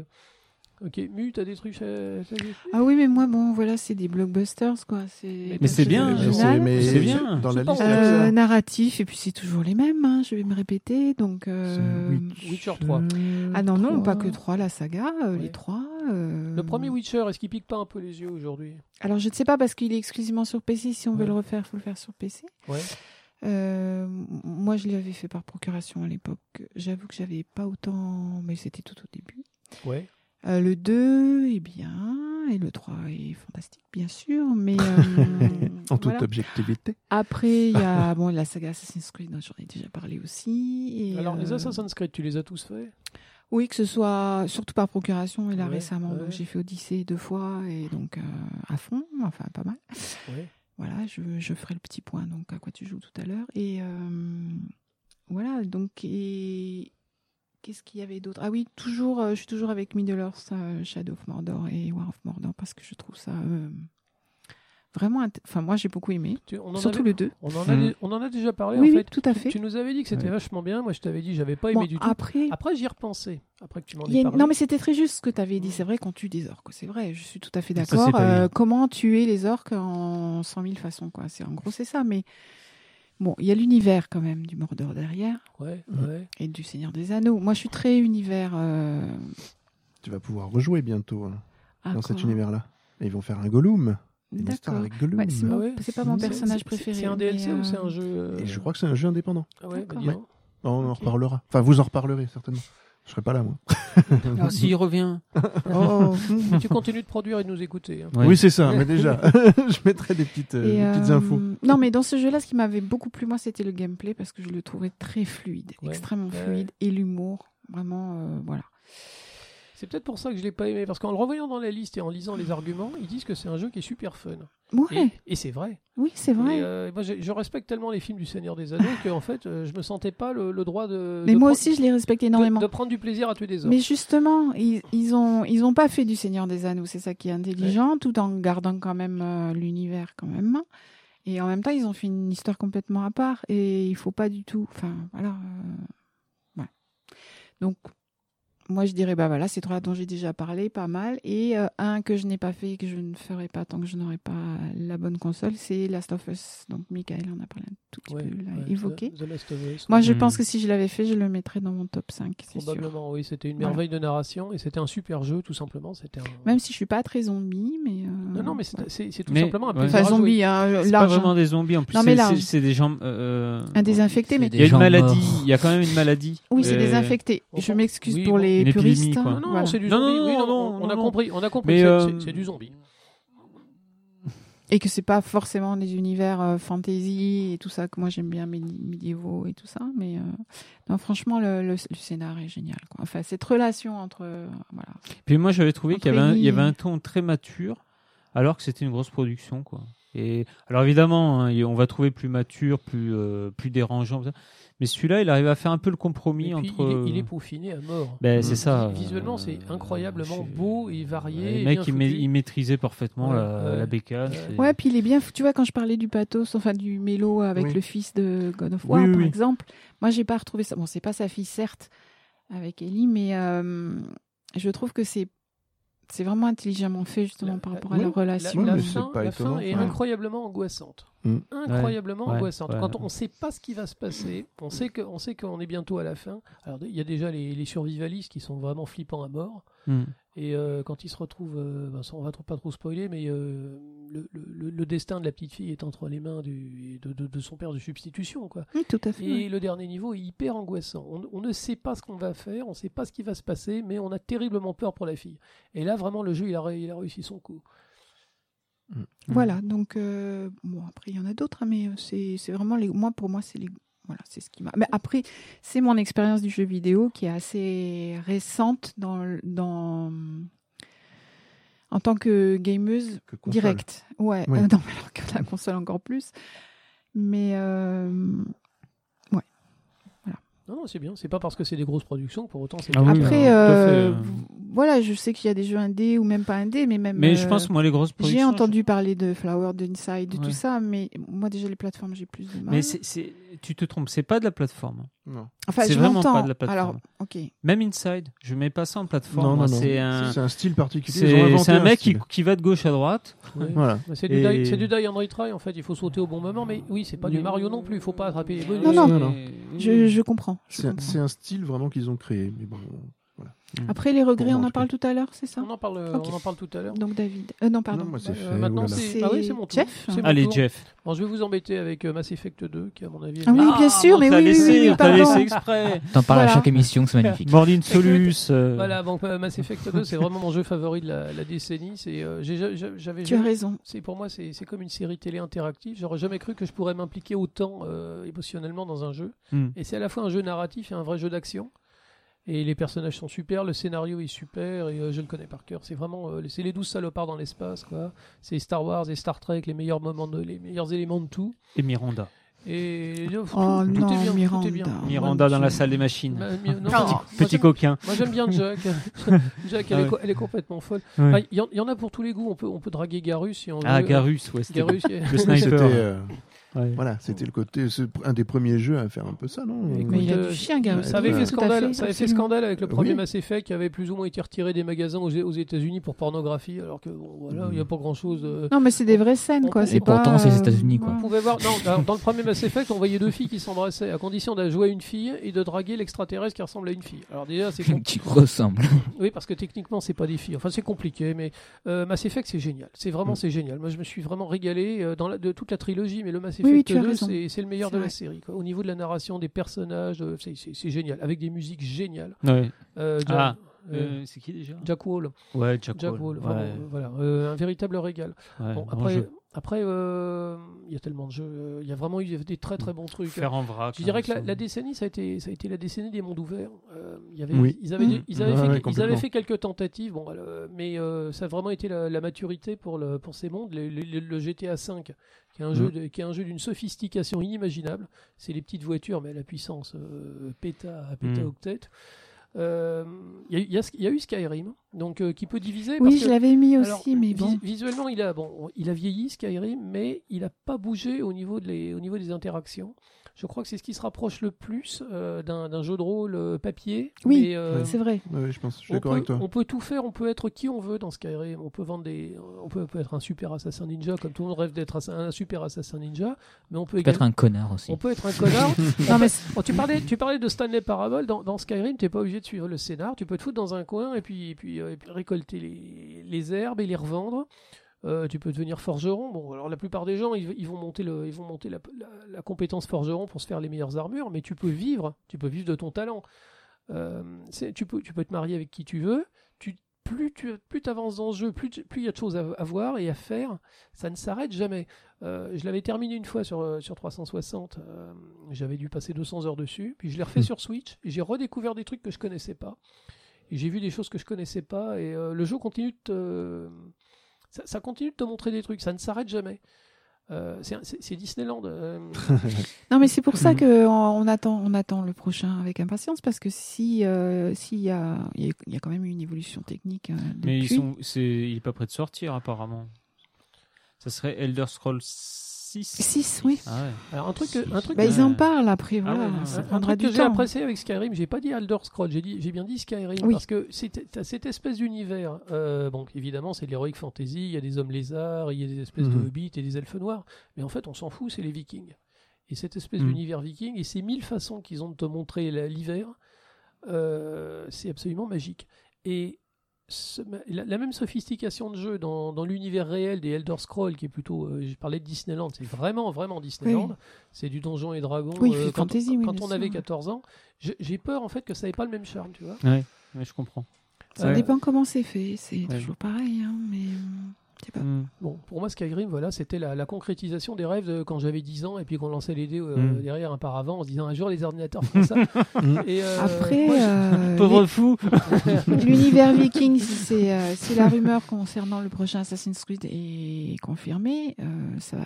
Ok, Mu, t'as des trucs. euh, t'as des-
Ah oui, mais moi, bon, voilà, c'est des blockbusters, quoi. C'est
Mais c'est
bien,
original.
C'est- mais
C'est bien.
Dans la
C'est pas
liste,
mal.
il y a
Euh,
que ça.
narratif, et puis c'est toujours les mêmes, hein, je vais me répéter. Donc, euh,
C'est
Witcher 3.
Ah non, non,
trois.
pas que trois, la saga, euh,
Ouais.
les trois. euh,
Le premier Witcher, est-ce qu'il pique pas un peu les yeux aujourd'hui
Alors, je ne sais pas, parce qu'il est exclusivement sur PC. Si on
Ouais.
veut le refaire, il faut le faire sur PC.
Ouais.
Euh, moi, je l'avais fait par procuration à l'époque. J'avoue que j'avais pas autant, mais c'était tout au début.
Ouais.
Euh, le 2 est bien, et le 3 est fantastique, bien sûr, mais. euh,
En toute
voilà.
objectivité.
Après, il y a bon, la saga Assassin's Creed, dont j'en ai déjà parlé aussi. Et,
Alors, les
euh,
Assassin's Creed, tu les as tous faits
Oui, que ce soit surtout par procuration, et là
Ouais,
récemment.
ouais.
Donc, j'ai fait Odyssée deux fois, et donc euh, à fond, enfin pas mal.
Ouais.
Voilà, je, je ferai le petit point, donc à quoi tu joues tout à l'heure. Et euh, voilà, donc, et. Qu'est-ce qu'il y avait d'autre Ah oui, toujours, euh, je suis toujours avec Middle Earth, euh, Shadow of Mordor et War of Mordor, parce que je trouve ça euh, vraiment. int- Enfin, moi, j'ai beaucoup aimé.
Tu- on en
Surtout
avait-
le 2.
On en, a,
Mm.
on en a déjà parlé
Oui,
en
oui,
fait.
tout à
Tu-
fait.
Tu, nous avais dit que c'était
Ouais.
vachement bien. Moi, je t'avais dit j'avais pas
Bon,
aimé du tout.
après,
Après, j'y repensais. Après que tu m'en
Il y a
aies
une-
parlé.
Non, mais c'était très juste ce que tu avais dit. C'est vrai qu'on tue des orques. C'est vrai, je suis tout à fait
Ça, c'est
d'accord.
pas
Euh,
évident.
comment tuer les orques en 100 000 façons, quoi. C'est, en gros, c'est ça. Mais bon, il y a l'univers quand même du Mordor derrière
Ouais,
Mm.
ouais.
et du Seigneur des Anneaux. Moi, je suis très univers. euh,
Tu vas pouvoir rejouer bientôt hein,
ah,
dans cet
quoi.
univers-là. Et ils vont faire un Gollum. Une histoire
D'accord.
avec Gollum.
Ouais, c'est,
Ah
mon-
ouais.
c'est pas mon
C'est-
personnage
c'est-
préféré.
C'est un
mais,
DLC
euh,
ou c'est un jeu euh,
Et je crois que c'est un jeu indépendant. Oh,
Ah ouais, bah dis
D'accord.
donc.
On en
Ok.
reparlera. Enfin, vous en reparlerez certainement. Je serai pas là, moi.
Ah, si, il revient.
Oh,
Mais tu continues de produire et de nous écouter. hein.
Oui, c'est ça, mais déjà, je mettrai des petites, euh,
et,
des petites
euh,
infos.
Non, mais dans ce jeu-là, ce qui m'avait beaucoup plu, moi, c'était le gameplay parce que je le trouvais très fluide,
Ouais.
extrêmement
Ouais.
fluide et l'humour. Vraiment, euh, voilà.
C'est peut-être pour ça que je l'ai pas aimé. Parce qu'en le revoyant dans la liste et en lisant les arguments, ils disent que c'est un jeu qui est super fun. Et-
Ouais,
et c'est vrai.
oui, c'est vrai.
Et, euh, moi, je, je respecte tellement les films du Seigneur des Anneaux que en fait, euh, je me sentais pas le, le droit de.
Mais
de
moi
pre-
aussi, je les respecte
de-
énormément.
De, prendre du plaisir à tuer des hommes.
Mais justement, ils, ils ont ils ont pas fait du Seigneur des Anneaux, c'est ça qui est intelligent, tout en gardant quand même euh, l'univers quand même. Et en même temps, ils ont fait une histoire complètement à part et il faut pas du tout. Enfin, voilà. euh, voilà. Donc, moi, je dirais bah voilà, ces trois dont j'ai déjà parlé, pas mal. Et euh, un que je n'ai pas fait et que je ne ferai pas tant que je n'aurai pas la bonne console, c'est Last of Us. Donc, Michael en a parlé un tout petit
Ouais,
peu, l'a
ouais,
évoqué.
The- The Last of Us.
Moi, je
Hmm.
pense que si je l'avais fait, je le mettrais dans mon top 5, c'est sûr.
Probablement, oui. C'était une
Voilà.
merveille de narration et c'était un super jeu, tout simplement. C'était un-
Même si je suis pas très zombie, mais. euh,
Non, non, mais c'est c'est- c'est tout
Mais-
simplement un
ouais.
plaisir.
Enfin,
à jouer.
zombie, hein,
C'est pas
large.
vraiment
hein.
des zombies en plus.
Non, mais
c'est-
large.
c'est- C'est des gens. euh,
Un désinfecté, mais.
Il y a
gens
une maladie.
morts.
Il y a quand même une maladie.
Oui, c'est
Euh,
désinfecté. Je
Oui,
m'excuse
bon,
pour les
une épidémie,
puristes.
quoi.
Non, non,
hein. Voilà.
c'est du
Non,
zombie.
non, euh,
oui,
non,
on,
non,
on a
non.
compris. On a compris.
Mais,
c'est-
euh,
c'est- C'est du zombie.
Et que c'est pas forcément des univers euh, fantasy et tout ça, que moi j'aime bien médi- médiévaux et tout ça. Mais euh, non, franchement, le, le- le scénar est génial. quoi. Enfin, cette relation entre. euh, voilà.
Puis moi, j'avais trouvé
Entre
qu'il y avait, un, il y
les-
avait un ton très mature, alors que c'était une grosse production, quoi. Et alors évidemment, hein, et on va trouver plus mature, plus euh, plus dérangeant, tout ça. mais celui-là, il arrive à faire un peu le compromis
Et puis,
entre. euh,
il, est, il est peaufiné à mort.
Ben,
Mm.
c'est ça.
Visuellement, c'est incroyablement
je-
beau et varié
Ouais,
et
Le mec,
bien
il, ma-
foutu.
il maîtrisait parfaitement
Ouais,
la,
ouais.
la bécane.
Ouais.
c'est-
Ouais, puis il est bien. fou- Tu vois, quand je parlais du pathos, enfin du mélo avec
Oui.
le fils de God of War,
Oui, oui,
par
oui.
exemple, moi j'ai pas retrouvé ça. Bon, c'est pas sa fille, certes, avec Ellie, mais euh, je trouve que c'est c'est vraiment intelligemment fait justement
La-
par
la-
rapport à
oui,
leur
la-
relation.
La,
Oui, mais c'est
fin,
pas
la
étonnant,
fin est
ouais.
incroyablement angoissante.
Mm.
Incroyablement
Ouais,
angoissante.
ouais.
Quand on ne sait pas ce qui va se passer, on sait que- on sait qu'on est bientôt à la fin. Alors il y a déjà les, les survivalistes qui sont vraiment flippants à mort.
Mm.
Et euh, quand ils se retrouvent, euh, ben, ça, on va trop- pas trop spoiler, mais euh, le, le- le- le destin de la petite fille est entre les mains du- de, de- de son père de substitution, quoi.
Oui, tout à fait.
Et le dernier niveau est hyper angoissant. On, on ne sait pas ce qu'on va faire, on ne sait pas ce qui va se passer, mais on a terriblement peur pour la fille. Et là, vraiment, le jeu, il a, ré- il a réussi son coup.
Voilà, donc euh, bon après il y en a d'autres, hein, mais euh, c'est c'est vraiment les moi pour moi c'est les voilà c'est ce qui m'a. Mais après c'est mon expérience du jeu vidéo qui est assez récente dans le- dans en tant que gameuse
Que console.
direct. Ouais.
Ouais.
euh, non, mais alors que la console encore plus. Mais euh,
Non, non, c'est bien. C'est pas parce que c'est des grosses productions que pour autant c'est.
Ah oui,
bien.
non, tout à fait,
après euh,
euh.
voilà je sais qu'il y a des jeux indés ou même pas indés, mais même.
Mais je
euh,
pense, moi, les grosses productions.
j'ai entendu parler de Flower, de Inside, de
Ouais.
tout ça, mais moi déjà les plateformes j'ai plus de mal.
Mais c'est- c'est- tu te trompes, c'est pas de la plateforme.
Non,
Enfin,
C'est
je
vraiment pas
l'entends.
de la plateforme.
Alors, ok.
Même Inside, je mets pas ça en plateforme.
non,
moi,
non, non.
C'est un,
C'est un style particulier. Ils ont
c'est-
inventé
c'est un mec qui,
style.
qui va de gauche à droite.
Ouais.
Voilà.
Mais C'est du,
Et-
die, c'est du die and retry en fait. Il faut sauter au bon moment, mais oui, c'est pas du Mario non plus. Il faut pas attraper les bonus.
Non, non.
Non, non.
Je, je comprends. je
C'est un,
comprends.
c'est un style vraiment qu'ils ont créé. Mais bon,
Après, les regrets,
Bon, en
on en
tout
parle tout à l'heure, c'est ça
On en parle,
Ok.
on en parle tout à l'heure.
Donc, David. Euh, non, pardon.
non, moi, c'est
Euh,
fait.
maintenant,
oh là là.
c'est- ah oui, c'est mon tour.
Jeff
C'est mon
Allez,
tour.
Jeff.
Bon, je vais vous embêter avec euh, Mass Effect 2, qui à mon avis. est
Ah
le-
oui, bien sûr,
on
mais
t'a
oui, oui,
laissé,
oui,
on t'a
pardon.
laissé exprès.
T'en parles
Voilà.
à chaque émission, c'est magnifique.
Morline Solus. euh,
Voilà, donc euh, Mass Effect 2, c'est vraiment mon jeu favori de la, la décennie. C'est, euh, j'ai ja- ja- j'avais
Tu as
jamais-
raison.
c'est pour moi, c'est, c'est comme une série télé interactive. J'aurais jamais cru que je pourrais m'impliquer autant euh, émotionnellement dans un jeu.
Hmm.
Et c'est à la fois un jeu narratif et un vrai jeu d'action. Et les personnages sont super, le scénario est super, et euh, je le connais par cœur. C'est vraiment, euh, c'est les douze salopards dans l'espace, quoi. C'est Star Wars et Star Trek, les meilleurs moments, de, les meilleurs éléments de tout.
Et Miranda.
Et euh, tout,
Oh
tout
non,
est bien, tout
Miranda.
est bien.
Miranda dans la
tu-
salle des machines.
Ma- mi- Bah, non,
Oh.
moi, j'aime-
Petit coquin.
moi j'aime bien Jack. Jack, elle,
Ah
est,
ouais.
co- elle est complètement folle.
Ouais.
Ah, Il y en- il y, en a pour tous les goûts. On peut, on peut draguer Garus si on veut.
Ah, Garus, ouais, c'était
Garus, il y a-
le
C'était
sniper.
euh,
Ouais.
voilà, c'était le côté, c'est un des premiers jeux à faire un peu ça, non
Écoute,
Mais il a
euh,
du chien, Garus.
ça avait
Ouais.
fait
Tout à
scandale.
fait,
ça avait fait
absolument.
scandale avec le premier
Oui.
Mass Effect qui avait plus ou moins été retiré des magasins aux, aux États-Unis pour pornographie, alors que bon, voilà, il
Mm.
n'y a pas grand-chose. de-
Non, mais c'est des vraies scènes, quoi.
Et
C'est
pourtant,
pas,
c'est les
euh,
États-Unis, quoi.
voilà.
On pouvait voir. Non, alors, dans le premier Mass Effect, on voyait deux filles qui s'embrassaient à condition de jouer à une fille et de draguer l'extraterrestre qui ressemble à une fille. Alors déjà, c'est con.
Qui ressemble.
Oui, parce que techniquement, c'est pas des filles. Enfin, c'est compliqué, mais euh, Mass Effect, c'est génial. C'est vraiment,
Mm.
c'est génial. Moi, je me suis vraiment régalé euh, dans la- de toute la trilogie, mais le Mass
Oui, oui,
Effect
tu as
2,
raison.
c'est- c'est le meilleur
C'est
de la
vrai.
série. quoi. Au niveau de la narration, des personnages, euh, c'est- c'est c'est génial, avec des musiques géniales.
Ouais.
Euh, John-
Ah,
euh,
c'est qui déjà
Jack Wall,
Ouais, Jack,
Jack Wall,
Wall.
vraiment,
ouais,
euh, voilà, Euh, un véritable régal.
ouais,
Bon,
bon
après,
jeu.
après, euh, il y a tellement de jeux, euh, il y a vraiment eu des très très bons trucs.
faire en vrac.
Je dirais que la,
hein,
la décennie, ça a, été, ça a été la décennie des mondes ouverts. Euh, il y avait,
Oui.
Ils avaient,
Mhm.
ils avaient
Ouais, ouais,
fait, ils
complètement.
avaient fait quelques tentatives, bon, euh, mais euh, ça a vraiment été la, la maturité pour, le, pour ces mondes. Le, le- le GTA V, qui est un
Mmh.
jeu de- qui est un jeu d'une sophistication inimaginable, c'est les petites voitures, mais à la puissance euh, péta, péta
Mmh.
Mhm.
octet. Euh, Il y, a eu- il y a ce- il y a eu Skyrim, donc euh, qui peut diviser. parce
Oui,
que-
je l'avais mis
alors,
aussi, mais
vis-
bon.
visuellement, il a, bon, il a vieilli Skyrim, mais il n'a pas bougé au niveau, de les- au niveau des interactions. Je crois que c'est ce qui se rapproche le plus euh, d'un d'un jeu de rôle euh, papier.
Oui,
mais, euh,
C'est vrai.
Ouais, je pense, je suis
on
d'accord
peut,
avec toi.
on peut tout faire, on peut être qui on veut dans Skyrim. On peut vendre des, on peut, on peut être un super assassin ninja, comme tout le monde rêve d'être assa- un super assassin ninja, mais on peut
Peut-être
également,
un connard aussi.
on peut être un connard.
Non, mais
Oh, tu, parlais, tu parlais de Stanley Parable. Dans, dans Skyrim, tu n'es pas obligé de suivre le scénar. Tu peux te foutre dans un coin et puis, et puis, euh, et puis récolter les, les herbes et les revendre. Euh, tu peux devenir forgeron. Bon, alors la plupart des gens, ils, ils vont monter, le, ils vont monter la, la- la compétence forgeron pour se faire les meilleures armures, mais tu peux vivre. Tu peux vivre de ton talent. Euh, c'est- tu, peux, tu peux te marier avec qui tu veux. Tu plus tu plus avances dans le jeu, plus tu- plus il y a de choses à, à voir et à faire. Ça ne s'arrête jamais. Euh, je l'avais terminé une fois sur, euh, sur 360. euh, J'avais dû passer 200 heures dessus. Puis je l'ai refait sur Switch. et J'ai redécouvert des trucs que je connaissais pas. Et j'ai vu des choses que je connaissais pas. Et euh, le jeu continue de te- ça, ça continue de te montrer des trucs. Ça ne s'arrête jamais. Euh, c'est- c'est c'est Disneyland. euh,
Non, mais c'est pour ça
Mm.
Mhm.
que on on attend, on attend le prochain avec impatience parce que si, euh, s'il y a, il y a- il y a quand même eu une évolution technique. euh,
Mais ils
depuis.
sont, c'est, il est pas prêt de sortir apparemment. Ça serait Elder Scrolls 6.
Six, oui.
Ah ouais.
alors un truc, que- un truc
Bah,
que-
ils en
Ouais.
parlent après,
Ah
voilà.
ouais, ouais,
ça
ouais.
Un
prendra
truc
du
que j'ai
temps.
apprécié avec Skyrim, j'ai pas dit Elder Scrolls, j'ai dit- j'ai bien dit Skyrim
Oui.
parce que c'est t'as cet espèce d'univers. euh, bon, évidemment, c'est de l'heroic fantasy, il y a des hommes lézards, il y a des espèces de
Mhm.
hobbits et des elfes noirs, mais en fait, on s'en fout, c'est les Vikings. Et cette espèce
Mhm.
d'univers viking et ces mille façons qu'ils ont de te montrer la- l'hiver, euh, c'est absolument magique. Et ce- la, la même sophistication de jeu dans, dans l'univers réel des Elder Scrolls, qui est plutôt, euh, j'ai parlé de Disneyland, c'est vraiment, vraiment Disneyland. C'est du Donjon et Dragon.
Oui, c'est
quand
fantasy, oui,
quand
bien
on avait
sûr.
14 ans, j'ai j'ai peur en fait que ça n'ait pas le même charme, tu vois.
Ouais, je comprends.
Ça
Ouais.
dépend comment c'est fait, c'est
Ouais.
toujours pareil, hein, mais euh, je sais pas.
Hmm.
Bon, pour moi, Skyrim, voilà, c'était la, la concrétisation des rêves de quand j'avais 10 ans et puis qu'on lançait les dés euh,
Mm.
derrière un paravent en se disant un jour les ordinateurs feront ça. et, euh,
Après,
moi, je-
euh,
Pauvre fou.
L'univers viking, si, c'est, euh, si la rumeur concernant le prochain Assassin's Creed est confirmée, euh, ça va.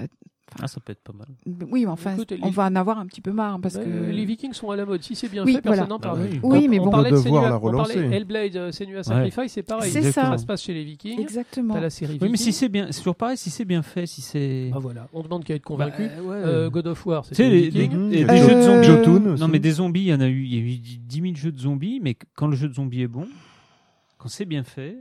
Ah, ça peut être pas mal.
Oui, mais enfin,
Écoute,
on
les-
va en avoir un petit peu marre hein, parce
bah,
que.
Les Vikings sont à la mode. Si c'est bien
Oui,
fait, personne
voilà.
Ah
n'en
Bah
parle.
oui.
Oui,
On-
mais
on
bon.
parlait de
Faut devoir
Senua-
la
on parlait
relancer.
Hellblade, euh, Senua Sacrifice, c'est pareil.
C'est ça.
se passe chez les Vikings.
Exactement.
T'as la série
Oui,
Vikings.
mais si c'est bien, c'est toujours pareil, si c'est bien fait, si c'est.
Ah, voilà, on demande qu'à être convaincu.
Bah, ouais.
Euh, God of War,
tu
c'est
sais,
les
les, les-
Vikings.
Vikings.
les jeux de zombies.
Euh,
Jotun aussi.
Non, mais des zombies, il y en a eu, il y a eu 10 000 jeux de zombies, mais que- quand le jeu de zombies est bon, quand c'est bien fait,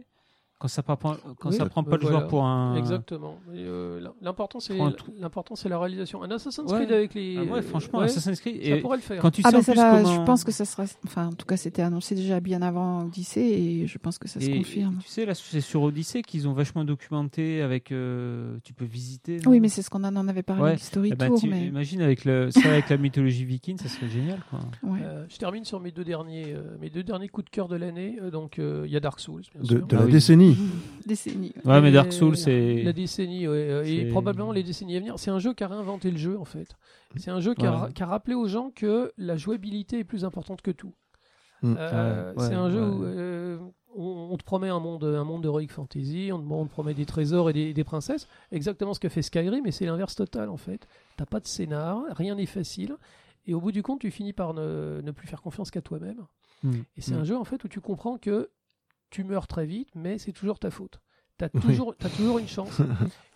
quand ça prend, pas- quand
Oui,
ça prend
bah
pas le
voilà.
joueur pour un.
Exactement. Et, euh, l- L'important c'est
Prends un trou.
l'important c'est la réalisation. Un Assassin's
Ouais.
Creed avec les.
Ah ouais, franchement,
Euh, ouais,
Assassin's Creed.
ça
Et
pourrait le faire.
quand tu sais
Ah ben
en
ça
plus
va,
comment-
je pense que ça sera, enfin en tout cas c'était annoncé déjà bien avant Odyssée et je pense que ça se
Et-
confirme.
et Tu sais, là, c'est sur Odyssey qu'ils ont vachement documenté avec. euh, tu peux visiter. non
Oui mais c'est ce qu'on en en avait parlé
Ouais.
de l'History
Eh ben,
Tour,
tu-
mais
Imagine avec, le, ça, avec la mythologie viking, ça serait génial. Quoi.
ouais.
Euh, je termine sur mes deux derniers euh, mes deux derniers coups de cœur de l'année. Euh, donc euh, il y a Dark Souls. Bien
De,
sûr.
de la
Ah oui.
décennie.
décennie. ouais.
Ouais, mais
Et
Dark Souls, c'est.
La décennie, ouais, euh, et
c'est-
probablement les décennies à venir. C'est un jeu qui a réinventé le jeu, en fait. C'est un jeu qui, a,
Ouais.
ra- qui a rappelé aux gens que la jouabilité est plus importante que tout.
Mm.
Euh,
Ah Ouais,
c'est un
ouais,
jeu où
ouais.
euh, on, on te promet un monde, un monde d'heroic fantasy, on, te- on te promet des trésors et des, des princesses. Exactement ce que fait Skyrim, mais c'est l'inverse total, en fait. T'as pas de scénar, rien n'est facile. Et au bout du compte, tu finis par ne, ne plus faire confiance qu'à toi-même.
Mm.
Et c'est
Mm.
un jeu en fait où tu comprends que tu meurs très vite, mais c'est toujours ta faute. T'as toujours, t'as toujours une chance.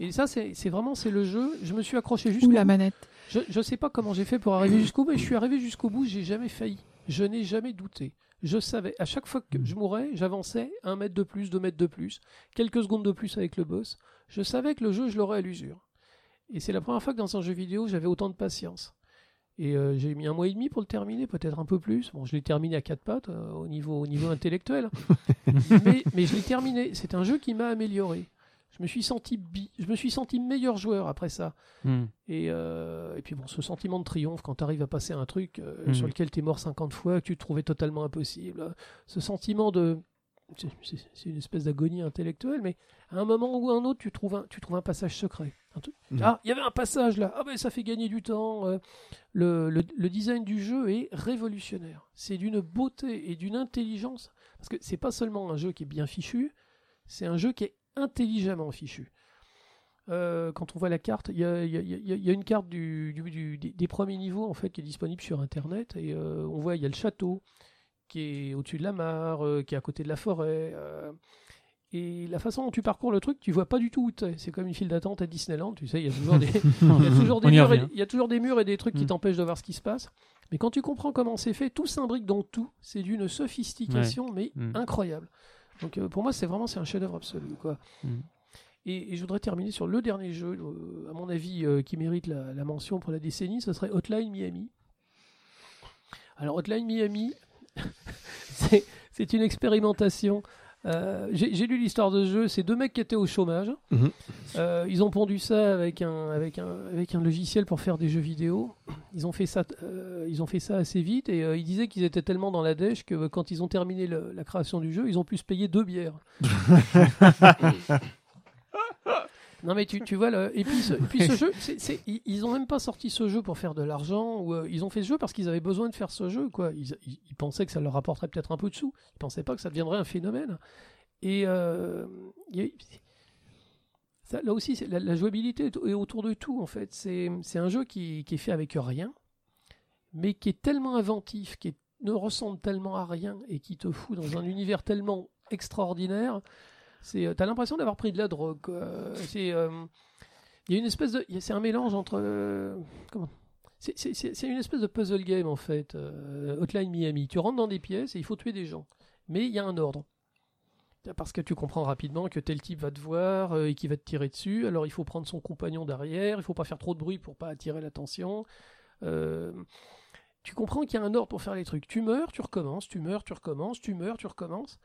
Et ça, c'est c'est vraiment, c'est le jeu. Je me suis accroché
Ou
jusqu'au
la manette.
je, je sais pas comment j'ai fait pour arriver jusqu'au bout, mais je suis arrivé jusqu'au bout, j'ai jamais failli. Je n'ai jamais douté. Je savais, à chaque fois que je mourais, j'avançais un mètre de plus, deux mètres de plus, quelques secondes de plus avec le boss. Je savais que le jeu, je l'aurais à l'usure. Et c'est la première fois que dans un jeu vidéo, j'avais autant de patience. Et euh, j'ai mis un mois et demi pour le terminer, peut-être un peu plus. Bon, je l'ai terminé à quatre pattes euh, au, niveau, au niveau intellectuel. mais, mais je l'ai terminé. C'est un jeu qui m'a amélioré. Je me suis senti bi- je me suis senti meilleur joueur après ça.
Mm.
Et, euh, et puis bon, ce sentiment de triomphe quand tu arrives à passer un truc euh,
Mhm.
sur lequel tu es mort 50 fois, que tu te trouvais totalement impossible, euh, ce sentiment de... c'est- C'est c'est une espèce d'agonie intellectuelle, mais à un moment ou à un autre, tu trouves un, tu trouves un passage secret. Un truc-
Mhm.
Ah, il y avait un passage là. Ah ben ça fait gagner du temps. euh, le, le- le design du jeu est révolutionnaire. C'est d'une beauté et d'une intelligence. Parce que c'est pas seulement un jeu qui est bien fichu, c'est un jeu qui est intelligemment fichu. Euh, quand on voit la carte, il y a, il y a- il y a- il y a une carte du, du- du- des, des premiers niveaux en fait qui est disponible sur internet et euh, on voit il y a le château qui est au-dessus de la mare, euh, qui est à côté de la forêt. euh, et la façon dont tu parcours le truc, tu vois pas du tout où t'es. C'est comme une file d'attente à Disneyland, tu sais, il y a toujours des, il y a toujours des,
On y
murs, et,
revient.
il y a toujours des murs et des trucs qui
Mm.
t'empêchent de voir ce qui se passe. Mais quand tu comprends comment c'est fait, tout s'imbrique dans tout. C'est d'une sophistication, mais
Mm.
incroyable. Donc euh, pour moi, c'est vraiment c'est un chef-d'œuvre absolu. Quoi.
Mm.
Et, et je voudrais terminer sur le dernier jeu, euh, à mon avis, euh, qui mérite la, la mention pour la décennie, ce serait Hotline Miami. Alors Hotline Miami, c'est c'est une expérimentation Euh, J'ai j'ai lu l'histoire de ce jeu, c'est deux mecs qui étaient au chômage.
Mhm.
Euh, ils ont pondu ça avec un, avec, un, avec un logiciel pour faire des jeux vidéo. Ils ont fait ça, euh, ils ont fait ça assez vite et euh, ils disaient qu'ils étaient tellement dans la dèche que euh, quand ils ont terminé le- la création du jeu, ils ont pu se payer deux bières. Non mais tu, tu vois, le- et puis ce, et puis ce jeu, c'est- c'est- ils- ils ont même pas sorti ce jeu pour faire de l'argent, ou euh, ils ont fait ce jeu parce qu'ils avaient besoin de faire ce jeu, quoi. Ils, ils- ils pensaient que ça leur rapporterait peut-être un peu de sous, ils pensaient pas que ça deviendrait un phénomène. Et euh, il y a eu- ça, là aussi, c'est- la, la jouabilité est, est autour de tout, en fait. C'est c'est un jeu qui, qui est fait avec rien, mais qui est tellement inventif, qui est- ne ressemble tellement à rien, et qui te fout dans un univers tellement extraordinaire. C'est, euh, T'as l'impression d'avoir pris de la drogue. quoi. Euh, C'est euh, il y a une espèce de, il y a- c'est un mélange entre, euh, comment C'est- c'est c'est- c'est une espèce de puzzle game en fait. euh, Hotline Miami. Tu rentres dans des pièces et il faut tuer des gens, mais il y a un ordre. Parce que tu comprends rapidement que tel type va te voir euh, et qui va te tirer dessus. Alors il faut prendre son compagnon derrière. Il faut pas faire trop de bruit pour pas attirer l'attention. Euh, tu comprends qu'il y a un ordre pour faire les trucs. Tu meurs, tu recommences. Tu meurs, tu recommences. Tu meurs, tu recommences.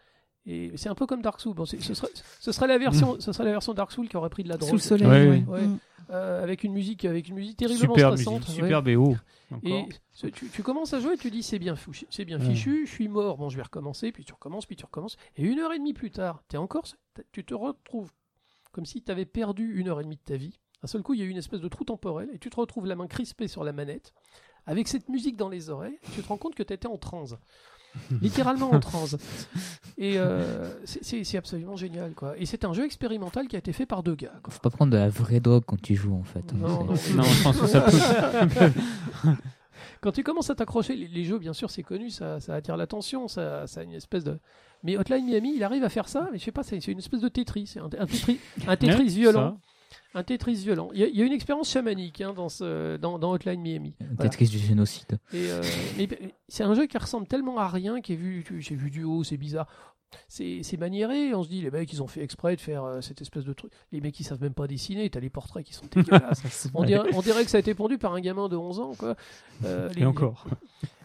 Et c'est un peu comme Dark Souls. Bon, c'est- ce, serait, ce serait la version, ce serait la version Dark Souls qui aurait pris de la drogue.
Sous le soleil.
Ouais,
ouais.
ouais.
Mm.
Euh, avec une musique, avec une musique terriblement
Super
stressante.
musique,
ouais.
super BO.
Et
encore.
ce- tu, tu commences à jouer et tu dis c'est bien fou, c'est bien fichu, je suis mort, bon je vais recommencer, puis tu recommences, puis tu recommences. Et une heure et demie plus tard, t'es encore, t'as- tu te retrouves comme si tu avais perdu une heure et demie de ta vie. Un seul coup, il y a eu une espèce de trou temporel et tu te retrouves la main crispée sur la manette. Avec cette musique dans les oreilles, tu te rends compte que tu étais en transe. Littéralement en transe. Et euh, c'est- c'est c'est absolument génial. quoi. Et c'est un jeu expérimental qui a été fait par deux gars. quoi.
Faut pas prendre de la vraie drogue quand tu joues en fait. hein,
Non,
c'est-
non.
Non, je pense que ça peut.
Quand tu commences à t'accrocher, les, les jeux, bien sûr, c'est connu, ça, ça attire l'attention, ça, ça a une espèce de. Mais Hotline Miami, il arrive à faire ça, mais je sais pas, c'est c'est une espèce de Tetris, c'est un, un Tetris, un Tetris
Ouais,
violent, un Tetris violent. Il y, a- il y a une expérience chamanique hein, dans, ce, dans, dans Hotline Miami. Voilà.
Tetris du génocide.
Et, euh, mais mais c'est un jeu qui ressemble tellement à rien qui est vu, tu- j'ai vu du haut, c'est bizarre. C'est c'est maniéré, on se dit les mecs ils ont fait exprès de faire euh, cette espèce de truc. Les mecs ils savent même pas dessiner, t'as les portraits qui sont dégueulasses.
ça.
on, dirait, on dirait que ça a été pondu par un gamin de 11 ans quoi. Euh,
Et
les-
encore.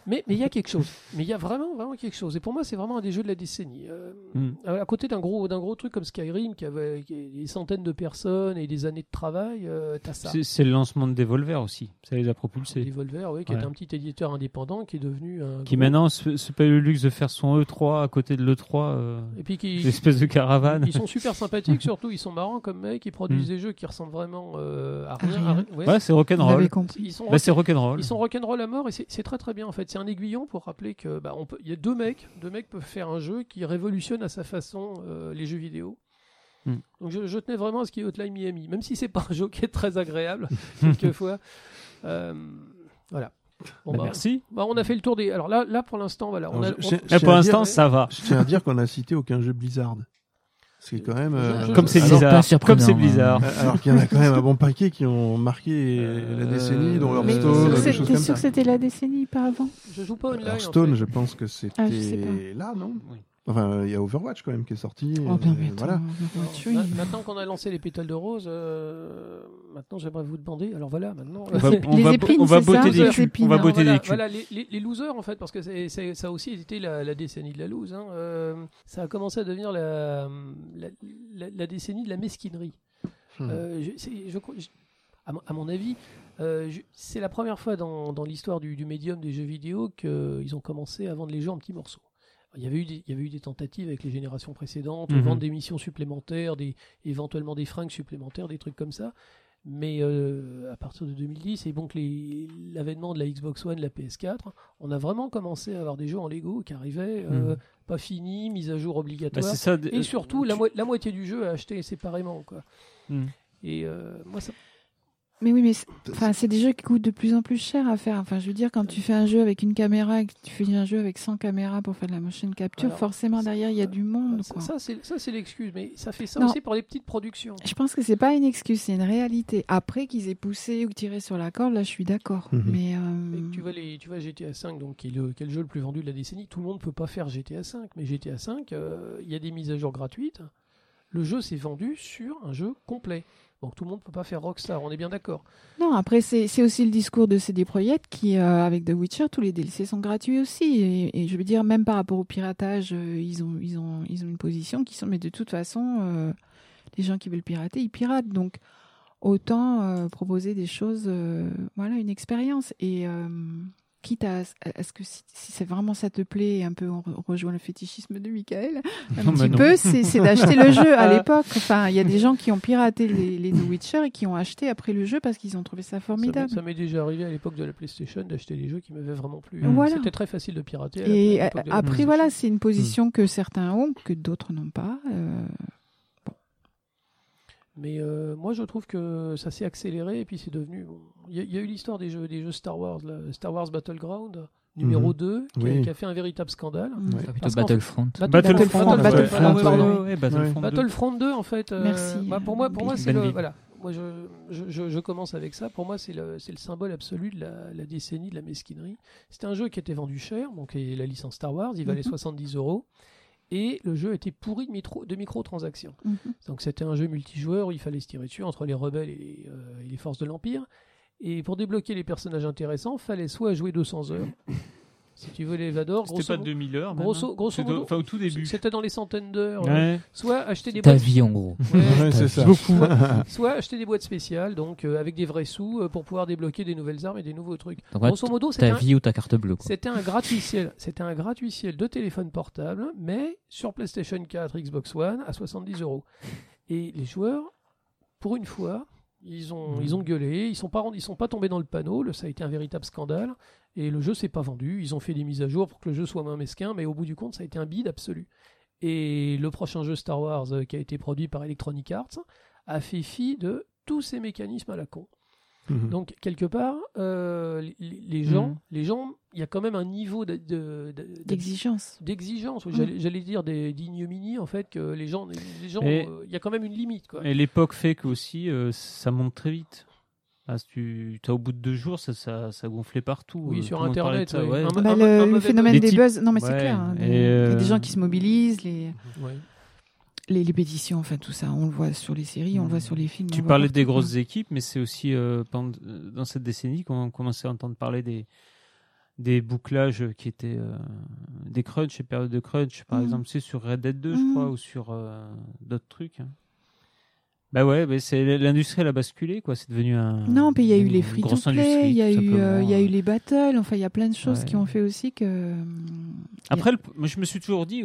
mais mais il y a quelque chose. Mais il y a vraiment vraiment quelque chose. Et pour moi, c'est vraiment un des jeux de la décennie. Euh,
Mm.
à à côté d'un gros d'un gros truc comme Skyrim qui avait qui- des centaines de personnes et des années de travail, euh, t'as ça.
C'est- C'est le lancement de Devolver aussi. Ça les a propulsés.
Devolver, oui, qui
Ouais.
est un petit éditeur indépendant qui est devenu un
Qui
gros-
maintenant se, se paye le luxe de faire son E3 à côté de l'E3. euh,
et puis
une
qui
espèce de caravane.
Ils sont super sympathiques, surtout ils sont marrants comme mecs, ils produisent des jeux qui ressemblent vraiment euh, à rien. à
rien.
ri- ouais.
Hmm. Ah, Ouais, c'est
Vous l'avez
rock'n'roll.
compris.
Ils sont
Bah, c'est rock'n'roll.
ils sont rock'n'roll à mort et c'est c'est très très bien en fait. C'est un aiguillon pour rappeler que bah, on peut, il y a deux mecs, deux mecs peuvent faire un jeu qui révolutionne à sa façon euh, les jeux vidéo.
Hmm.
Donc je, je tenais vraiment à ce qu'il y ait Hotline Miami, même si c'est pas un jeu qui est très agréable quelquefois. Euh, voilà. Bon,
Bah,
bah,
merci.
bah, on a fait le tour des. Alors là, là pour l'instant, voilà. On
Alors,
a,
je-
on-
je- je
Et
tiens
pour
à
l'instant,
dire-
ça va.
Je tiens à dire qu'on a cité aucun jeu Blizzard. C'est quand même. euh,
Je- je-
Comme c'est
alors-
Alors, pas
bizarre.
surprenant,
Comme c'est
hein.
bizarre.
Euh, Alors qu'il y en a quand même un bon paquet qui ont marqué
Euh,
la décennie, dont
euh,
Mais
Hearthstone,
Hearthstone,
c'est-
Oh, des
t'es
choses
sûr,
comme
que
ça.
c'était la décennie pas avant
je joue pas online. en
Hearthstone,
fait.
je pense que
Ah, je sais
c'était
pas.
là, non
Oui.
Enfin, euh, il y a Overwatch quand même qui est sorti. euh,
Oh, bien, mais attends,
voilà.
Alors,
Overwatch, oui.
ma- Maintenant qu'on a lancé les pétales de rose, euh, maintenant j'aimerais vous demander. Alors voilà, maintenant.
On va, on
Les
va-
épines,
on va
c'est
botter
ça,
des
les
culs.
épines.
On va
Non,
Alors,
botter
hein, voilà,
des culs.
voilà, les, les- les losers en fait, parce que c'est- c'est- ça a aussi été la, la décennie de la lose. hein. Euh, ça a commencé à devenir la, la, la- la décennie de la mesquinerie.
Mmh.
Hmm.
Euh, je- c'est- je crois- je- à, mon- à mon avis, euh, je- c'est la première fois dans, dans l'histoire du, du médium des jeux vidéo qu'ils ont commencé à vendre les jeux en petits morceaux. Il y, avait eu des, il y avait eu des tentatives avec les générations précédentes,
Mhm.
vendre des missions supplémentaires, des, éventuellement des fringues supplémentaires, des trucs comme ça. Mais euh, à partir de 2010, et donc les- l'avènement de la Xbox One, de la PS4, on a vraiment commencé à avoir des jeux en Lego qui arrivaient, euh, pas finis, mise à jour
Mmh. Bah,
obligatoire.
c'est ça. d-
et surtout,
tu-
la, moi- la moitié du jeu à acheter séparément. Quoi.
Mm.
Et euh, moi, ça.
Mais oui, mais c'est- enfin, c'est des jeux qui coûtent de plus en plus cher à faire. Enfin, je veux dire, quand tu fais un jeu avec une caméra et que tu fais un jeu avec 100 caméras pour faire de la motion capture,
Alors,
forcément derrière il y a du monde.
Ça,
quoi.
ça, c'est- ça, c'est l'excuse, mais ça fait ça
Non.
aussi pour les petites productions.
Je pense que c'est pas une excuse, c'est une réalité. Après qu'ils aient poussé ou tiré sur la corde, là, je suis d'accord.
Mhm.
Mais
Mais
euh,
tu vois les, tu vois GTA 5 donc qui est le, qui est le jeu le plus vendu euh, de la décennie. Tout le monde peut pas faire GTA 5, mais GTA 5, il y a des mises à jour gratuites. le jeu s'est vendu sur un jeu complet. Donc tout le monde ne peut pas faire Rockstar, on est bien d'accord.
Non, après, c'est c'est aussi le discours de CD Projekt qui, euh, avec The Witcher, tous les DLC sont gratuits aussi. Et, et je veux dire, même par rapport au piratage, euh, ils, ont, ils, ont, ils ont une position qui sont. Mais de toute façon, euh, les gens qui veulent pirater, ils piratent. Donc autant euh, proposer des choses, euh, voilà, une expérience. Et euh, quitte à, à ce que si, si c'est vraiment ça te plaît, et un peu on re- rejoint le fétichisme de Michael, un
Non, Euh, mais
petit
non.
peu, c'est c'est d'acheter le jeu à l'époque. Enfin, il y a des gens qui ont piraté les, les The Witcher et qui ont acheté après le jeu parce qu'ils ont trouvé ça
Ça m'est-
formidable.
Ça m'est déjà arrivé à l'époque de la PlayStation d'acheter des jeux qui m'avaient vraiment plu.
Mm. Voilà.
C'était très facile de pirater. à la-
Et
à
euh,
l'époque de la
après,
PlayStation.
voilà, c'est une position
Hmm.
que certains ont, que d'autres n'ont pas. euh,
Mais euh, moi, je trouve que ça s'est accéléré et puis c'est devenu. bon, Il y, a- il y a eu l'histoire des jeux, des jeux Star Wars, là, Star Wars Battleground numéro
Mhm.
2, qui, a,
Oui.
qui a fait un véritable scandale.
Mm.
Ouais.
Ah, plutôt
Parce qu'en- bah,
Battlefront.
Battlefront,
Battlefront,
Battlefront,
voilà,
ouais.
pardon.
ouais, Battlefront deux.
Battlefront 2, en fait. euh,
Merci,
bah, pour moi, pour moi,
Bill.
c'est le.
Bill.
Voilà. Moi, je, je, je- je commence avec ça. Pour moi, c'est le, c'est le symbole absolu de la, la décennie de la mesquinerie. C'était un jeu qui était vendu cher, donc et la licence Star Wars, il valait
Mhm.
70 euros. Et le jeu était pourri de, micro, de microtransactions.
Mhm.
Donc c'était un jeu multijoueur où il fallait se tirer dessus entre les rebelles et, euh, et les forces de l'Empire. Et pour débloquer les personnages intéressants, fallait soit jouer 200 heures. si tu veux les Vador,
C'était
grosso,
pas 2000 heures. même,
grosso-
hein.
grosso
C'était au-
modo,
Enfin, au tout début.
c'était dans les centaines d'heures. euh,
Ouais.
Soit acheter des
Ta
boîtes,
vie en gros.
ouais,
c'est ça.
soit, soit acheter des boîtes spéciales, donc euh, avec des vrais sous euh, pour pouvoir débloquer des nouvelles armes et des nouveaux trucs.
Donc, voilà,
grosso modo, c'était
ta
un,
vie ou ta carte bleue. quoi.
c'était un gratuitiel, c'était un gratuitiel de téléphone portable, mais sur PlayStation 4, Xbox One à 70 euros. Et les joueurs, pour une fois, ils ont, ils ont gueulé, ils sont pas, rend- ils sont pas tombés dans le panneau. le- Ça a été un véritable scandale. Et le jeu s'est pas vendu. Ils ont fait des mises à jour pour que le jeu soit moins mesquin, mais au bout du compte, ça a été un bide absolu. Et le prochain jeu Star Wars euh, qui a été produit par Electronic Arts a fait fi de tous ces mécanismes à la con.
Mm.
Mhm.
Donc quelque part, euh, les, les gens,
Mhm.
les gens, il y a quand même un niveau de- de- de- de-
D'exigence. Mm.
d'exigence. oui, J'allais j'allais dire des- d'ignominie en fait que les gens, les gens,
Mais-
euh, il y a quand même une limite quoi.
Et l'époque fait que aussi, euh, ça monte très vite. Ah, si tu, t'as, au bout de deux jours, ça, ça, ça gonflait partout.
Oui,
Euh,
sur
tout le monde parlait
Internet,
de ça,
oui.
ouais.
Un-
Bah,
un- un
le, le
mauvais
phénomène
Les
des
types-
buzz, non mais c'est
Ouais,
clair. hein,
et
des-
euh,
Des gens qui se mobilisent, les,
Ouais.
les, les pétitions, enfin tout ça, on le voit sur les séries, on le voit sur les films. on
Hmm. Tu
le voit
parlais des
partout. hein.
grosses équipes, mais c'est aussi euh, pendant- euh, dans cette décennie qu'on commençait à entendre parler des, des bouclages qui étaient euh, des crunchs, des périodes de crunch, par
Mhm.
exemple, c'est sur Red Dead 2,
Mhm.
je crois, ou sur euh, d'autres trucs. hein. Bah ouais, mais c'est l'industrie elle a basculé quoi, c'est devenu un
Non, puis il y a eu
une
les free to
grosse
play,
industrie,
il y a
tout
eu, euh,
simplement.
il y a eu les battles, enfin il y a plein de choses
Ouais.
qui ont fait aussi que.
Après, le- moi, je me suis toujours dit,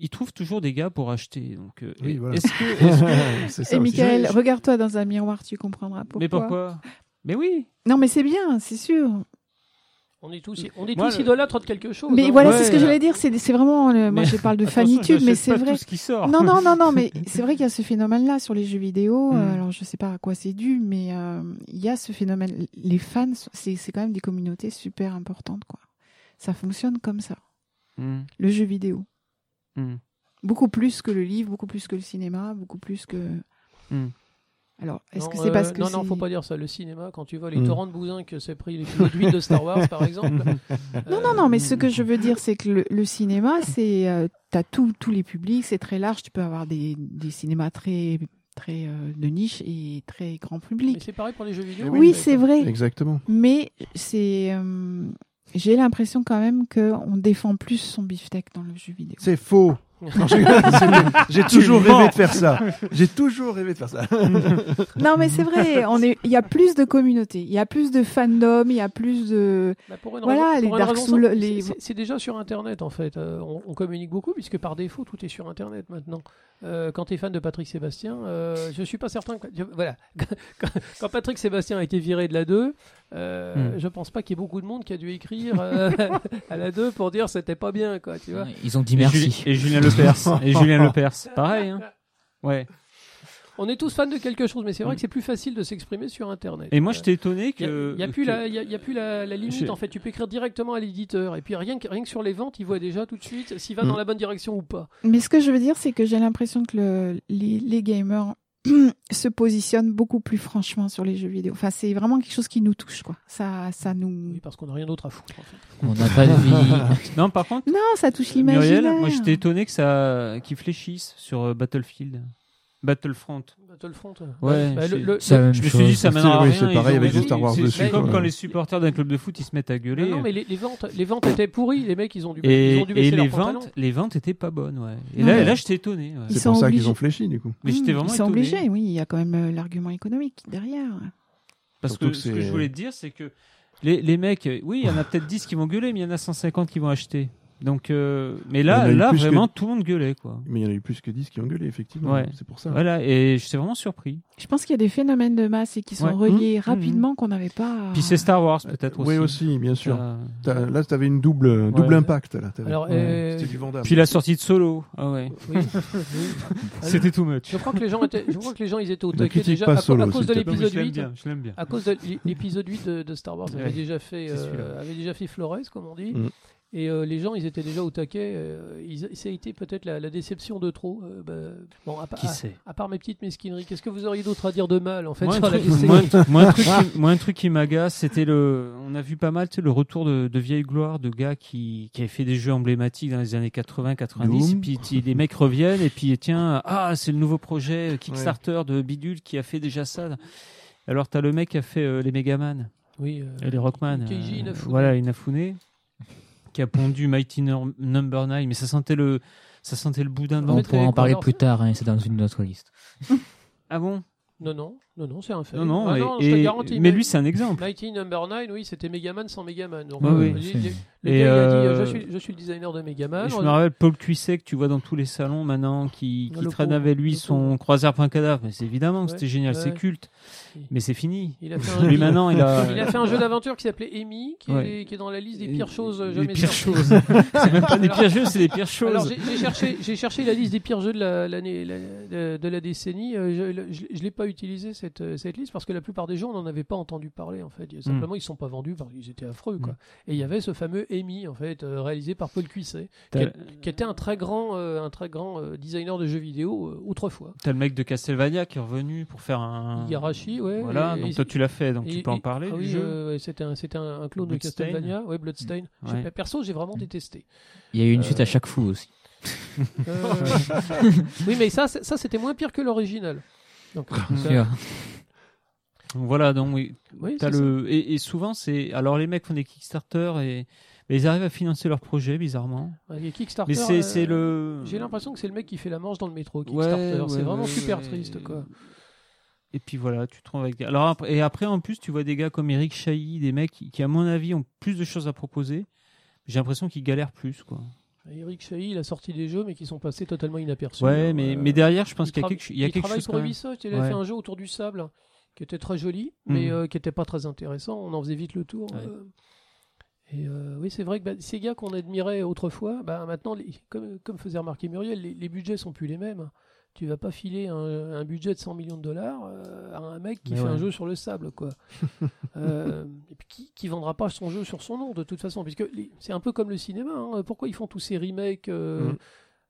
ils trouvent toujours des gars pour acheter. Donc, euh,
Oui, voilà.
est-ce que, est-ce que-
C'est ça
Et
aussi.
Eh, Michael, regarde-toi dans un miroir, tu comprendras pourquoi.
mais pourquoi Mais oui.
Non mais c'est bien, c'est sûr.
On est tous, on est
Moi,
tous
le-
idolâtres de quelque chose.
Mais
hein.
voilà,
Oh, Ouais,
c'est ce que
ouais.
j'allais dire. C'est c'est vraiment, le- moi
Mais-
je parle de
Attention,
fanitude, mais
j'achète
c'est
pas
vrai.
Tout ce qui sort.
Non, non, non, non, mais c'est vrai qu'il y a ce phénomène-là sur les jeux vidéo. euh,
Mm.
alors, je sais pas à quoi c'est dû, mais euh, il y a ce phénomène. Les fans, c'est c'est quand même des communautés super importantes, quoi. Ça fonctionne comme ça,
Mm,
le jeu vidéo.
mm.
Beaucoup plus que le livre, beaucoup plus que le cinéma, beaucoup plus que.
Mm.
Alors, est-ce
Non,
que c'est
euh,
parce que.
non, non,
c'est-
faut pas dire ça. Le cinéma, quand tu vois les
Mm.
torrents de bousin que c'est pris l'épisode 8 de Star Wars, par exemple. Euh,
Non, non, non, mais ce que je veux dire, c'est que le, le cinéma, c'est. euh, T'as tout- tous les publics, c'est très large. Tu peux avoir des, des cinémas très, très euh, de niche et très grand
Mais
public.
c'est pareil pour les jeux vidéo.
Mais
vous
Oui,
savez
c'est
pas.
vrai.
Exactement.
Mais c'est, euh, j'ai l'impression quand même que on défend plus son beefsteak dans le jeu vidéo.
C'est faux. Non, je rigole, c'est- J'ai toujours
mens.
rêvé de faire ça. J'ai toujours rêvé de faire ça.
Non, mais c'est vrai. On est, il y a plus de communauté, il y a plus de fandom, il y a plus de.
Bah, pour une
Voilà,
raison-
les
pour une
Dark
raison
Souls,
simple,
les-
c'est- c'est- C'est déjà sur Internet, en fait. Euh, on, on communique beaucoup, puisque par défaut, tout est sur Internet maintenant. Euh, quand tu es fan de Patrick Sébastien, euh, je suis pas certain. que- je- voilà. Quand, quand Patrick Sébastien a été viré de la 2, euh,
Hmm.
je pense pas qu'il y ait beaucoup de monde qui a dû écrire euh, à la 2 pour dire c'était pas bien, quoi, tu vois.
Ils ont dit
Et,
merci.
Juli- et Julien Lepers. et Julien Lepers. Pareil. hein. Ouais.
On est tous fans de quelque chose, mais c'est vrai que c'est plus facile de s'exprimer sur Internet.
Hmm. Et moi,
Euh,
j'étais étonné
Il
que.
n'y a, plus
que-
la, y a- y a plus la, la limite,
Je-
en fait. Tu peux écrire directement à l'éditeur. Et puis rien que, rien que sur les ventes, il voit déjà tout de
Hmm.
suite s'il va
Mm.
dans la bonne direction ou pas.
Mais ce que je veux dire, c'est que j'ai l'impression que le- les, les gamers se positionne beaucoup plus franchement sur les jeux vidéo. Enfin, c'est vraiment quelque chose qui nous touche, quoi. Ça, ça nous.
Oui, parce qu'on n'a rien d'autre à foutre. En fait.
On n'a pas de vie.
Non, par contre,
Non, ça touche
Euh, Muriel,
l'imaginaire.
moi j'étais étonné que ça, qu'ils fléchissent sur euh, Battlefield, Battlefront.
Battlefront.
Ouais,
Bah, le-
c'est-
le-
C'est la même
Je me suis
chose.
dit ça
C'est-
mènera à
oui,
rien.
c'est
ils
pareil
ont
avec
raison.
du Star Wars
C'est-
dessus,
C'est comme
quoi.
quand les supporters d'un club de foot ils se mettent à gueuler.
Non, non, mais les, les ventes, les ventes étaient pourries. Les mecs, ils ont dû,
Et,
ils ont dû
et
baisser
les
leurs pantalons.
ventes, les ventes étaient pas bonnes, ouais. Et
Non,
là,
mais-
là, j'étais étonné. ouais.
Ils
C'est
sont
pour ça qu'ils
obligés.
ont fléchi, du coup.
Mais j'étais vraiment
Mmh, Ils sont
étonné.
obligés, oui. Il y a quand même euh, l'argument économique derrière.
Parce
Surtout
que,
que
ce que
c'est-
je voulais te dire, c'est que les, les mecs, euh, oui, il y en a peut-être 10 qui vont gueuler, mais il y en a 150 qui vont acheter. Donc, euh, mais
Il y en
là,
a eu
là,
plus que-
vraiment, tout le monde gueulait, quoi.
Mais il y en a eu plus que 10 qui ont gueulé, effectivement.
Ouais.
C'est pour ça.
Voilà, et j'étais vraiment surpris.
Je pense qu'il y a des phénomènes de masse et qui sont
Ouais.
reliés
Mmh,
rapidement qu'on n'avait pas.
Puis c'est Star Wars,
Euh,
peut-être
Oui,
aussi. Euh,
aussi, bien sûr.
Ça-
T'as- Là, tu avais une double, double
Ouais.
impact. Là, t'avais.
Alors,
Ouais,
euh,
C'était du Vandame.
Puis la sortie de Solo. Ah ouais.
oui, oui.
C'était too much.
Je crois que les gens étaient, je crois que les gens ils étaient au
Ne
taquet
critique
déjà
pas
à, co-
Solo,
à cause
s'il
de
te plaît.
Non, mais je
l'épisode
l'aime
8.
bien, je l'aime bien.
À cause de l'é- l'épisode 8 de, de Star Wars, avait
Ouais,
déjà fait,
c'est
euh,
celui-là.
avait déjà fait Flores, comme on dit.
Mm.
Et euh, les gens, ils étaient déjà au taquet. euh, ils, ça a été peut-être la, la déception de trop. euh, bah, bon, à, pa-
Qui
à-
sait
à part mes petites mesquineries, qu'est-ce que vous auriez d'autre à dire de mal en fait
Moi, un
sur la
truc-
DCI?
moi, un truc- moi, un truc qui- moi, un truc qui m'agace, c'était le. On a vu pas mal tu sais, le retour de, de vieilles gloires, de gars qui, qui avaient fait des jeux emblématiques dans les années 80, 90.
Doom.
Et puis ti- les mecs reviennent, et puis tiens, ah, c'est le nouveau projet euh, Kickstarter de Bidule qui a fait déjà ça. Alors, t'as le mec qui a fait euh, les Megaman
Oui, euh,
et les Rockman.
Keiji Inafune.
voilà, Inafune, qui a pondu Mighty Num- Number 9. Mais ça sentait le, ça sentait le boudin de
En
On
fait,
l'entrée.
t'avais
pourra en parler
quoi,
plus tard, hein, c'est dans une autre liste.
Ah bon
Non, non, non, non, c'est un fait.
Non, non,
Ah
et-
je te
et-
garantis,
mais
Mi-
lui, c'est un exemple.
Mighty Number 9, oui, c'était Megaman sans Megaman. Donc,
Ouais,
euh,
oui,
les- les- le
Et,
gars, il a dit,
euh,
je, suis, je suis le designer de Megaman.
Et je me rappelle Paul Cuisset que tu vois dans tous les salons maintenant qui, qui
Le
traîne
pauvre,
avec lui
le
son
pauvre.
croiseur point cadavre. Mais c'est évidemment que
Ouais,
c'était génial, c'est
ouais.
culte.
Oui.
Mais c'est fini.
Il a fait
Lui
un,
maintenant, il a.
il a fait un jeu d'aventure qui s'appelait Amy, qui,
Ouais.
est, qui est dans la liste des pires choses
Des
jamais
pires
sorties.
choses. c'est même pas des
Alors-
pires jeux, c'est des pires choses.
Alors j'ai j'ai cherché, j'ai cherché la liste des pires jeux de la- l'année, la, de, de la décennie. Euh, Je, le- je, je l'ai pas utilisé cette, euh, cette liste parce que la plupart des gens n'en avaient pas entendu parler en fait. Il y a
Hmm.
Simplement ils sont pas vendus parce qu'ils étaient affreux quoi. Et il y avait ce fameux Amy en fait euh, réalisé par Paul Cuisset,
T'as
qui était un très grand, euh, un très grand euh, designer de jeux vidéo euh, autrefois.
t'as le mec de Castlevania qui est revenu pour faire un.
Igarashi, ouais.
Voilà,
et- et-
donc toi tu l'as fait, donc
et-
tu peux
et-
en parler
ah
du
oui,
jeu.
euh, ouais, c'était un, c'était un, un clone de
Bloodstain.
Castlevania, ouais, Bloodstain. Je sais
Hmm. Ouais.
pas, Perso, j'ai vraiment détesté.
Il y a eu une suite
Euh,
à chaque fou aussi.
Euh, oui, mais ça, c'est- ça c'était moins pire que l'original. Donc, ça-
Sûr.
Donc Voilà, donc oui,
oui,
T'as
c'est ça.
le... et, et souvent, c'est. Alors, les mecs font des Kickstarter et mais ils arrivent à financer leurs projets, bizarrement.
Ouais, les Kickstarter.
Mais c'est
euh,
c'est le.
J'ai l'impression que c'est le mec qui fait la manche dans le métro.
Hmm. Ouais,
Kickstarter,
ouais,
c'est
ouais,
vraiment
ouais,
super
ouais.
triste, quoi.
Et puis voilà, tu te trouves avec. des- Alors après, et après, en plus, tu vois des gars comme Eric Chahi, des mecs qui, qui, à mon avis, ont plus de choses à proposer. J'ai l'impression qu'ils galèrent plus, quoi.
Eric Chahi, il a sorti des jeux, mais qui sont passés totalement inaperçus.
Ouais,
Alors,
mais,
euh,
mais derrière, je pense
il
qu'il y a
trava-
quelque, il y a
il
quelque
travaille
chose.
pour
quand même.
Ubisoft. Il a
Ouais.
fait un jeu autour du sable qui était très joli,
Mm.
mais euh, qui n'était pas très intéressant. On en faisait vite le tour.
Ouais.
euh. Et euh, oui, c'est vrai que bah, ces gars qu'on admirait autrefois, bah, maintenant, les- comme, comme faisait remarquer Muriel, les, les budgets sont plus les mêmes. Tu vas pas filer un, un budget de 100 millions de dollars euh, à un mec qui
Mais
fait un
ouais.
jeu sur le sable, quoi. Euh, et puis qui, qui vendra pas son jeu sur son nom de toute façon, puisque les- c'est un peu comme le cinéma. hein. Pourquoi ils font tous ces remakes euh,
Mm.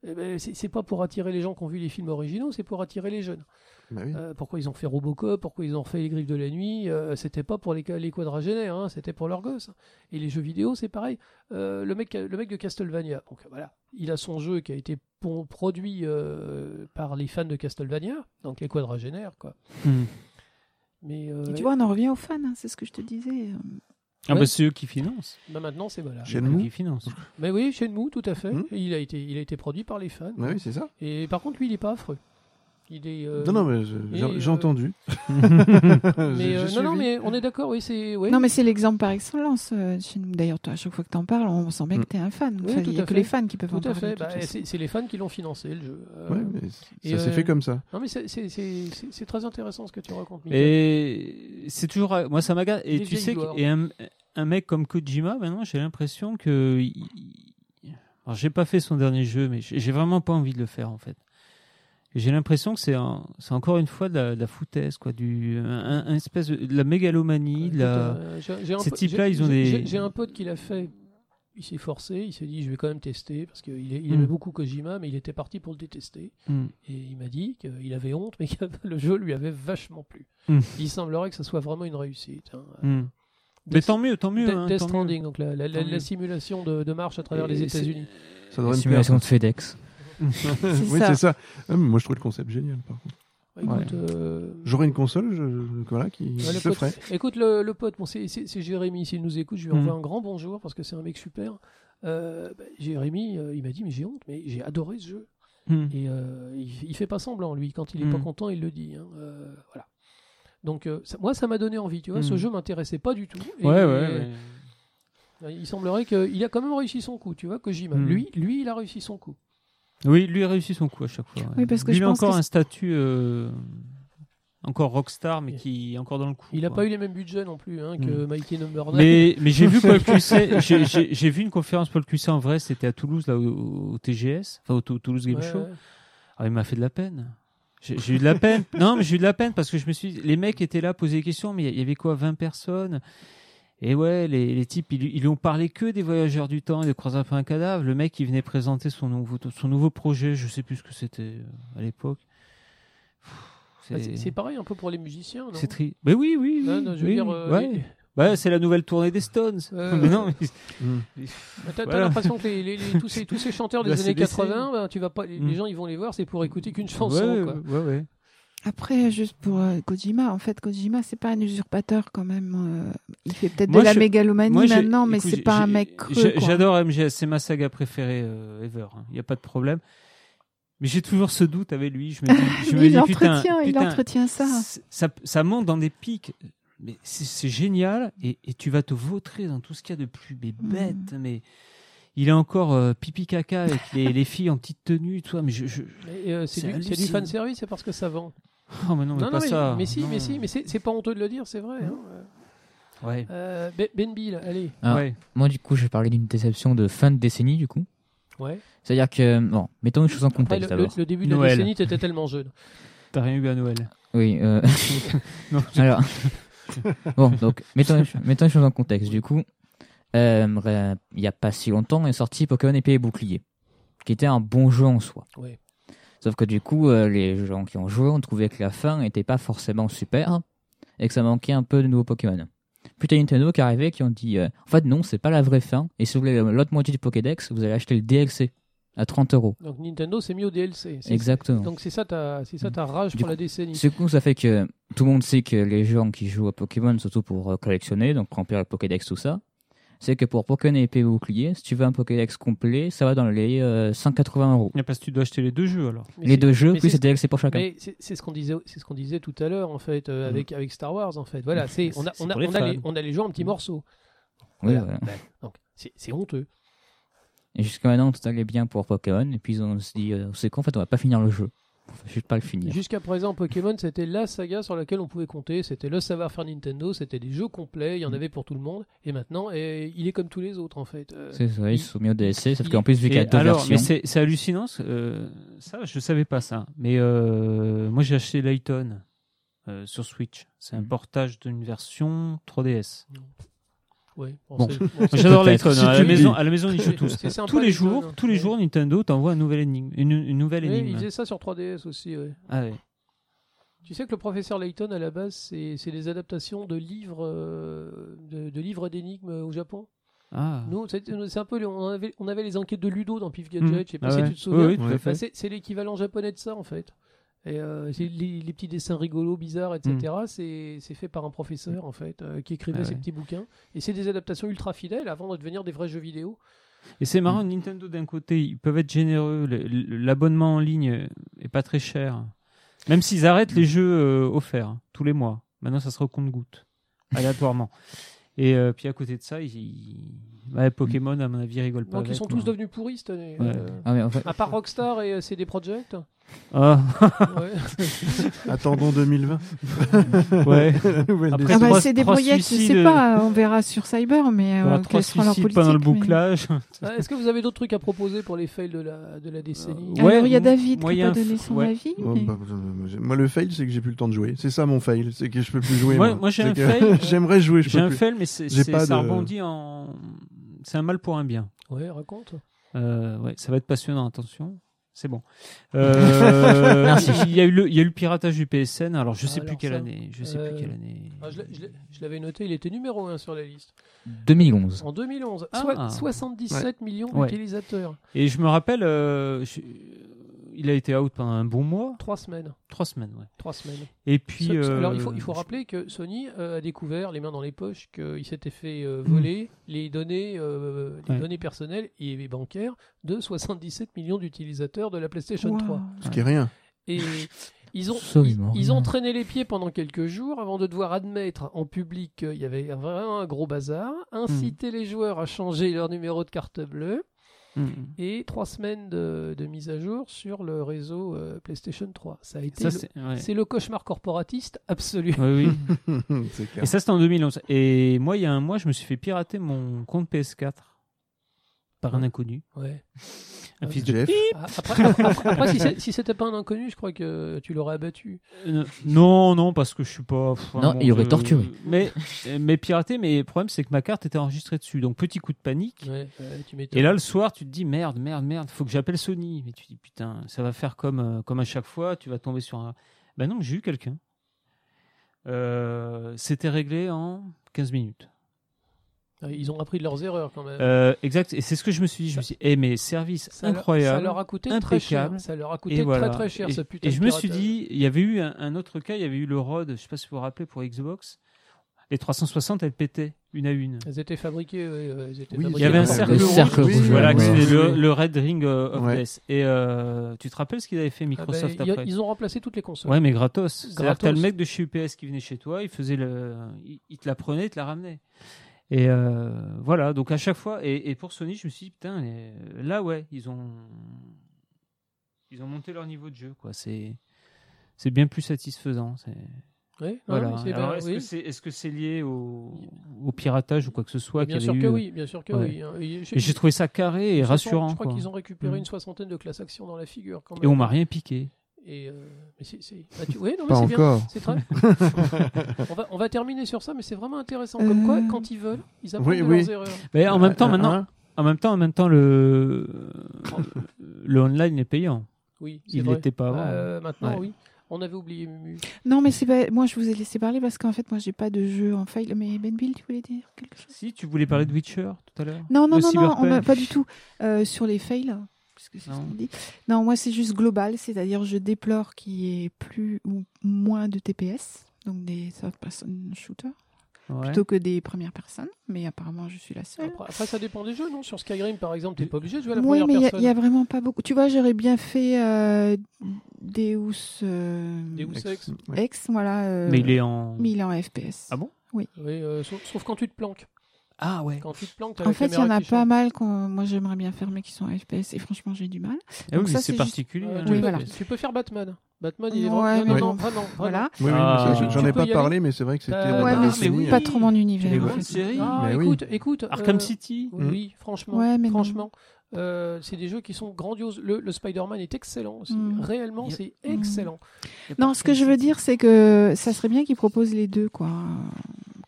eh ben, c'est, c'est pas pour attirer les gens qui ont vu les films originaux, c'est pour attirer les jeunes.
Bah oui.
Euh, pourquoi ils ont fait Robocop, pourquoi ils ont fait Les Griffes de la Nuit, euh, c'était pas pour les, les quadragénaires, hein, c'était pour leurs gosses. Et les jeux vidéo, c'est pareil. Euh, le, mec, le mec de Castlevania, donc voilà, il a son jeu qui a été pon- produit euh, par les fans de Castlevania, donc les quadragénaires, quoi.
Hmm.
Mais euh,
Et tu vois, on en revient aux fans, hein, c'est ce que je te disais.
Ah,
Ouais.
bah, c'est eux qui financent.
bah, maintenant, c'est voilà.
Chez
C'est eux
nous
Qui financent.
Mais oui, Shenmue, tout à fait.
Hmm.
Il, a été, il a été produit par les fans.
Bah oui, c'est ça.
Et par contre, lui, il est pas affreux. Il est. euh,
Non, non, mais je-
et,
j'ai j'ai
euh,
entendu.
mais,
J'ai-
euh,
j'ai
non, non,
suivi.
mais on est d'accord, oui, c'est. ouais.
Non, mais c'est l'exemple par excellence euh, chez nous. D'ailleurs, toi, à chaque fois que t'en parles, on sent bien
Mmh.
que t'es un fan.
Oui,
Enfin,
tout
il y a
à
que
fait.
les fans qui peuvent en
Tout à
parler. de
fait,
toute
Bah,
façon.
c'est c'est les fans qui l'ont financé le jeu. Euh,
Ouais, mais c-
et,
ça s'est
euh,
fait comme ça.
Non mais c'est- c'est- c'est c'est- c'est très intéressant ce que tu racontes. Michael.
Et c'est toujours. à- Moi, ça m'agace. Et
Des
tu
vieilles
sais, que-
gloires.
et un, un mec comme Kojima, maintenant, j'ai l'impression que. il- il- Alors, j'ai pas fait son dernier jeu, mais j'ai j'ai vraiment pas envie de le faire, en fait. J'ai l'impression que c'est un- c'est encore une fois de la, de la foutaise, quoi. Du, un, un espèce de, de la mégalomanie. de la-
Écoute, euh, j'ai- j'ai un
ces
po-
types-là,
j'ai-
ils ont
j'ai-
des-
j'ai- J'ai un pote qui l'a fait il s'est forcé, il s'est dit je vais quand même tester parce qu'il il
Mm.
aimait beaucoup Kojima, mais il était parti pour le détester.
Mm.
Et il m'a dit qu'il avait honte, mais que le jeu lui avait vachement plu.
Mm.
Il semblerait que ça soit vraiment une réussite. hein.
Mm. Mais
Death-
tant mieux, tant mieux.
Death-
hein,
Death
tant mieux.
Stranding, donc la, la- la-
Tant mieux.
la simulation de, de marche à travers
Et
les
c'est-
États-Unis.
Ça devrait me plaire.
Simulation de FedEx.
C'est
oui,
ça.
c'est ça. Ah, mais moi, je trouve le concept génial. Par contre,
Bah, écoute, euh,
j'aurais une console, je, je- voilà, qui
ouais,
je
le
le
pote,
ferais.
écoute, le, le pote, bon, c'est- c'est c'est Jérémy, s'il nous écoute, je lui
Mm.
envoie un grand bonjour parce que c'est un mec super. Euh, bah, Jérémy, euh, il m'a dit mais j'ai honte, mais j'ai adoré ce jeu.
Mm.
Et euh, il, il fait pas semblant, lui. Quand il est
Mm.
pas content, il le dit. hein. Euh, voilà. Donc, euh, ça- moi, ça m'a donné envie, tu vois. Ce
Mm.
jeu m'intéressait pas du tout. Et-
Ouais, ouais,
et-
ouais.
Il semblerait qu'il a quand même réussi son coup, tu vois, Kojima.
Mm.
Lui, lui, il a réussi son coup.
Oui, lui a réussi son coup à chaque fois. ouais.
Oui, parce que
Lui,
je
il a
pense que
encore
c'est-
un statut euh, encore rockstar, mais qui est encore dans le coup.
Il a
quoi.
pas eu les mêmes budgets non plus hein, que Mikey Number Nine.
Mm. Mais, mais j'ai vu Paul Cusset, j'ai- j'ai j'ai vu une conférence Paul Cusset en vrai, c'était à Toulouse, là, au, au TGS, enfin au Tou- Toulouse Game
Ouais,
Show.
ouais. Bah,
Ah, il m'a fait de la peine. J'ai j'ai eu de la peine. Non, mais j'ai eu de la peine parce que je me suis. Les mecs étaient là, posaient des questions, mais il y avait quoi 20 personnes Et ouais, les, les types, ils, ils lui ont parlé que des voyageurs du temps, et des croisades pour un cadavre. Le mec, il venait présenter son nouveau, son nouveau projet, je sais plus ce que c'était euh, à l'époque.
Bah, C'est c'est pareil un peu pour les musiciens, non
C'est triste. Mais oui, oui, oui.
Hein, non, je veux
oui,
dire, euh,
ouais.
les-
Bah, c'est la nouvelle tournée des Stones.
Euh,
Mais non, mais-
Bah, T'as t'as
Voilà.
l'impression que les- les- les- tous, ces, tous ces chanteurs des
La
années
CDC.
80, bah, tu vas pas, les,
Mm.
les gens ils vont les voir, c'est pour écouter qu'une chanson.
Ouais,
quoi.
ouais, ouais.
Après, juste pour euh, Kojima, en fait, Kojima, c'est pas un usurpateur quand même. euh, il fait peut-être de
Moi,
la
je-
mégalomanie
Moi, j'ai-
maintenant, mais
écoute,
c'est pas
j'ai-
un mec
j'ai-
creux. quoi.
J'adore MGS, c'est ma saga préférée euh, ever. Il n'y a pas de problème. Mais j'ai toujours ce doute avec lui. Je me dis, je me
Lui, il
dis, putain,
entretient, il
putain,
entretient ça.
c- ça. ça monte dans des pics. Mais c'est- c'est génial. Et, et tu vas te vautrer dans tout ce qu'il y a de plus mais
Mm.
bête. Mais il est encore euh, pipi caca avec les, les filles en petite tenue. Toi. Mais je, je-
Et, euh, C'est
C'est
du, c'est du
hallucinant.
fanservice, c'est parce que ça vend.
Oh, mais non, mais
non,
pas
non, mais,
ça.
mais si,
Non.
mais si, mais c'est c'est pas honteux de le dire, c'est vrai. hein.
Ouais.
Euh, Ben- Benby, là, allez.
Euh.
Ah.
Ouais.
Moi, du coup, je vais parler d'une déception de fin de décennie, du coup.
Ouais.
C'est-à-dire que, bon, mettons les choses en
Après,
contexte
le, le-
d'abord.
le début de la
Noël.
décennie, t'étais tellement jeune.
T'as rien eu à Noël.
Oui, euh,
Non,
alors. bon, donc, mettons, les- mettons les choses en contexte. Du coup, euh, ré- il n'y a pas si longtemps est sorti Pokémon Épée et Bouclier, qui était un bon jeu en soi.
Ouais.
Sauf que du coup, euh, les gens qui ont joué ont trouvé que la fin n'était pas forcément super et que ça manquait un peu de nouveaux Pokémon. Puis t'as Nintendo qui est arrivé qui ont dit euh, En fait, non, c'est pas la vraie fin. Et si vous voulez l'autre moitié du Pokédex, vous allez acheter le DLC à 30 euros.
Donc Nintendo s'est mis au DLC. C'est-
Exactement.
Donc c'est ça ta, c'est ça
Mm.
ta rage
Du
pour
coup,
la décennie.
Du coup, ça fait que tout le monde sait que les gens qui jouent à Pokémon, surtout pour euh, collectionner, donc remplir le Pokédex, tout ça, c'est que pour Pokémon épée et bouclier, si tu veux un Pokédex complet, ça va dans les euh, 180 euros.
Mais Parce que tu dois acheter les deux jeux alors.
Mais
Les
c'est-
deux jeux,
mais
plus
c'est-
les DLC pour chacun.
Mais c'est c'est ce qu'on disait, c'est ce qu'on disait tout à l'heure en fait euh,
Mm.
avec avec Star Wars en fait. Voilà, c'est on a
C'est
on a,
pour les
on a les
fans.
on a les gens en petits morceaux.
Oui,
Voilà.
voilà.
Ouais. Donc c'est c'est honteux.
Et jusqu'à maintenant, tout allait bien pour Pokémon, et puis on se dit, euh, c'est qu'en fait, on va pas finir le jeu. Enfin, je vais pas le finir.
Jusqu'à présent, Pokémon c'était la saga sur laquelle on pouvait compter. C'était le savoir-faire Nintendo. C'était des jeux complets. Il y en
Mm.
avait pour tout le monde. Et maintenant, eh, il est comme tous les autres en fait. Euh,
C'est ça, ils se sont mis au DLC, sauf
il-
qu'en plus, vu qu'il y a
Et
deux
alors,
versions.
mais c'est c'est hallucinant. ce- euh, ça, je savais pas ça. Mais euh, moi, j'ai acheté Layton euh, sur Switch. C'est un
Mhm.
portage d'une version 3DS.
ouais,
Bon.
c'est- bon, c'est- Ah,
J'adore Layton.
Peut-être,
hein.
si
à
tu
la
le
maison,
dis.
à la maison, ils jouent
C'est-
tous.
c'est sympa,
Tous les
Layton,
jours,
hein.
tous les
Ouais.
jours, Nintendo t'envoie une nouvelle énigme. Une, une nouvelle
Ouais, il
énigme.
faisait ça sur 3DS aussi. ouais.
Ah ouais.
Tu sais que le professeur Layton, à la base, c'est c'est des adaptations de livres, euh, de, de livres d'énigmes euh, au Japon.
Ah.
Nous, c'est euh, c'est un peu, les- on avait, on avait les enquêtes de Ludo dans Pif Gadget, je sais pas
Ah
si
ouais.
tu te souviens.
Oui, oui, tout à
Ouais.
Bah,
fait.
c'est c'est l'équivalent japonais de ça, en fait. Et euh, c'est les, les petits dessins rigolos, bizarres, etc. C'est c'est fait par un professeur, en fait, euh, qui écrivait
Mmh. Ah
ses
ouais.
petits bouquins. Et c'est des adaptations ultra fidèles avant de devenir des vrais jeux vidéo.
Et c'est
Mm.
marrant, Nintendo d'un côté, ils peuvent être généreux, le- le- l'abonnement en ligne est pas très cher. Même s'ils arrêtent
Mm.
les jeux euh, offerts hein, tous les mois. Maintenant, ça se recompte goutte, aléatoirement. Et euh, puis à côté de ça, ils... ils- ouais, Pokémon, à mon avis, rigole pas.
Donc ils
avec,
sont
moi.
tous devenus pourris cette année.
Ouais.
Euh,
Ah, mais en fait,
à part Rockstar et euh, CD Projekt.
Ah,
Ouais.
Attendons 2020.
ouais.
La nouvelle
Après,
Ah bah,
trois-
c'est des
trois
projets, je
suicides,
sais
euh,
pas, on verra sur Cyber, mais
Il y
euh,
aura
quelle
trois
sera leur
suicides pendant le
politique, mais-
bouclage.
Ah, Est-ce que vous avez d'autres trucs à proposer pour les fails de la, de la décennie
Euh, ouais.
Alors, il y a David qui
moyen
n'a pas donné
fou-
son
ouais.
avis.
Oh,
mais-
bah, euh, j'ai- moi, le fail, c'est que j'ai plus le temps de jouer. C'est ça mon fail, c'est que je peux plus jouer.
Moi- moi, j'ai
C'est
un
que
fail.
J'aimerais jouer, je
J'ai
peux
un
plus.
fail, mais c'est
J'ai
c'est-
pas
ça
de-
rebondit en... c'est un mal pour un bien.
Ouais, raconte.
Euh, ouais, ça va être passionnant, attention. C'est bon. Euh,
Merci.
Il y, a eu le, il y a eu le piratage du PSN. Alors, je sais
Alors
plus quelle
ça,
année. Je sais
euh,
plus quelle année.
Ah, je l'ai- je l'ai- je l'avais noté, il était numéro 1 sur la liste.
2011.
En 2011,
Ah.
soit 77 millions
Ouais.
d'utilisateurs.
Et je me rappelle, euh, je- il a été out pendant un bon mois,
Trois semaines.
trois semaines, ouais.
Trois semaines.
Et puis,
Ce- ce- alors, il faut,
euh,
il faut rappeler que Sony euh, a découvert, les mains dans les poches, qu'il s'était fait euh, voler les, données, euh, les
Mm. Ouais.
données personnelles et bancaires de 77 millions d'utilisateurs de la PlayStation
Waouh.
3.
Ce qui est rien.
Et ils ont, ils,
Absolument
ils ont
rien.
traîné les pieds pendant quelques jours avant de devoir admettre en public qu'il y avait vraiment un gros bazar, inciter les joueurs à changer leur numéro de carte bleue
mm.
et trois semaines de, de mise à jour sur le réseau euh, PlayStation 3. Ça a été
Ça,
le-
c'est- ouais.
c'est le cauchemar corporatiste absolu.
Ouais, oui.
c'est clair.
Et ça, c'était en 2011. Et moi, il y a un mois, je me suis fait pirater mon compte PS4 par un inconnu.
Ouais.
Un fils de...
Jeff,
Ah, Après, après- après, si c'est- si c'était pas un inconnu, je crois que tu l'aurais abattu.
Euh, Non, non, parce que je suis pas. pff,
Non, il aurait torturé.
Mais, mais piraté, mais le problème, c'est que ma carte était enregistrée dessus. Donc, petit coup de panique.
Ouais, ouais, Euh, tu m'étonnes.
Et là, le soir, tu te dis merde, merde, merde, faut que j'appelle Sony. Mais tu dis putain, ça va faire comme, euh, comme à chaque fois, tu vas tomber sur un. Ben non, j'ai eu quelqu'un. Euh, C'était réglé en 15 minutes.
Ils ont appris de leurs erreurs quand même.
Euh, exact, et c'est ce que je me suis dit. Je me suis dit, eh, mais service
Ça leur-
incroyable.
ça leur a coûté très cher.
impeccable.
Ça leur a coûté
Et voilà.
très très cher
Et-
ce putain
Et
de
je me suis
piratage.
dit, il y avait eu un, un autre cas, il y avait eu le ROD, je sais pas si vous vous rappelez, pour Xbox. Les 360, elles pétaient, une à une.
Elles étaient fabriquées. ouais, ouais, elles étaient
Oui,
fabriquées
Il y avait un
par- Ah ben,
cercle
Le
rouge.
cercle
Oui,
rouge. euh,
Voilà,
ouais.
oui,
c'était le,
oui.
le Red Ring euh, of
Ouais.
Death. Et euh, tu te rappelles ce qu'ils avaient fait
Ah ben,
Microsoft
il y a-
après
Ils ont remplacé toutes les consoles.
Ouais, mais gratos. C'est-à-dire que t'as
Gratos.
le mec de chez UPS qui venait chez toi, il faisait le, il, il te la prenait, il te la ramenait. Et euh, voilà, donc à chaque fois, et, et pour Sony, je me suis dit, putain, les- là ouais, ils ont, ils ont monté leur niveau de jeu, quoi. C'est, c'est bien plus satisfaisant. c'est-
Ouais, non,
Voilà.
mais c'est
Alors,
pas-
est-ce
Ah oui.
que c'est, est-ce que c'est lié au, au piratage ou quoi que ce soit
Bien
qu'il y
sûr
avait
que
eu
oui, bien sûr que
Ouais.
oui. hein. Et je-
Et j'ai trouvé ça carré et
je crois-
rassurant.
Je crois
quoi.
qu'ils ont récupéré
Mm.
une soixantaine de classe actions dans la figure quand même.
Et on m'a rien piqué.
Et, euh, mais c'est- c'est- bah, tu- ouais, non, mais
pas
c'est bien.
encore.
C'est très. on, va, on va terminer sur ça, mais c'est vraiment intéressant. Comme quoi,
Euh.
quand ils veulent, ils apprennent
Oui,
de
oui.
leurs erreurs.
Mais en même temps,
Euh,
maintenant,
hein,
en même temps, en même temps, le, le online est payant.
Oui, c'est
Il
vrai.
n'était pas avant.
Euh, maintenant,
Ouais.
oui. On avait oublié Mumu.
Non, mais c'est pas... moi, je vous ai laissé parler parce qu'en fait, moi, j'ai pas de jeu en fail. Mais Benville, tu voulais dire quelque chose
Si tu voulais parler de Witcher tout à l'heure.
Non, non,
Le
non, non, on
cyberpunk.
va- pas du tout. Euh, sur les fails, parce que c'est ce
Non.
qu'on dit. Non, moi, c'est juste global, c'est-à-dire je déplore qu'il y ait plus ou moins de TPS, donc des third-person shooters,
Ouais.
plutôt que des premières personnes, mais apparemment, je suis la seule.
Après, après, ça dépend des jeux, non Sur Skyrim, par exemple, t'es pas obligé de jouer à la
oui,
première
mais il y a-
personne.
il y, a vraiment pas beaucoup. Tu vois, j'aurais bien fait euh, Deus, euh,
Deus Ex.
Ouais.
Ex, voilà. euh,
Mais il est en.
mais il est en FPS.
Ah bon
Oui, euh, sauf, sauf quand tu te planques.
Ah ouais.
Quand tu te planques, t'as
En
la
fait, il y
caméra
en a
qui
pas
change.
mal qu'on- moi j'aimerais bien faire, mais qui sont en FPS, et franchement, j'ai du mal.
Ah oui,
ça,
mais
c'est
c'est
juste-
particulier.
Euh,
hein,
tu,
Oui,
peux,
le
voilà.
FPS.
tu peux faire Batman. Batman, il est
Ouais,
vraiment. non, non,
mais
non,
bon.
vraiment, vraiment.
Voilà.
Oui, oui,
Ah.
mais ça, j'en
Tu
ai
peux
pas
y aller.
parlé, mais c'est vrai que c'était.
Euh,
dans
Ouais,
la
mais
mais
c'est
décennie,
oui.
pas
euh,
trop mon univers.
Et
en
voilà.
fait.
série.
Ah,
Mais oui.
écoute, écoute.
Arkham
euh,
City.
Oui, franchement.
Mm. Ouais, mais non.
franchement. euh, c'est des jeux qui sont grandioses. Le, le Spider-Man est excellent aussi.
Mm.
Réellement,
Il y a-
c'est
Mm.
excellent.
Non, ce que je veux dire, c'est que ça serait bien qu'ils proposent les deux, quoi.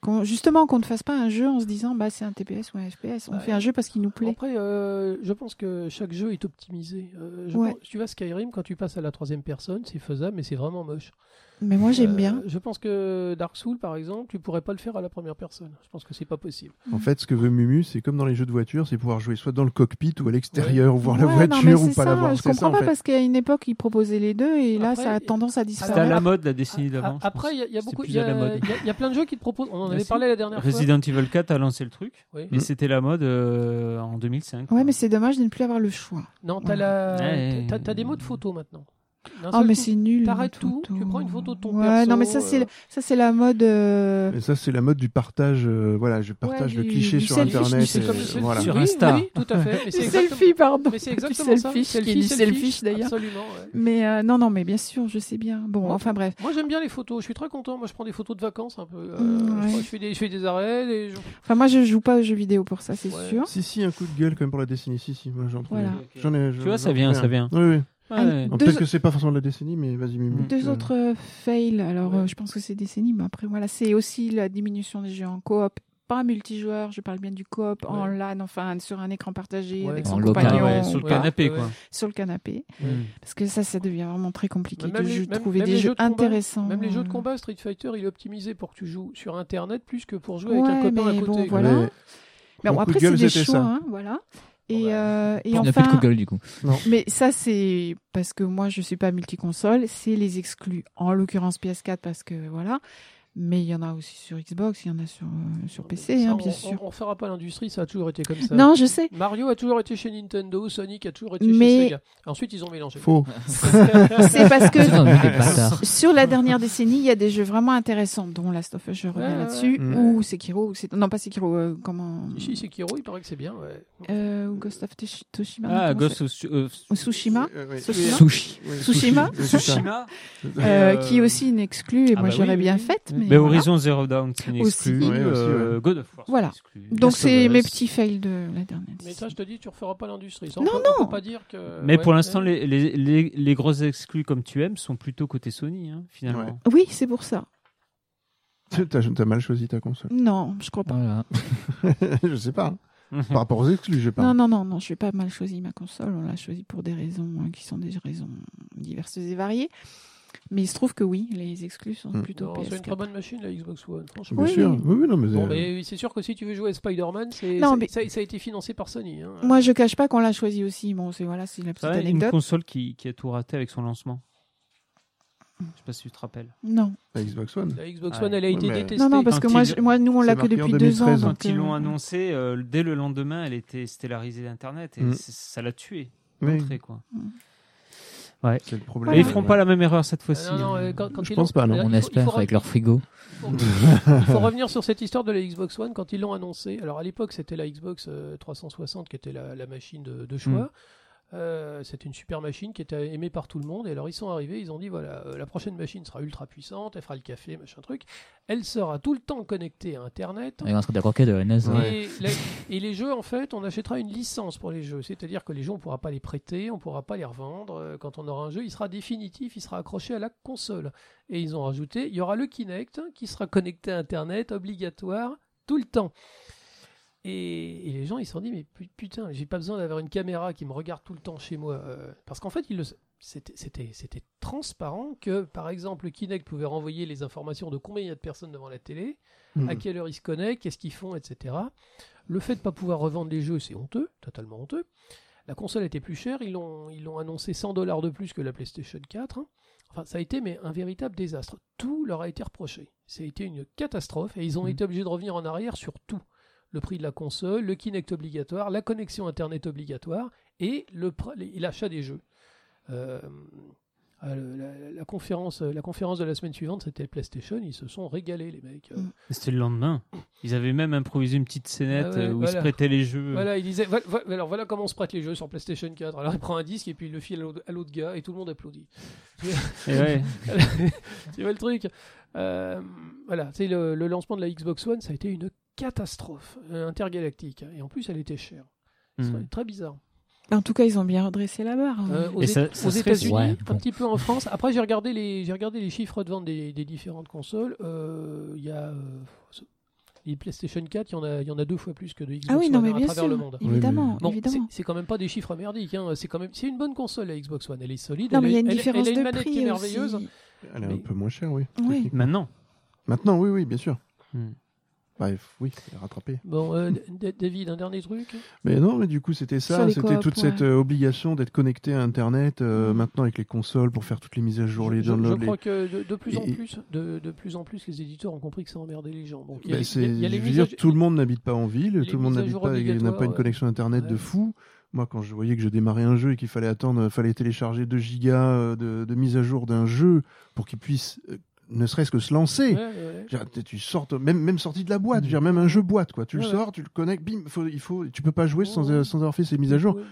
Qu'on- justement, qu'on ne fasse pas un jeu en se disant, bah, c'est un TPS ou un FPS. On
Bah,
fait un jeu parce qu'il nous plaît.
Après, euh, je pense que chaque jeu est optimisé. Euh, je
Ouais.
pense- tu vois, Skyrim, quand tu passes à la troisième personne, c'est faisable, mais c'est vraiment moche.
Mais moi, j'aime
Euh,
bien.
Je pense que Dark Souls, par exemple, tu pourrais pas le faire à la première personne. Je pense que c'est pas possible.
En fait, ce que veut Mumu, c'est comme dans les jeux de voiture, c'est pouvoir jouer soit dans le cockpit ou à l'extérieur, ou voir la
Ouais, non, mais
voiture ou
c'est
pas
ça,
la voir.
Je
C'est
comprends
ça, en
pas
fait.
parce qu'à une époque, ils proposaient les deux et là,
Après,
ça a
il-
tendance à
C'était à
disparaître.
la mode la
Ah,
décennie d'avant. je
Après,
pense.
il y a- il y, a
C'était
beaucoup, il
plus
y,
à la
a-
mode.
il y a- il y a plein de jeux qui te proposent. On en avait
Merci.
parlé la dernière fois.
Resident Evil 4 a lancé le truc.
Oui.
Et c'était la mode euh, en 2005.
Ouais, mais c'est dommage de ne plus avoir le choix.
Non, t'as la,
Ouais.
t'as- t'as des mots de photo maintenant. D'un
Ah,
seul
mais
coup,
c'est nul.
t'arrêtes
les
tout, tu
photos.
prends une photo de ton
Ouais,
perso,
non, mais ça, c'est
euh,
la- ça, c'est la mode. euh,
Et ça, c'est la mode du partage. euh, voilà, je partage
Ouais,
le
du-
cliché
du
sur
selfie,
Internet.
du-
c'est
et-
comme le selfie.
voilà.
Sur
Oui,
Insta.
oui, tout à fait. Mais
du
c'est exactement,
selfie, pardon.
mais c'est
Du
exactement ça.
selfish, qui est
Selfie,
du
selfie,
selfish, d'ailleurs.
Absolument. ouais.
Mais euh, non, non, mais bien sûr, je sais bien. Bon,
Ouais.
enfin bref.
Moi j'aime bien les photos, je suis très content. Moi je prends des photos de vacances un peu. Euh,
Mm,
je,
ouais.
je fais des, je fais des arrêts. des- je-
Enfin, moi, je joue pas aux jeux vidéo pour ça, c'est
Ouais.
sûr.
Si, si, un coup de gueule quand même pour la décennie. Si, si, moi j'en trouve.
Voilà.
J'en ai. j'en-
Tu vois, ça
j'en
vient,
trouve
ça
un.
vient.
Oui, oui.
Ouais.
Alors,
Deux-
Peut-être que c'est pas forcément de la décennie, mais vas-y, Mumu.
Deux
euh,
autres euh, fails. Alors,
Ouais.
euh, je pense que c'est décennie, mais après, voilà, c'est aussi la diminution des jeux en coop pas multijoueur, je parle bien du coop en
Ouais.
LAN, enfin sur un écran partagé
Ouais.
avec
En
son
local,
Ah
compagnon
ouais,
ou
sur le
pas,
canapé,
ouais.
quoi.
sur le canapé.
Mm.
Parce que ça, ça devient vraiment très compliqué
Même
de
les-
jeu-
même-
trouver
même
des
les
jeux,
jeux de combat,
intéressants.
Même les jeux de combat, Street Fighter, il est optimisé pour que tu joues sur Internet plus que pour jouer avec un
Ouais,
copain à
mais
côté.
bon,
quoi.
voilà.
Ouais.
Mais
Mon
bon,
coup de
après, c'est
gueule,
des
c'était
choix,
ça.
hein, voilà.
Bon,
Et,
bah,
euh, et
On n'a plus de coup de
enfin,
gueule du coup.
mais ça c'est parce que moi je suis pas multiconsole, c'est les exclus. En l'occurrence PS4 parce que voilà. Mais il y en a aussi sur Xbox, il y en a sur, euh, sur PC,
Ça,
hein,
on-
bien
on,
sûr.
On, fera pas l'industrie, ça a toujours été comme ça.
Non, je sais.
Mario a toujours été chez Nintendo, Sonic a toujours été
Mais-
chez Sega. Ensuite, ils ont mélangé.
Faux.
C'est parce que
C'est pas vous, des bâtards.
sur la dernière décennie, il y a des jeux vraiment intéressants, dont Last of Us, je reviens
Ouais,
là-dessus,
ouais.
ou Sekiro, ou c'est- non pas Sekiro, euh, comment
Ici, c'est Kiro, il paraît que c'est bien. ouais.
euh, ou Ghost of Toshi- Toshima, non,
Ah,
comment
Ghost of euh,
c'est- ou Tsushima,
Euh, ouais.
Tsushima
Sushi.
Ouais,
Tsushima
sushi, ouais, c'est ça.
Tsushima.
euh,
Et, euh,
qui est aussi une exclue, et
ah
moi
bah
j'aurais
oui,
bien
oui.
faite.
Mais,
Mais, voilà.
Horizon Zero Dawn, c'est une
Aussi.
exclue.
Ouais, aussi,
euh, God of War, c'est une
Voilà.
exclue.
Donc
Last of
c'est
Us.
mes petits fails de la dernière
Mais
décennie.
ça, je te dis, tu referas pas l'industrie. Ça,
Non,
on peut, on
non.
peut pas dire que.
Mais
ouais,
pour l'instant,
ouais.
les, les, les, les grosses exclus comme tu aimes sont plutôt côté Sony, hein, finalement.
Ouais.
Oui, c'est pour ça.
T'as t'as mal choisi ta console.
Non, je crois pas.
Voilà.
je sais pas. hein. Par rapport aux exclus, je
Non,
parle.
non, non, non, je n'ai pas mal choisi ma console. On l'a choisi pour des raisons hein, qui sont des raisons diverses et variées. Mais il se trouve que oui, les exclus sont
Mm.
plutôt
Non, c'est une très
PS4.
bonne machine, la Xbox One, franchement.
Bien
Oui.
sûr. Oui, oui, non, mais,
Bon,
euh,
mais c'est sûr que si tu veux jouer à Spider-Man, c'est-
Non,
c'est-
mais-
ça, ça a été financé par Sony. hein.
Moi, je cache pas qu'on l'a choisi aussi. Bon, c'est voilà, c'est la petite
Ça, une
anecdote.
console qui, qui a tout raté avec son lancement. Je sais pas si tu te rappelles.
Non,
la Xbox One.
La Xbox
Ouais.
One, elle a
Ouais,
été
mais-
détestée. Ah,
non, non, parce que
quand
moi,
ils-
je- moi, nous, on
c'est
l'a que
marqué
depuis
en
deux ans.
2013,
donc,
Quand ils
euh,
l'ont annoncé, euh, dès le lendemain, elle était stellarisée d'Internet et
Mm.
c- ça l'a tué.
Oui,
d'entrée, quoi.
c'est le
Et
problème.
ils feront pas la même erreur cette
Ah,
fois-ci.
non, non,
hein.
euh, quand- quand
Je
ils
pense
l'ont-
pas, non.
il faut-
On
il faut
espère
ra-
avec leur frigo.
Il faut revenir sur cette histoire de la Xbox One quand ils l'ont annoncé. Alors à l'époque, c'était la Xbox euh, 360 qui était la, la machine de, de choix.
Mm.
Euh, c'était une super machine qui était aimée par tout le monde. Et alors ils sont arrivés, ils ont dit voilà, euh, la prochaine machine sera ultra puissante, elle fera le café, machin truc. Elle sera tout le temps connectée à Internet.
Et on sera des roquettes de la NES. hein.
Et, la- et les jeux, en fait, on achètera une licence pour les jeux. C'est-à-dire que les jeux, on ne pourra pas les prêter, on ne pourra pas les revendre. Euh, Quand on aura un jeu, il sera définitif, il sera accroché à la console. Et ils ont rajouté, il y aura le Kinect hein, qui sera connecté à Internet, obligatoire, tout le temps. Et, et les gens, ils se sont dit, mais pu- putain, j'ai pas besoin d'avoir une caméra qui me regarde tout le temps chez moi. Euh, parce qu'en fait, ils le, c'était, c'était, c'était transparent que, par exemple, le Kinect pouvait renvoyer les informations de combien il y a de personnes devant la télé,
Mm.
à quelle heure ils se connectent, qu'est-ce qu'ils font, etc. Le fait de ne pas pouvoir revendre les jeux, c'est honteux, totalement honteux. La console était plus chère, ils l'ont, ils l'ont annoncé 100 dollars de plus que la PlayStation 4. hein. Enfin, ça a été mais un véritable désastre. Tout leur a été reproché. Ça a été une catastrophe et ils ont
Mhm.
été obligés de revenir en arrière sur tout. Le prix de la console, le Kinect obligatoire, la connexion Internet obligatoire et le pr- les- l'achat des jeux. Euh, euh, la, la- la conférence, la conférence de la semaine suivante, c'était PlayStation. Ils se sont régalés, les mecs. Euh,
Mm.
C'était le lendemain. Ils avaient même improvisé une petite scénette
Ah ouais,
euh, où ils se
voilà.
prêtaient les jeux.
Voilà, il disait, voilà, voilà- alors voilà comment on se prête les jeux sur PlayStation 4. Alors il prend un disque et puis il le file à l'autre- à l'autre gars et tout le monde applaudit.
Et ouais.
tu vois le truc Euh, Voilà, c'est le, le lancement de la Xbox One, ça a été une catastrophe euh, intergalactique. Et en plus, elle était chère. C'est
Mm.
Très bizarre.
bah, En tout cas, ils ont bien redressé la barre.
Euh, aux
Et ça-
Éta-
ça
aux
serait-
États-Unis,
Ouais,
un
bon.
petit peu en France. Après, j'ai regardé les, j'ai regardé les chiffres de vente des, des différentes consoles. Euh, Il y a euh, les PlayStation 4, il y en a, il y en a deux fois plus que de Xbox
ah oui, non,
One hein,
mais
à
bien
travers
sûr.
le monde.
Évidemment,
Ah Bon, c'est-
évidemment.
c'est quand même pas des chiffres merdiques. hein. C'est quand même, c'est une bonne console la Xbox One. Elle est solide.
Non, mais
elle
il y a
est-
une
elle- elle
différence
une
de
manette qui est
prix aussi.
merveilleuse.
Elle est un
Mais-
peu moins chère, oui.
Oui.
techniquement.
Maintenant.
Maintenant, oui, oui, bien sûr.
Mm.
Bah, f- oui, elle est rattrapée.
Bon, euh, D- David, un dernier truc.
Mais non, mais du coup, c'était
Sur
ça.
les
C'était
coops,
toute
ouais.
cette euh, obligation d'être connecté à Internet euh,
Mm.
maintenant avec les consoles pour faire toutes les mises à jour,
je,
les
je- je
downloads. les-
crois que de, de plus en
Et- et-
plus, de, de plus en plus, les éditeurs ont compris que ça emmerdait les gens. Donc, il y a
Bah,
les-
c'est-
il y a- il y a les
je veux
mises
dire,
à jour-
tout le monde n'habite pas en ville,
les
tout le monde
mises à
n'habite
jour
pas, il n'a pas une
obligatoires,
connexion internet de
Ouais.
fou. Moi, quand je voyais que je démarrais un jeu et qu'il fallait attendre, euh, fallait télécharger 2 gigas euh, de, de mise à jour d'un jeu pour qu'il puisse, euh, ne serait-ce que se lancer.
Ouais, ouais,
Je veux dire, Tu sortes, même, même sorti de la boîte, je veux dire, même un jeu boîte, quoi. Tu le
Ouais.
sors, tu le connectes, bim, faut- il faut, tu peux pas jouer sans,
Ouais.
euh, sans avoir fait ces mises à jour.
ouais.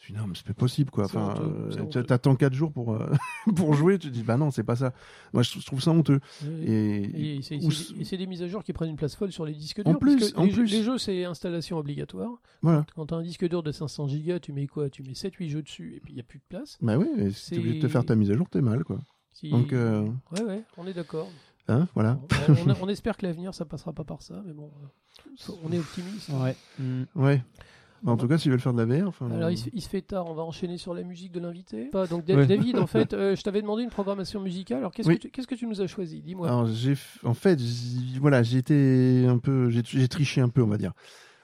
Je dis, non, mais c'est pas possible, quoi.
C'est
Enfin,
honteux,
euh,
c'est honteux.
t'a- t'attends 4 jours pour, euh, pour jouer, tu te dis, bah non, c'est pas ça. Moi, je trou- je trouve ça honteux.
Ouais.
Et,
Et c'est-
ou-
c'est des- et c'est des mises à jour qui prennent une place folle sur les disques durs.
plus,
parce que
en
les, jeux-
plus.
les jeux, c'est installation obligatoire.
voilà.
Quand tu as un disque dur de 500 gigas, tu mets quoi Tu mets 7-8 jeux dessus et puis il n'y a plus de place.
Bah oui, mais si
C'est-
t'es obligé de te faire ta mise à jour, t'es mal, quoi.
Si-
Donc, euh,
Ouais, ouais, on est d'accord.
Hein, voilà.
bah, On, on- on espère que l'avenir, ça passera pas par ça, mais bon, euh, on est optimiste.
Ouais. Mm.
Ouais. Bah, en tout cas, s'ils veulent faire de la VR, enfin.
Alors,
euh,
il se, il se fait tard, on va enchaîner sur la musique de l'invité. Pas- Donc, Da-
Ouais.
David, en fait, euh, je t'avais demandé une programmation musicale. Alors, qu'est-ce
Oui.
que tu- qu'est-ce que tu nous as choisi Dis-moi.
Alors, j'ai, f- en fait, j'ai- voilà, j'ai été un peu, j'ai, j'ai triché un peu, on va dire.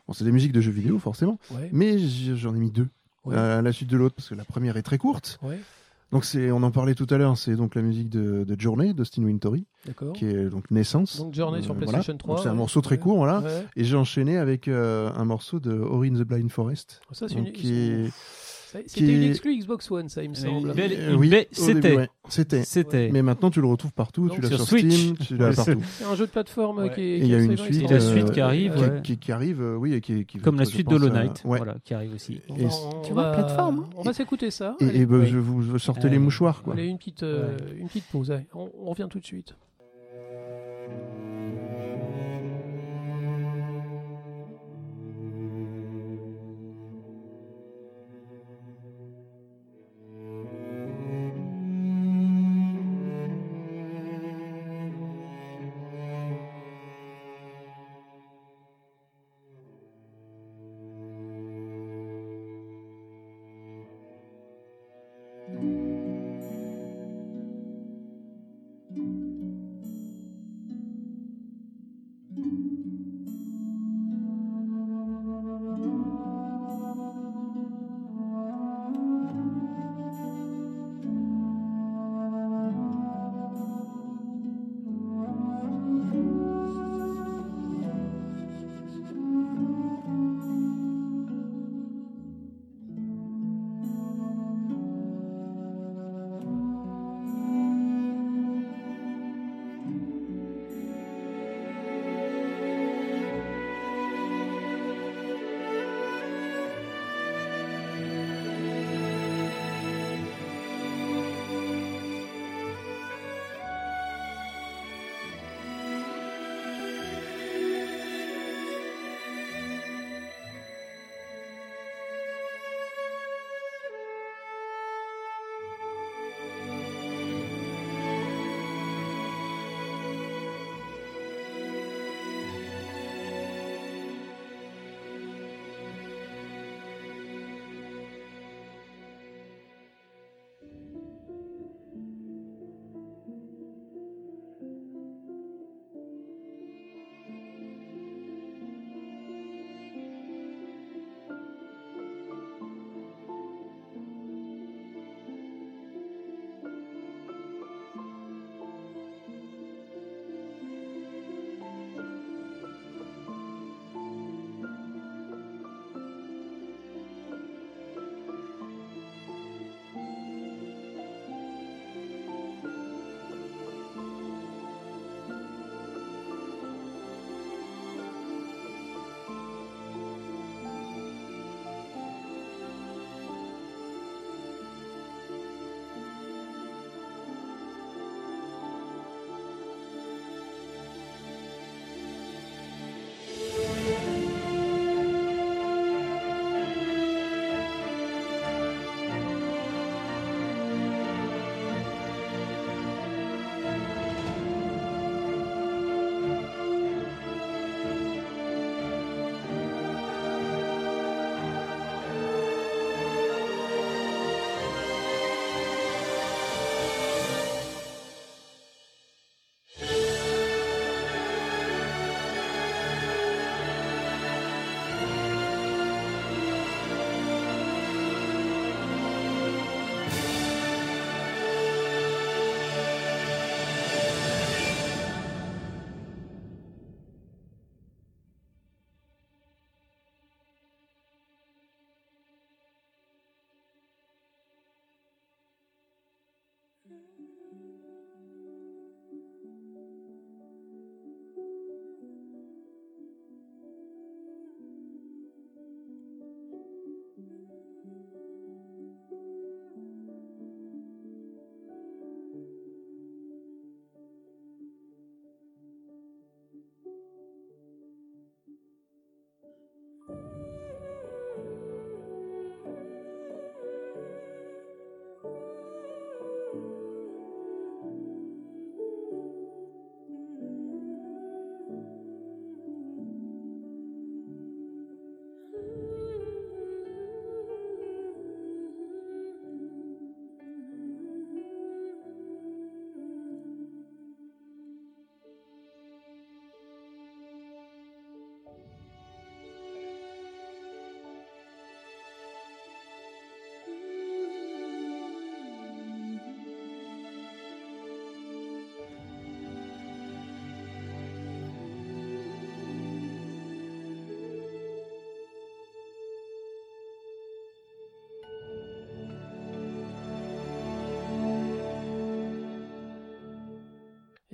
Bon, c'est des musiques de jeux vidéo, forcément,
Ouais.
mais j'ai- j'en ai mis deux Euh,
Ouais.
à la suite de l'autre parce que la première est très courte.
Ouais,
Donc, c'est, on en parlait tout à l'heure, c'est donc la musique de, de Journée d'Austin Wintory,
d'accord.
qui est donc Naissance.
Donc, Journey sur
Euh, voilà.
PlayStation 3.
Donc, c'est un
ouais.
morceau très
Ouais.
court, voilà.
Ouais.
Et j'ai enchaîné avec euh, un morceau de Ori in the Blind Forest.
Ça, c'est
donc,
une...
qui est-
c'est-
qui
C'était une
est-
exclue Xbox One, ça, il me
Mais
semble.
une belle-
Euh, oui,
belle-
au
c'était.
début, ouais, c'était.
C'était.
Mais maintenant, tu le retrouves partout.
Donc,
tu l'as
sur
sur,
Switch.
Steam, tu l'as
Ouais, c'est-
partout.
C'est un jeu de plateforme
Ouais.
qui est.
Et
qui
il y a
est Euh,
une
absolument
suite, euh,
la
extraordinaire.
suite qui arrive,
qui,
ouais.
qui- qui arrive, euh, oui, et qui, qui va
Comme la
être, je
suite
pense,
d'Hollow
euh,
Knight,
ouais.
voilà, qui arrive aussi.
On
Et-
va- on
Tu vois,
va-
plateforme, hein.
On va s'écouter ça.
Et,
Allez.
et ben,
oui.
je vous je sortais les
Euh,
mouchoirs, quoi.
Allez, une petite, euh, une petite pause. Allez, on, on revient tout de suite.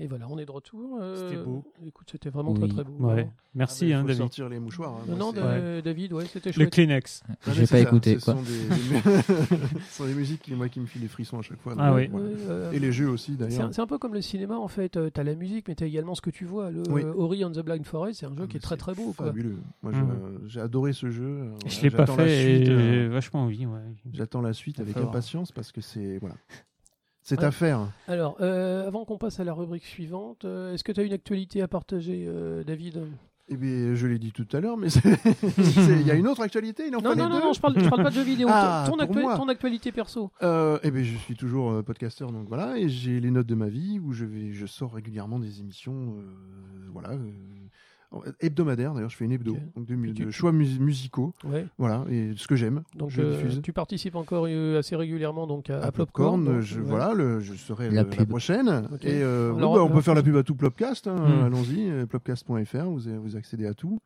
Et voilà, on est de retour. euh,
C'était beau.
Écoute, c'était vraiment
Oui.
très très beau.
Ouais.
vraiment.
Merci,
Ah,
hein,
faut
David.
sortir les mouchoirs. hein,
Non,
moi,
non,
c'est-
Da- David, ouais, c'était
Le
chouette.
Kleenex.
Ah,
J'ai
mais
pas
c'est ça,
écouté,
Ce
quoi.
sont des, des- ce sont des musiques qui, moi, qui me filent des frissons à chaque fois. donc,
Ah oui.
Ouais,
voilà.
euh,
Et les jeux aussi,
C'est
d'ailleurs.
un, c'est un peu comme le cinéma en fait, euh, t'as la musique mais t'as également ce que tu vois. Le
Oui.
euh, Ori and the Blind Forest, c'est un jeu
Ah,
qui
mais
est très
c'est
très beau. Quoi.
Fabuleux. Moi,
Mhm.
je- j'ai adoré ce jeu. euh, voilà,
Je l'ai pas
j'attends la
fait et
suite, euh,
j'ai vachement envie. Ouais.
J'attends la suite
Va
avec
falloir.
impatience parce que c'est voilà. C'est
Ouais.
à faire.
Alors, euh, avant qu'on passe à la rubrique suivante, euh, est-ce que t'as une actualité à partager, euh, David
Eh bien, je l'ai dit tout à l'heure, mais c'est- c'est- il y a une autre actualité. Il en
Non,
fallait
non, non,
deux.
non, je parle, je parle pas de jeux vidéo.
Ah,
ton, ton
pour moi.
ton actualité perso.
Euh, eh bien, je suis toujours euh, podcasteur, donc voilà, et j'ai les notes de ma vie où je vais, je sors régulièrement des émissions, euh, voilà, euh, hebdomadaires. D'ailleurs, je fais une hebdo,
Ok.
donc de, mu-
Tu-
de choix mus- musicaux,
Ouais.
voilà, et ce que j'aime.
Donc,
je
euh,
diffuse.
tu participes encore euh, assez régulièrement donc à,
à
à
Popcorn, euh,
donc, euh,
je,
ouais.
voilà, le- je serai
La
le- la
pub.
prochaine.
Ok.
Et euh,
Alors,
oui, bah, on
euh,
peut faire la pub à tout Plopcast. hein,
Hmm.
Allons-y, euh, plopcast.fr, vous, vous accédez à tout.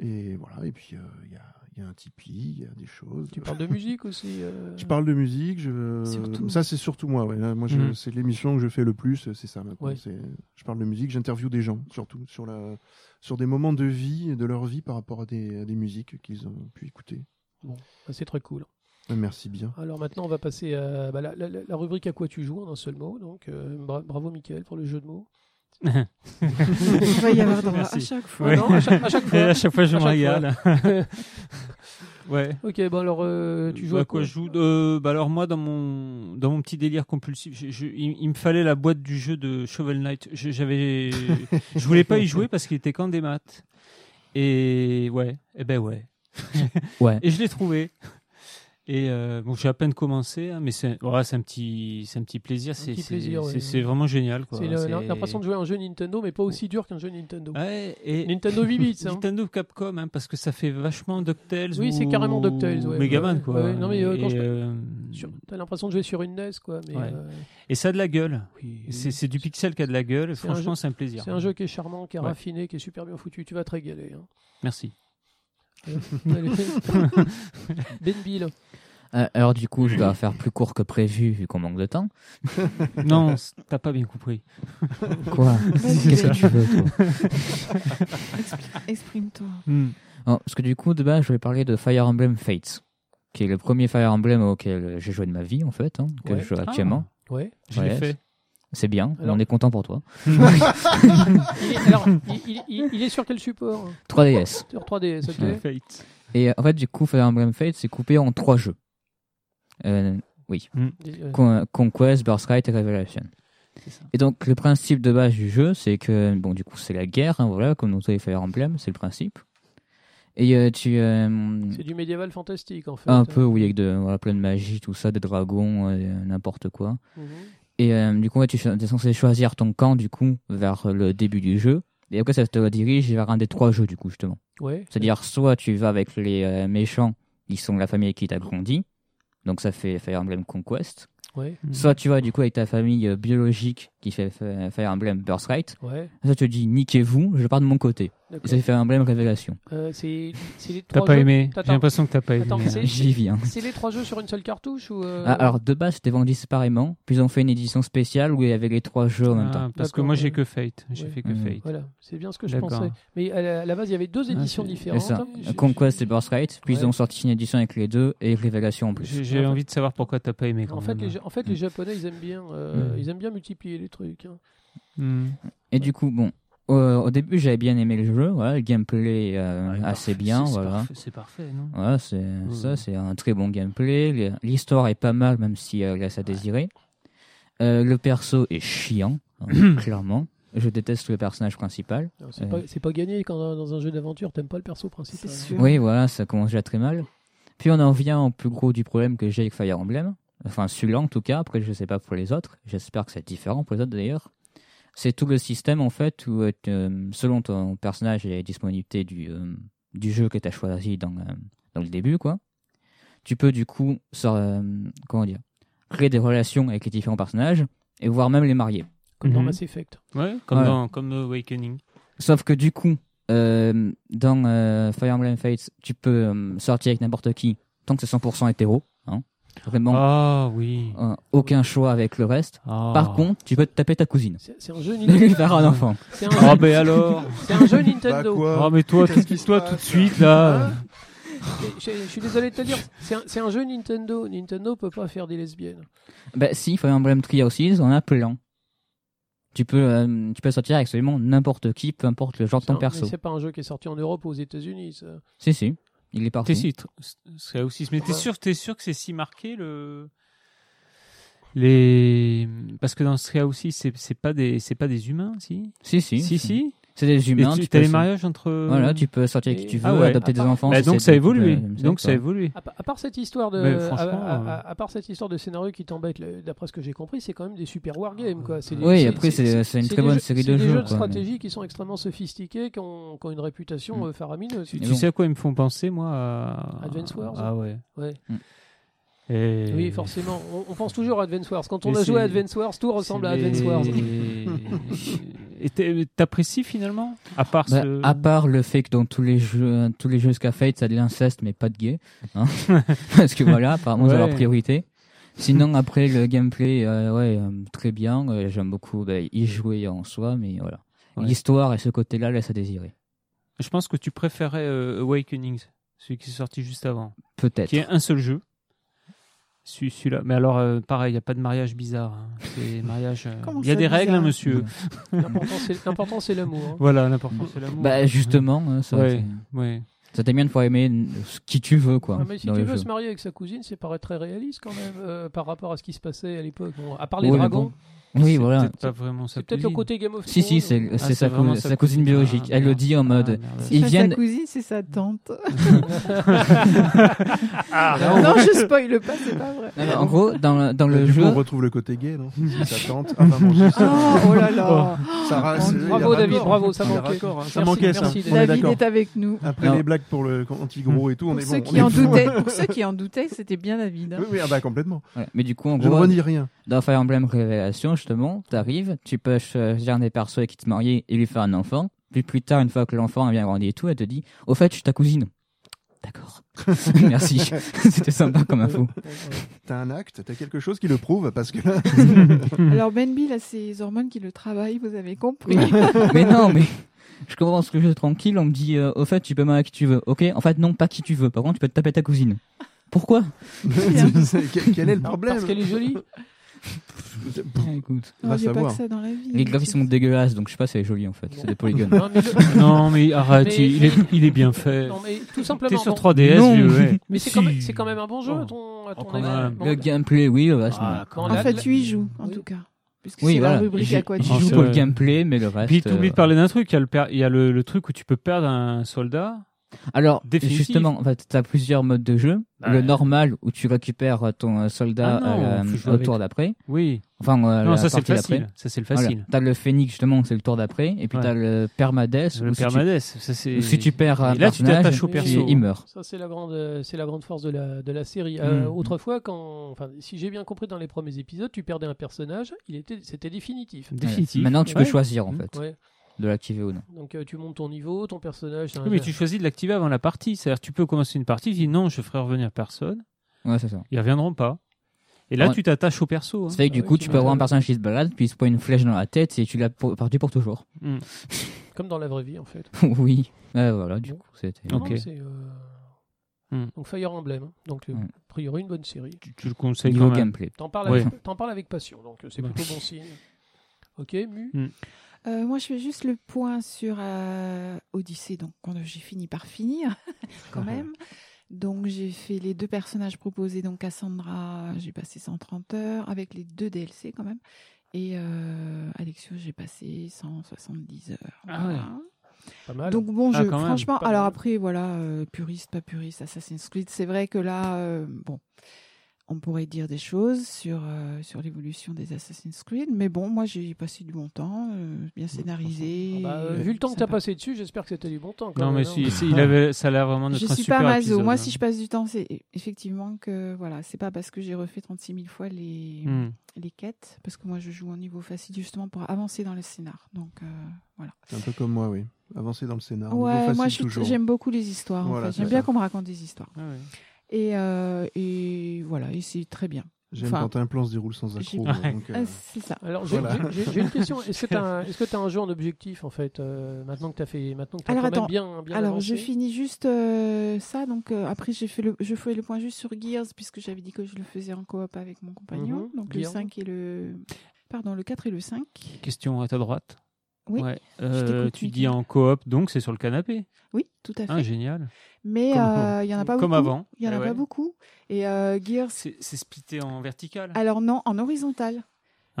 Et voilà, et puis euh, il y, a, il y a un Tipeee, il y a des choses.
Tu parles de musique aussi. euh,
Je parle de musique, je...
Surtout.
ça c'est surtout moi. ouais. Là, moi, je-
Mhm.
c'est l'émission que je fais le plus, c'est ça. maintenant.
Hmm. Ouais.
C'est- Je parle de musique, j'interviewe des gens, surtout sur la, sur des moments de vie, de leur vie par rapport à des, à des musiques qu'ils ont pu écouter.
ah, C'est très cool.
Euh, Merci bien.
Alors maintenant, on va passer à bah, la, la- la rubrique à quoi tu joues en un seul mot. Donc, euh, bra- bravo Mickaël pour le jeu de mots.
Il va y avoir droit à
Merci.
chaque fois.
Ouais.
Non, à chaque, à chaque
Et
fois.
à chaque fois, je
À
me
chaque
régale. ouais.
ok, bon alors euh, tu joues
Bah,
à quoi,
je joue Euh, bah alors moi dans mon dans mon petit délire compulsif, je- je- il, il me fallait la boîte du jeu de Shovel Knight. Je, j'avais je voulais pas y jouer parce qu'il était qu'en des maths. Et ouais, et ben ouais.
Ouais.
Et je l'ai trouvé. Et euh, bon, j'ai à peine commencé, hein, mais c'est voilà, c'est un petit c'est un petit plaisir, c'est
petit
c'est-
plaisir, ouais.
c'est- c'est vraiment génial quoi.
C'est la- la- l'impression de
de
jouer à un jeu Nintendo, mais pas aussi dur qu'un jeu Nintendo.
ouais, et
Nintendo 8 bits. hein.
Nintendo Capcom, hein, parce que ça fait vachement DuckTales.
Oui, c'est
ou-
carrément DuckTales, ouais.
Megaman,
Ouais,
quoi.
ouais, non, mais, euh, quand
et,
je-
euh,
Sur- T'as l'impression de jouer sur une NES, quoi. Mais,
Ouais.
euh,
et ça a de la gueule.
oui.
C'est c'est du pixel qui a de la gueule.
C'est un
Franchement,
jeu-
c'est un plaisir.
C'est un jeu qui est charmant, qui est
Ouais.
raffiné, qui est super bien foutu. Tu vas te régaler. hein.
Merci.
Allez. ben Bill.
Euh, alors du coup, je dois faire plus court que prévu vu qu'on manque de temps.
non, c- t'as pas bien compris.
Quoi Qu'est-ce que tu veux toi
Exprime-toi.
Hmm.
Oh, Parce que du coup, de base, je vais parler de Fire Emblem Fates, qui est le premier Fire Emblem auquel j'ai joué de ma vie en fait, hein, que
Ouais.
je joue
Ah.
actuellement.
Ouais.
Je l'ai
Ouais.
fait.
C'est bien,
Alors-
on est content pour toi.
Il est, alors, il, il- il- il est sur quel support hein
3DS.
Sur 3DS, ok.
Ouais.
Fate.
Et euh, en fait, du coup, Fire Emblem Fates c'est coupé en trois jeux. Euh,
Des- euh,
Con- Conquest, Birthright et Revelation.
C'est ça.
Et donc le principe de base du jeu, c'est que bon du coup c'est la guerre, hein, voilà, comme dans tous les Fire Emblem, c'est le principe. Et euh, tu euh,
C'est du médiéval fantastique, en fait. hein.
un peu oui avec de voilà, plein de magie, tout ça, des dragons, euh, n'importe quoi.
Mhm.
Et euh, du coup ouais, tu es censé choisir ton camp du coup vers le début du jeu. Et après ça te dirige vers un des trois jeux du coup justement.
Ouais.
C'est-à-dire soit tu vas avec les euh, méchants, ils sont la famille qui t'a grandi, donc ça fait Fire Emblem Conquest.
Ouais.
Mm.
Soit tu vas du coup avec ta famille euh, biologique qui fait fa- Fire Emblem Birthright.
Ouais.
Ça te dit niquez-vous, je pars de mon côté. Et
D'accord.
ça fait Fire Emblem Révélation.
Euh, c'est c'est les
T'as
trois
pas
jeux-
aimé.
T'attends.
J'ai l'impression que t'as pas aimé.
Attends, c'est-
J'y viens.
C'est les trois jeux sur une seule cartouche ou euh,
Ah, alors de base c'était vendu séparément, puis ils ont fait une édition spéciale où il y avait les trois jeux en même
Ah,
temps.
parce que
D'accord,
moi,
ouais.
j'ai que Fate. J'ai
Ouais.
fait que
Mhm.
Fate.
Voilà, c'est bien ce que je
D'accord. Ah,
pensais. Mais à la, à la base, il y avait deux éditions
c'est- Ah,
C'est
différentes.
ça,
J'ai-
Euh, Conquest et Birthright, puis
Ouais.
ils ont sorti une édition avec les deux et Révélation en plus.
J'ai j'ai envie de savoir pourquoi t'as pas aimé. Quand
En fait,
même.
les, Ja- en fait, les Japonais, ils aiment bien, euh,
Mm.
ils aiment bien multiplier les trucs. hein.
Mhm.
Et du coup, bon, au, au début j'avais bien aimé le jeu, voilà, le gameplay euh,
Ouais,
assez
parfait. C'est-
bien,
c'est
voilà.
parfait, C'est parfait, non
Voilà, c'est ça, c'est un très bon gameplay. Les- L'histoire est pas mal, même si elle laisse à désirer. Euh, le perso est chiant, hein, clairement. Je déteste le personnage principal.
Alors, C'est
Ouais.
pas, c'est pas gagné quand euh, dans un jeu d'aventure, t'aimes pas le perso principal.
C'est
hein.
sûr.
Oui, voilà, ça commence déjà très mal. Puis on en vient au plus gros du problème que j'ai avec Fire Emblem. Enfin, celui-là en tout cas. Après, je sais pas pour les autres. J'espère que c'est différent pour les autres d'ailleurs. C'est tout le système en fait où, euh, te- selon ton personnage et les disponibilités du, euh, du jeu que tu as choisi dans, euh, dans le début, quoi, tu peux du coup sort- euh, comment dire, créer des relations avec les différents personnages et voire même les marier.
Comme dans
Mhm.
Mass Effect.
Ouais, comme
Ouais.
dans comme dans Awakening.
Sauf que du coup, euh, dans euh, Fire Emblem Fates, tu peux euh, sortir avec n'importe qui tant que c'est 100% hétéro. hein. Vraiment,
Ah oui.
euh, aucun choix avec le reste.
Ah.
Par contre, tu peux te taper ta cousine.
C'est c'est un jeu
Et lui
Nintendo.
faire un enfant.
C'est un,
Ah ben alors.
c'est un jeu
Bah
Nintendo.
quoi
Ah mais toi, tout,
Qu'est-ce qui se
toi
passe
tout de suite là.
Mais Je je suis désolé de te dire, c'est un, c'est un jeu Nintendo. Nintendo peut pas faire des lesbiennes.
Bah si, Fire Emblem Three Houses en appelant. Tu peux, euh, tu peux sortir avec absolument n'importe qui, peu importe le genre de ton
Non,
perso.
mais C'est pas un jeu qui est sorti en Europe ou aux États-Unis. ça.
Si, si. Il est parti.
T'es sûr, c'est aussi. Mais t'es sûr, t'es sûr que c'est si marqué le. Les parce que dans Stray aussi c'est c'est pas des c'est pas des humains si
Si, si.
si si
C'est des
Et
humains.
tu
tu
t'as
peux
les
se-
mariages entre
Voilà, tu peux sortir avec qui tu veux,
Ah
ouais.
adopter des
Ah,
enfants.
Bah,
si
donc
c'est
ça
des-
évolue
euh,
donc ça
quoi.
évolue
À, pa- à part cette histoire de,
Mais franchement,
à, à-
euh.
à- à part cette histoire de scénario qui t'embête, le- d'après ce que j'ai compris, c'est quand même des super wargames. quoi. C'est des-
Oui,
c'est-
après, c'est- c'est une
c'est des
très bonne
jeux-
série
c'est
de
des
jeux,
de
quoi,
stratégie qui sont extrêmement sophistiqués, qui ont, qui ont une réputation
Mm.
euh, faramineuse.
tu,
Mais
tu
bon.
sais à quoi ils me font penser moi à...
Advance Wars
ah ouais
Ouais.
Mm.
Et-
Oui, forcément. On, on pense toujours à Advance Wars. Quand on
Et
a joué à
c'est-
Advance Wars, tout ressemble à
C'est-
Advance Wars.
Et t'es- t'apprécies finalement À part
Bah,
ce.
à part le fait que dans tous les jeux, euh, tous les jeux jusqu'à Fate, ça a de l'inceste, mais pas de gay. hein. Parce que voilà, apparemment, c'est
Ouais.
leur priorité. Sinon, après, le gameplay, euh, ouais, euh, très bien. euh, J'aime beaucoup bah, y jouer en soi, mais voilà.
Ouais.
L'histoire et ce côté-là laisse à désirer.
Je pense que tu préférais euh, Awakenings, celui qui est sorti juste avant,
Peut-être.
qui est un seul jeu. Celui- Celui-là. Mais alors, euh, pareil, il n'y a pas de mariage bizarre. hein. C'est mariage. euh,
Comment
Il y a
ça,
des règles, hein,
bizarre
Bah,
monsieur.
L'important, c'est- L'important, c'est l'amour. hein.
Voilà, l'important, c'est l'amour.
Bah, justement, hein, ça,
Ouais.
c'est-
Ouais.
ça t'aime bien de pouvoir aimer ce qui tu veux, quoi.
Ah, mais si
dans
tu
le
veux
jeu.
se marier avec sa cousine, c'est paraît très réaliste quand même euh, par rapport à ce qui se passait à l'époque. Bon, à part les
Oui, mais
dragons,
bon. Oui,
C'est
voilà.
peut-être pas vraiment sa
c'est peut-être le
cousine.
côté Game of Thrones.
Si, si, c'est
ou-
c'est
c'est
sa, cou-
vraiment
sa
sa
cousine
cousine.
biologique.
Ah,
Elle le dit en
Ah,
mode.
merde.
C'est
Ils
pas
viennent-
sa cousine, c'est sa tante.
Ah,
non, je spoile pas, c'est pas vrai.
Non, mais Euh, en gros, dans, dans
Bah,
le
du coup,
jeu.
on retrouve le côté gay, non Ça tente. Ah, vraiment, juste-
Oh, oh là là.
Sarah,
Bravo,
c'est- il y a
Bravo David,
raccord.
bravo, ça
Il y a
manquait.
raccord, hein. Ça
Merci,
manquait, ça.
merci,
On est
David.
David
d'accord.
est avec nous.
Après
Non.
les blagues pour le anti-gros et tout, on
Hmm. Pour
est
ceux,
bon. on
qui
est
en
bon.
doutaient, pour ceux qui en doutaient, c'était bien David. hein.
Oui, oui, ah bah, complètement.
Ouais, Mais du coup, en
Je ne
gros,
renie rien.
dans Fire Emblem Révélation, justement, t'arrives, tu euh, peux choisir un des persos avec qui te marier et lui faire un enfant. Puis plus tard, une fois que l'enfant a bien grandi et tout, elle te dit Au fait, je suis ta cousine. D'accord. Merci. C'était sympa comme info.
T'as un acte, t'as quelque chose qui le prouve, parce que là, Mm.
Alors Ben Benby, il a ses hormones qui le travaillent, vous avez compris.
mais non, mais je commence ce jeu tranquille. On me dit euh, Au fait, tu peux marier qui tu veux. Ok, en fait, non, pas qui tu veux. Par contre, tu peux te taper ta cousine. Pourquoi
quel quel est le
Parce
problème
qu'elle est jolie.
Ah, Écoute.
Non,
Va
il n'y a pas
savoir.
que ça dans la vie.
Les graphismes sont dégueulasses, donc je sais pas si c'est joli en fait. C'est des polygones.
Non, mais le-
non, mais arrête,
Mais-
il, est, il est bien fait.
non, mais tout
T'es
simplement.
sur
bon.
3DS,
Non.
vieux, ouais.
Mais c'est quand,
Si.
même- c'est quand même un bon jeu,
Oh.
ton, à
Oh,
ton
quand
avis.
même.
Bon,
Le gameplay, oui, ouais, c'est
Ah, quand
En
même.
fait, tu y joues, en
Oui.
tout cas. Puisque
Oui,
c'est
voilà.
la rubrique
J'y-
à quoi tu
j'y
Ah,
joue
joues.
c'est
pour le
vrai.
gameplay, mais le reste.
Puis t'oublies
euh,
de parler d'un truc, il y, a le per- il y a le, le truc où tu peux perdre un soldat.
Alors,
Définitif.
justement, en fait, t'as plusieurs modes de jeu.
Bah,
le
ouais.
normal où tu récupères euh, ton euh, soldat
Ah non,
euh,
faut jouer
au
avec.
tour d'après.
Oui.
Enfin, euh,
non,
la
ça c'est le
partie
facile.
d'après.
Ça c'est le
Voilà.
facile.
T'as le phénix justement, c'est le tour d'après. Et puis
Ouais.
t'as le permadeath.
Le
où si tu-
permades, ça c'est.
où si tu perds un
Et là, tu
personnage,
t'attaches au
tu-
perso.
il meurt.
Ça, c'est la grande, euh, c'est la grande force de la, de la série. Euh,
Mm.
Autrefois, quand, enfin, si j'ai bien compris dans les premiers épisodes, tu perdais un personnage, il était, c'était définitif.
Définitif.
Ouais. Maintenant, tu peux
Ouais.
choisir en fait
Ouais.
de l'activer ou non.
Donc, euh, tu montes ton niveau, ton personnage. t'as un-
Oui, mais tu choisis de l'activer avant la partie. C'est-à-dire, tu peux commencer une partie, tu dis non, je ferai revenir personne,
Ouais, c'est ça.
ils reviendront pas. Et là,
Ouais.
tu t'attaches au perso. hein.
Ça fait que
Ah
du
oui,
coup,
tu
tu peux avoir un
m'étonnes.
personnage qui se balade, puis il se prend une flèche dans la tête et tu l'as pour- perdu pour toujours.
Comme dans la vraie vie, en fait.
oui. Ouais, voilà, du coup, c'était.
Non,
Ok.
non, c'est, euh,
Mm.
Donc Fire Emblem, hein. donc euh,
Ouais.
a priori une bonne série.
Tu, tu le conseilles
Niveau
quand même.
gameplay.
T'en parles,
Ouais.
avec- t'en parles avec passion, donc euh, c'est
Ouais.
plutôt bon signe. Ok, Mu
Euh, moi, je fais juste le point sur euh, Odyssée, donc quand j'ai fini par finir, quand même. Donc, j'ai fait les deux personnages proposés. Donc, Cassandra, j'ai passé 130 heures, avec les deux DLC quand même. Et euh, Alexio, j'ai passé 170 heures.
Ah ouais.
Voilà.
Pas mal.
Donc bon,
Ah,
je,
quand même,
franchement,
pas
alors
mal.
après, voilà, euh, puriste, pas puriste, Assassin's Creed, c'est vrai que là, euh, bon, on pourrait dire des choses sur, euh, sur l'évolution des Assassin's Creed, mais bon, moi j'ai passé du bon temps, euh,
Bah,
bien scénarisé.
Ah bah, euh,
euh,
vu le temps que t'as
sympa.
passé dessus, j'espère que c'était du bon temps. Quand
Non,
même,
mais
hein.
si, si, il avait, ça a l'air vraiment d'être
Je
un
suis
super
pas maso,
épisode,
moi
hein.
si je passe du temps, c'est effectivement que, voilà, c'est pas parce que j'ai refait 36 000 fois les,
Hmm.
les quêtes, parce que moi je joue en niveau facile justement pour avancer dans le scénar, donc euh, voilà.
C'est un peu comme moi, oui. Avancer dans le scénario.
Ouais, moi
facile
je suis-
toujours.
j'aime beaucoup les histoires, en
Voilà,
fait.
c'est
j'aime bien
ça.
qu'on me raconte des histoires.
Ah ouais.
Et, euh, et voilà, et c'est très bien.
J'aime
Enfin,
quand un plan se déroule sans accro.
j'ai-
moi, donc, euh,
Ah, c'est ça.
Alors, j'ai
Voilà.
j'ai- j'ai- j'ai une question. Est-ce que tu as, est un jeu en objectif, en fait, euh, maintenant que tu as fait. Maintenant que t'as
Alors,
quand même
attends.
bien, bien
Alors,
avancé
je finis juste euh, ça. Donc, euh, après, j'ai fait le, je fais le point juste sur Gears, puisque j'avais dit que je le faisais en coop avec mon compagnon.
Mhm,
donc,
Gears.
le 5 et le. Pardon, le 4 et le 5.
Question à ta droite.
Oui,
Ouais.
je t'écoute,
Euh, tu dis
Mickaël.
en coop, donc c'est sur le canapé.
Oui, tout à fait.
Ah, génial.
Mais
Comme-
euh, il y en a pas
Comme
beaucoup.
avant. Eh
Il y en a
Ouais.
pas beaucoup. Et euh, Gears.
C'est c'est splitté en vertical.
Alors, non, en horizontal.
Ouais.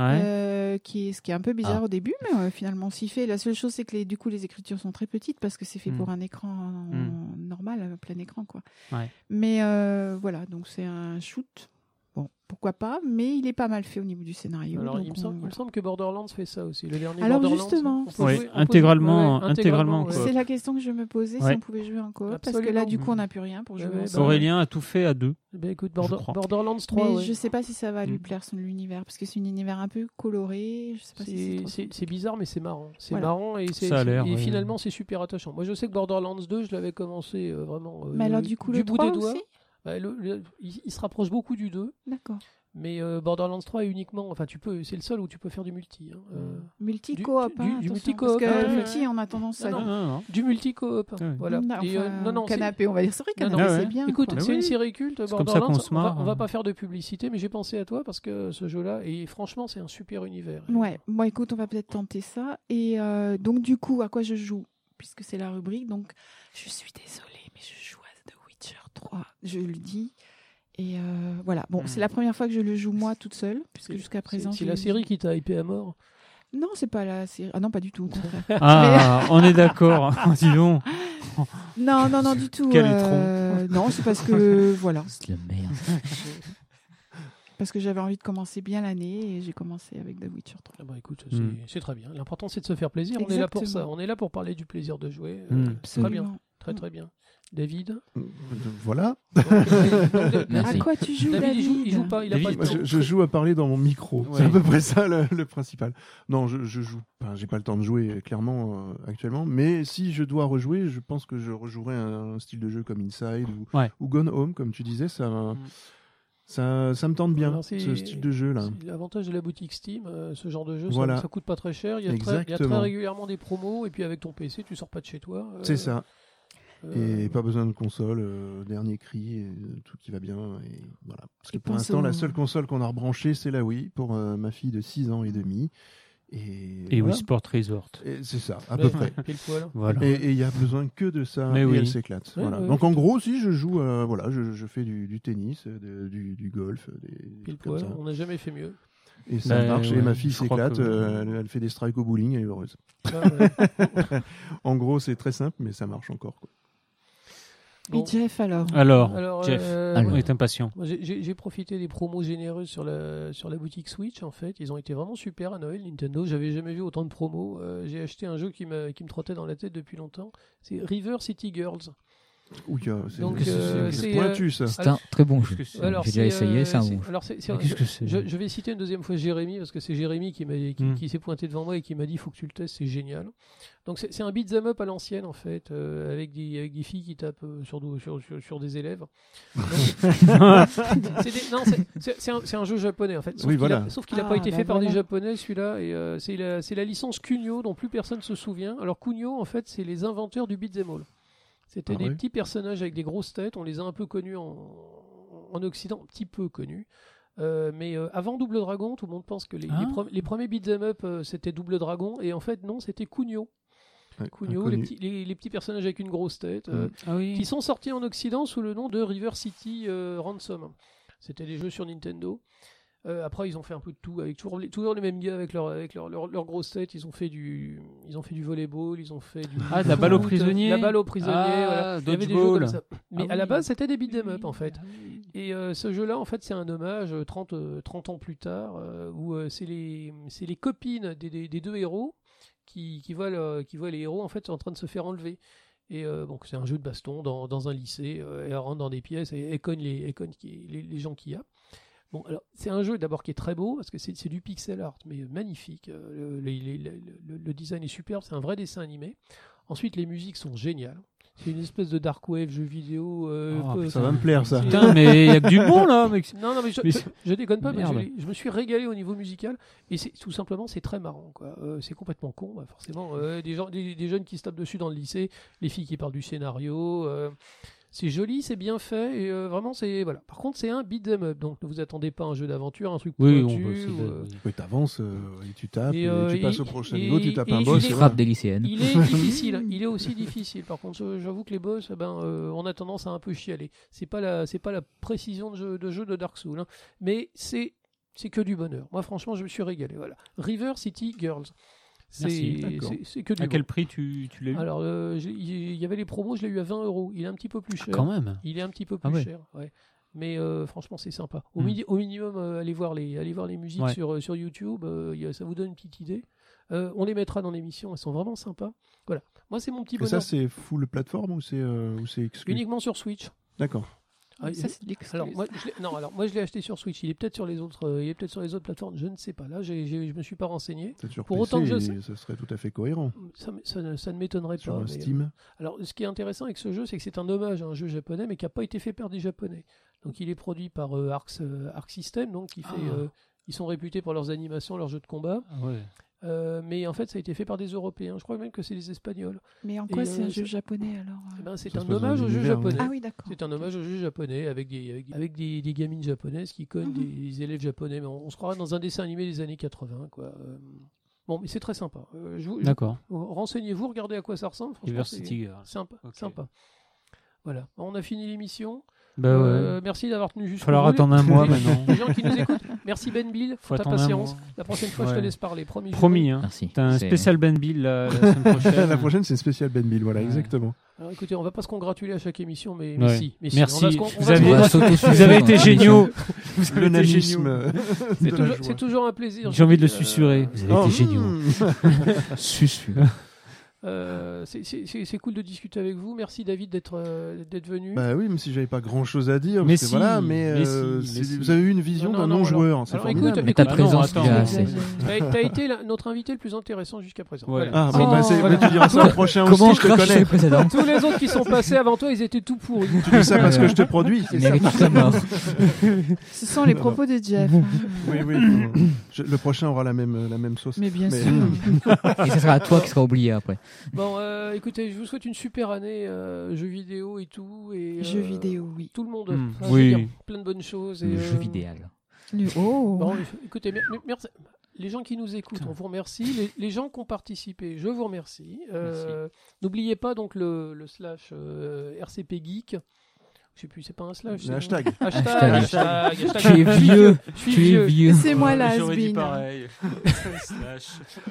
Ah.
Euh, qui est, ce qui est un peu bizarre au début, mais euh, finalement on s'y fait. La seule chose, c'est que les, du coup, les écritures sont très petites parce que c'est fait
Mm.
pour un écran euh,
Mm.
normal, euh, plein écran, quoi.
Ouais.
Mais euh, voilà, donc c'est un shoot. Bon, pourquoi pas, mais il est pas mal fait au niveau du scénario.
Alors,
donc
il me,
on-
semble, il me semble que Borderlands fait ça aussi. Le dernier
Alors,
Borderlands,
justement,
on peut
Ouais,
jouer- on peut
intégralement-
jouer- ouais,
intégralement en
ouais.
coop.
C'est la question que je me posais si
Ouais.
on pouvait jouer en coop, parce que
Absolument.
là, du coup, on
Mm.
n'a plus rien pour jouer
Ouais,
en
bah,
coop.
Aurélien a tout fait à deux.
Ben, écoute, Border-
crois.
Borderlands 3,
Mais
ouais.
je sais pas si ça va lui
Mm.
plaire son univers, parce que c'est un univers un peu coloré. Je sais pas si
C'est-
c'est trop-
C'est c'est bizarre, mais c'est marrant. C'est
Voilà.
marrant et, c'est-
Ça a l'air,
et
ouais.
finalement, c'est super attachant. Moi, je sais que Borderlands 2, je l'avais commencé euh, vraiment euh,
Mais alors, du coup, le
bout
3
des doigts.
aussi
Bah, le- le- il, il se rapproche beaucoup du 2,
D'accord.
mais euh, Borderlands 3 est uniquement. Enfin, tu peux, c'est le seul où tu peux faire du multi. hein. Euh,
Hmm. Multicoop,
Du-
hein,
du- du
attention,
multicoop,
parce que
hein,
multi, on a tendance à
Non,
Non, non, non.
Du multi-coop.
Ah Ouais.
Voilà.
Hmm, Enfin,
Et, euh, non, non, c'est- Ah,
canapé, on va dire. C'est vrai,
Non,
canapé,
non,
c'est
ouais.
bien.
Écoute,
quoi.
Mais
c'est une
Ah oui.
série culte,
C'est comme ça
Borderlands.
qu'on se
on, va,
marre,
on va
hein.
pas faire de publicité, mais j'ai pensé à toi parce que ce jeu-là, et franchement, c'est un super univers.
Ouais, bon, écoute, on va peut-être tenter ça. Et euh, donc, du coup, à quoi je joue Puisque c'est la rubrique, donc je suis désolée, mais je joue à The Witcher 3, je le dis. Et euh, voilà, bon,
Hmm.
c'est la première fois que je le joue moi toute seule, puisque
C'est-
jusqu'à
c'est-
présent.
C'est
je
la
le-
série qui t'a hypé à mort.
Non, c'est pas la série. Ah non, pas du tout, au contraire.
Ah, on est d'accord. Oh, Dis donc.
non, non, non, du tout.
Quel
euh, non, c'est parce que, voilà,
C'est de la merde.
parce que j'avais envie de commencer bien l'année et j'ai commencé avec The Witcher 3.
Ah bah écoute, c'est
Hmm.
Mm.
c'est très bien. L'important, c'est de se faire plaisir. On est là pour ça.
Exactement.
On est là pour parler du plaisir de jouer. euh, Très
Mm.
Hmm.
bien.
Absolument.
Très très bien. David
Voilà.
Donc, David,
À
Merci.
quoi tu joues,
David, il joue,
David
il joue pas. Il a
David,
pas
Moi,
le temps.
je, je joue à parler dans mon micro.
Ouais.
C'est à peu près ça le, le principal. Non, je, je joue. Enfin, j'ai pas le temps de jouer euh, clairement euh, actuellement. Mais si je dois rejouer, je pense que je rejouerai un, style de jeu comme Inside ou,
Ouais.
ou Gone Home, comme tu disais. Ça,
Mm.
ça, ça me tente bien
Alors, c'est-
ce style de jeu là.
C'est euh, L'avantage de la boutique Steam, euh, ce genre de jeu, ça-
Voilà.
ça, coûte pas très cher. Il y, a très, il y a très
Exactement.
régulièrement des promos. Et puis avec ton PC, tu sors pas de chez toi. euh,
C'est ça.
euh,
Et pas besoin de console. euh, dernier cri, euh, tout qui va bien. Et voilà. Parce que
Et
pour
pense
l'instant,
au-
la seule console qu'on a rebranchée, c'est la Wii pour euh, ma fille de 6 ans et demi. Et,
Et
voilà.
Wii Sport Resort.
Et C'est ça, à
ouais,
peu près.
pile poil.
Voilà.
Et et il y a besoin que de ça.
Mais
et
oui.
elle s'éclate.
Ouais,
Voilà.
ouais,
Donc en gros, si je joue, euh, voilà, je, je fais du, du tennis, euh, de- du, du golf, euh, des, des
Pile
trucs comme
poil.
ça.
On n'a jamais fait mieux.
Et ça
Bah,
marche. Et
ouais,
ma fille
je crois
s'éclate.
que-
euh, elle, elle fait des strikes au bowling. Elle est heureuse.
Ah, ouais.
En gros, c'est très simple, mais ça marche encore. quoi.
Bon. Ah,
Et Jeff, alors
Alors,
Alors,
Jeff,
euh,
Alors.
on est impatient.
Moi, j'ai- J'ai j'ai profité des promos généreuses sur la, sur la boutique Switch en fait. Ils ont été vraiment super à Noël. Nintendo, j'avais jamais vu autant de promos. Euh, j'ai acheté un jeu qui me, qui me trottait dans la tête depuis longtemps. C'est River City Girls.
Ouh, euh, c'est
Donc,
c'est-
euh,
c'est,
c'est pointu ça.
C'est un très bon jeu.
Qu'est-ce que c'est
J'ai déjà
c'est,
essayé,
euh,
c'est un bon jeu.
Alors c'est- c'est-
Mais Qu'est-ce que c'est
je, je vais citer une deuxième fois Jérémy parce que c'est Jérémy qui, m'a- qui,
Hmm.
Mm.
qui s'est pointé devant moi et qui m'a dit faut que tu le testes, c'est génial. Donc c'est c'est un beat'em up à l'ancienne en fait, euh, avec, des, avec des filles qui tapent euh, sur, do- sur, sur- sur des élèves. Donc, c'est des- non, c'est- c'est- c'est un, c'est un jeu japonais en fait. Sauf
Oui,
qu'il
voilà.
a- sauf qu'il n'a
Ah,
pas été
bah
fait par des
voilà.
japonais celui-là et euh, c'est la, c'est la licence Kunio dont plus personne se souvient. Alors Kunio en fait c'est les inventeurs du beat'em all. C'était
Ah
des
ouais.
petits personnages avec des grosses têtes. On les a un peu connus en, en Occident, un petit peu connus. Euh, mais euh, avant Double Dragon, tout le monde pense que les,
Ah.
les, pre- les premiers beat'em up euh, c'était Double Dragon et en fait non, c'était Kunio.
Ouais,
Kunio, les
inconnu.
petits, les- les petits personnages avec une grosse tête. euh,
Ah
qui
oui.
sont sortis en Occident sous le nom de River City euh, Ransom. C'était des jeux sur Nintendo. Euh, après, ils ont fait un peu de tout, avec toujours les, toujours les mêmes gars avec leur, avec leur, leur, leur grosse tête. Ils ont fait du, ils ont fait du volleyball, ils ont fait du.
Ah, de la balle au prisonnier.
La balle aux prisonniers,
Ah,
voilà. Il y avait des jeux
dodgeball.
comme ça. Mais
Ah
à la
oui. Ah
base, c'était des beat'em up en fait. Et euh, ce jeu-là, en fait, c'est un hommage euh, 30, euh, 30 ans plus tard, euh, où euh, c'est les, c'est les copines des, des- des deux héros qui, qui, voient le- qui voient les héros en fait en train de se faire enlever. Et euh, donc c'est un jeu de baston dans, dans un lycée, euh, elle rentre dans des pièces et elle cogne les, elle cogne qui- les, les gens qu'il y a. Bon, alors c'est un jeu d'abord qui est très beau, parce que c'est c'est du pixel art, mais magnifique. Euh, le, les- les- le- le- le design est superbe, c'est un vrai dessin animé. Ensuite, les musiques sont géniales. C'est une espèce de dark wave jeu vidéo. euh,
Oh,
peu-
Ah, Ça va me plaire, ça.
Putain, mais il y a que du bon là, mec.
Non, non, mais je,
Mais
je,
c'est-
je déconne pas, mais
Merde.
je, je me suis régalé au niveau musical. Et c'est tout simplement, c'est très marrant. quoi. Euh, c'est complètement con, bah, forcément. Euh, des, gens, des, des jeunes qui se tapent dessus dans le lycée, les filles qui parlent du scénario. euh, c'est joli, c'est bien fait. Et euh, vraiment, c'est. Voilà. Par contre, c'est un beat'em up. Donc ne vous attendez pas à un jeu d'aventure, un truc
Oui, on
pointu,
peut. c'est
ou, euh,
de-
Oui, t'avances, euh, et tu tapes,
Et,
et
euh,
tu passes
et-
au prochain
et-
niveau, tu tapes
et
un
tu
boss.
les
et voilà.
Frappe des lycéennes.
Il est difficile. Il est aussi difficile. Par contre, euh, j'avoue que les boss, eh ben, euh, on a tendance à un peu chialer. C'est pas la, c'est pas la précision de jeu de, jeu de Dark Souls, hein. mais c'est, c'est que du bonheur. Moi, franchement, je me suis régalé. Voilà. River City Girls. C'est,
Merci,
d'accord.
c'est, c'est que du.
À
bon.
quel prix tu, tu l'as eu
Alors, euh, j'ai- il y avait les promos, je l'ai eu à 20 euros. Il est un petit peu plus cher.
Ah, Quand même.
Il est un petit peu
Ah
plus
ouais.
cher, ouais. Mais euh, franchement, c'est sympa. Au,
Hmm.
mini- au minimum, euh, allez voir les, allez voir les musiques
Ouais.
sur, euh, sur YouTube. euh, y a- ça vous donne une petite idée. Euh, on les mettra dans l'émission. Elles sont vraiment sympas. Voilà. Moi, c'est mon petit
Et ça,
bonheur.
c'est full plateforme ou c'est euh, ou c'est exclu
Uniquement sur Switch.
D'accord.
Ah,
Ça, c'est de l'excuse.
alors moi, je l'ai- non, alors moi je l'ai acheté sur Switch. Il est peut-être sur les autres, euh, il est peut-être sur les autres plateformes. Je ne sais pas. Là, j'ai, j'ai- je me suis pas renseigné.
Peut-être sur
Pour
PC,
autant que je sais-
ça serait tout à fait cohérent.
Ça, me- ça ne- ça ne m'étonnerait
Sur
pas.
un
mais,
Steam.
Alors, ce qui est intéressant avec ce jeu, c'est que c'est un hommage à un jeu japonais, mais qui n'a pas été fait par des japonais. Donc, il est produit par euh, Arc, euh, Arc System, donc qui fait,
Ah.
euh, ils sont réputés pour leurs animations, leurs jeux de combat.
Ah ouais.
Euh, mais en fait, ça a été fait par des Européens. Je crois même que c'est des Espagnols.
Mais en
Et,
quoi c'est
euh,
un jeu
ça-
japonais alors euh
Eh ben, c'est
Ça
un
se passe dans
hommage au jeu
l'univers,
japonais.
ouais.
Ah oui, d'accord.
C'est un hommage au jeu japonais avec des, avec, avec des, des gamines japonaises qui cognent
Mhm.
des, élèves japonais. Mais on, on se croirait dans un dessin animé des années 80. Quoi. Euh, Bon, mais c'est très sympa. Euh, je vous- je-
D'accord.
Renseignez-vous, regardez à quoi ça ressemble. franchement,
Diversity Girls.
c'est Sympa,
Ok.
sympa. Voilà, on a fini l'émission.
Bah ouais.
Euh, merci d'avoir tenu jusqu'au
Falloir
bout.
attendre un mois maintenant.
Les gens qui nous écoutent, merci Ben Bill
Faut
pour ta
attendre un
patience.
mois.
La prochaine fois, je te
Ouais.
laisse parler. Promis.
Promis, hein.
Merci.
T'as un
C'est-
spécial Ben Bill la, la semaine prochaine.
la prochaine, c'est spécial Ben Bill, voilà,
Euh. Ouais.
exactement.
Alors, écoutez, on va pas se congratulaler à chaque émission, mais, mais
Ouais.
si. mais si.
Merci.
On va se con- on va
Vous
se
avez-
On va
congratulater.
s'auto-suivre
Vous avez été
dans
géniaux. Vous
Le
avez été
nanisme
géniaux.
euh, de
C'est
la
toujours,
joie.
c'est toujours un plaisir.
J'ai envie de le
Euh,
susurrer. Vous avez
Oh,
été géniaux. Ah,
hmm.
l'émission. Susu.
euh, c'est- c'est c'est- c'est cool de discuter avec vous. Merci David d'être euh, d'être venu.
Bah oui, même si j'avais pas grand chose à dire,
Mais
parce que
si,
voilà, mais,
mais
euh,
si,
c'est-
mais si.
vous avez eu une vision
Non,
d'un
non, non,
non-joueur, hein, c'est
alors
formidable.
écoute,
Mais ta
Bah non,
présence,
attends.
déjà,
Ah,
c'est-
T'as t'as été la- notre invité le plus intéressant jusqu'à présent.
Ouais.
Voilà.
Ah,
C'est-
bon, bah, c'est-
voilà.
mais tu diras ça au prochain
Comment on
aussi, je te
crache sur
connais.
les précédents
Tous les autres qui sont passés avant toi, ils étaient tout pourris.
Tu fais ça parce que je te produis, c'est
Il
ça.
mérite sa mort.
Ce sont les
Non,
propos de Jeff. hein.
Oui, oui. non. Je- le prochain aura la même, euh, la même sauce.
Mais bien
Mais-
sûr.
Et ce sera à toi qui sera oublié après.
Bon, euh, écoutez, je vous souhaite une super année euh, jeux vidéo et tout. Et,
Jeux
euh,
vidéo, oui.
Tout le monde.
Mm.
Enfin, je veux
Oui.
dire, plein de bonnes choses. Et,
Hmm. Le jeu
euh,
vidéo.
Le- Oh
bon, écoutez, mer- mer- merci. Les gens qui nous écoutent, on vous remercie. Les, les gens qui ont participé, je vous remercie. Euh, N'oubliez pas donc le, le slash euh, RCP Geek. Je sais plus, c'est pas un slash. c'est
Le hashtag.
un- Hashtag.
Hashtag.
hashtag, hashtag.
Tu es
Je suis
vieux.
Je suis
Tu es
vieux.
vieux.
C'est moi la
J'aurais dit
has
pareil. Slash.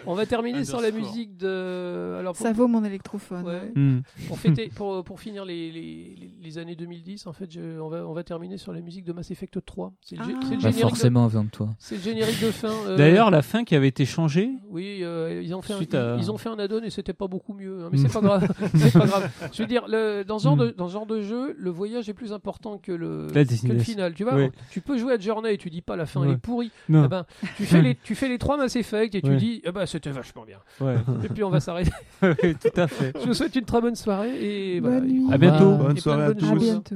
On va terminer sur la
Underscore.
musique de. Alors, pour-
Ça vaut mon électrophone.
Ouais.
Hmm.
pour, fêter, pour, pour finir les, les, les- les années 2010, en fait, je- on, va, on va terminer sur la musique de Mass Effect 3. C'est le, gé-
Ah.
c'est le
Bah,
Pas
générique, de,
forcément en faisant de toi.
c'est le générique de fin. euh,
D'ailleurs, la fin qui avait été changée.
Oui, euh, ils, ont fait un,
Suite à-
ils, ils ont fait un add-on et c'était pas beaucoup mieux. hein, mais
Mm.
c'est pas grave. c'est pas grave. Je veux dire, le- dans, ce genre de, dans ce genre de jeu, le voyage est plus important que le,
Hmm. La
que le
destination.
final. Tu vois,
Ouais.
tu peux jouer à Journey et tu dis pas la fin elle
Ouais.
est pourrie.
Non.
Eh ben, tu fais les, tu fais les trois Mass Effect et tu
Ouais.
dis, eh ben, c'était vachement bien.
Ouais.
Et puis on va s'arrêter.
Oui, tout à fait.
Je vous souhaite une très bonne soirée et voilà.
Bonne nuit.
À bientôt.
Bonne
Et plein de
soirée à
bonnes
À
tous.
choses.
bientôt.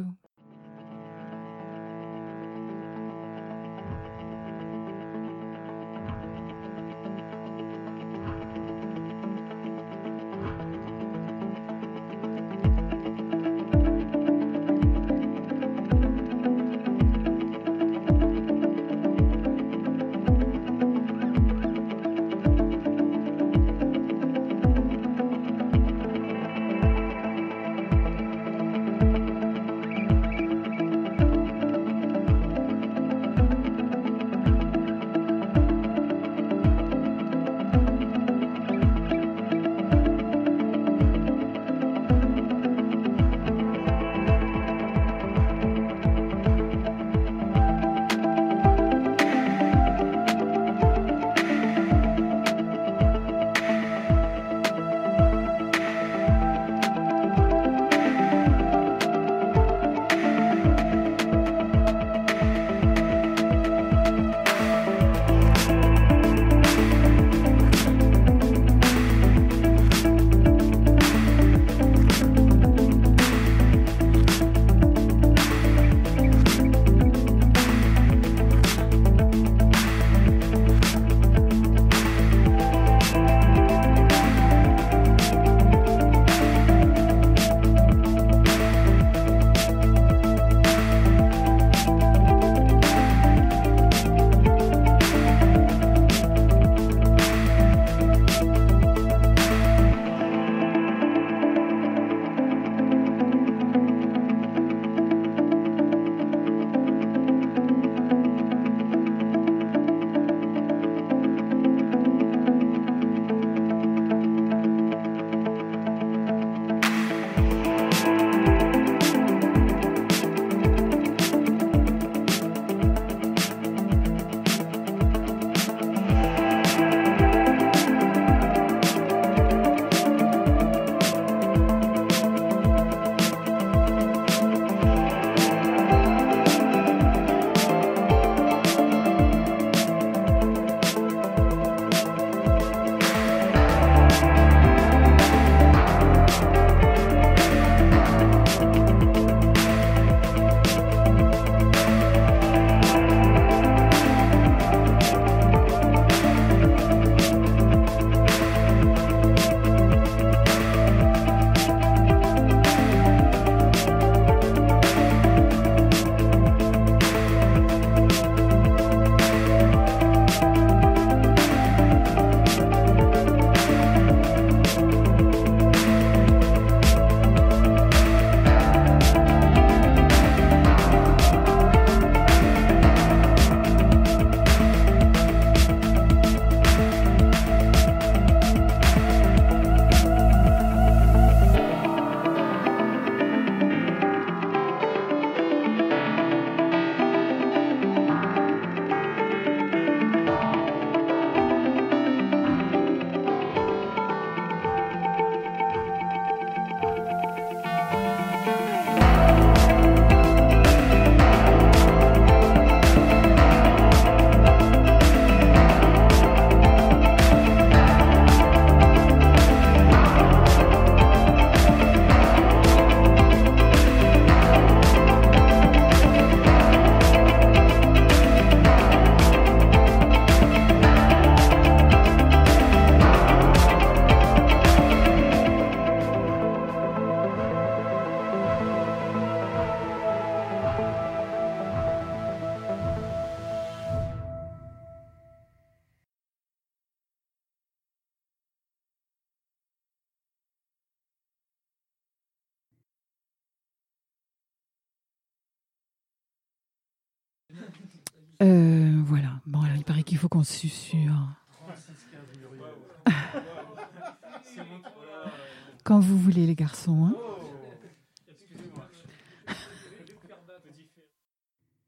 Euh, voilà. Bon, alors il paraît qu'il faut qu'on se susurre. Quand vous voulez, les garçons. hein.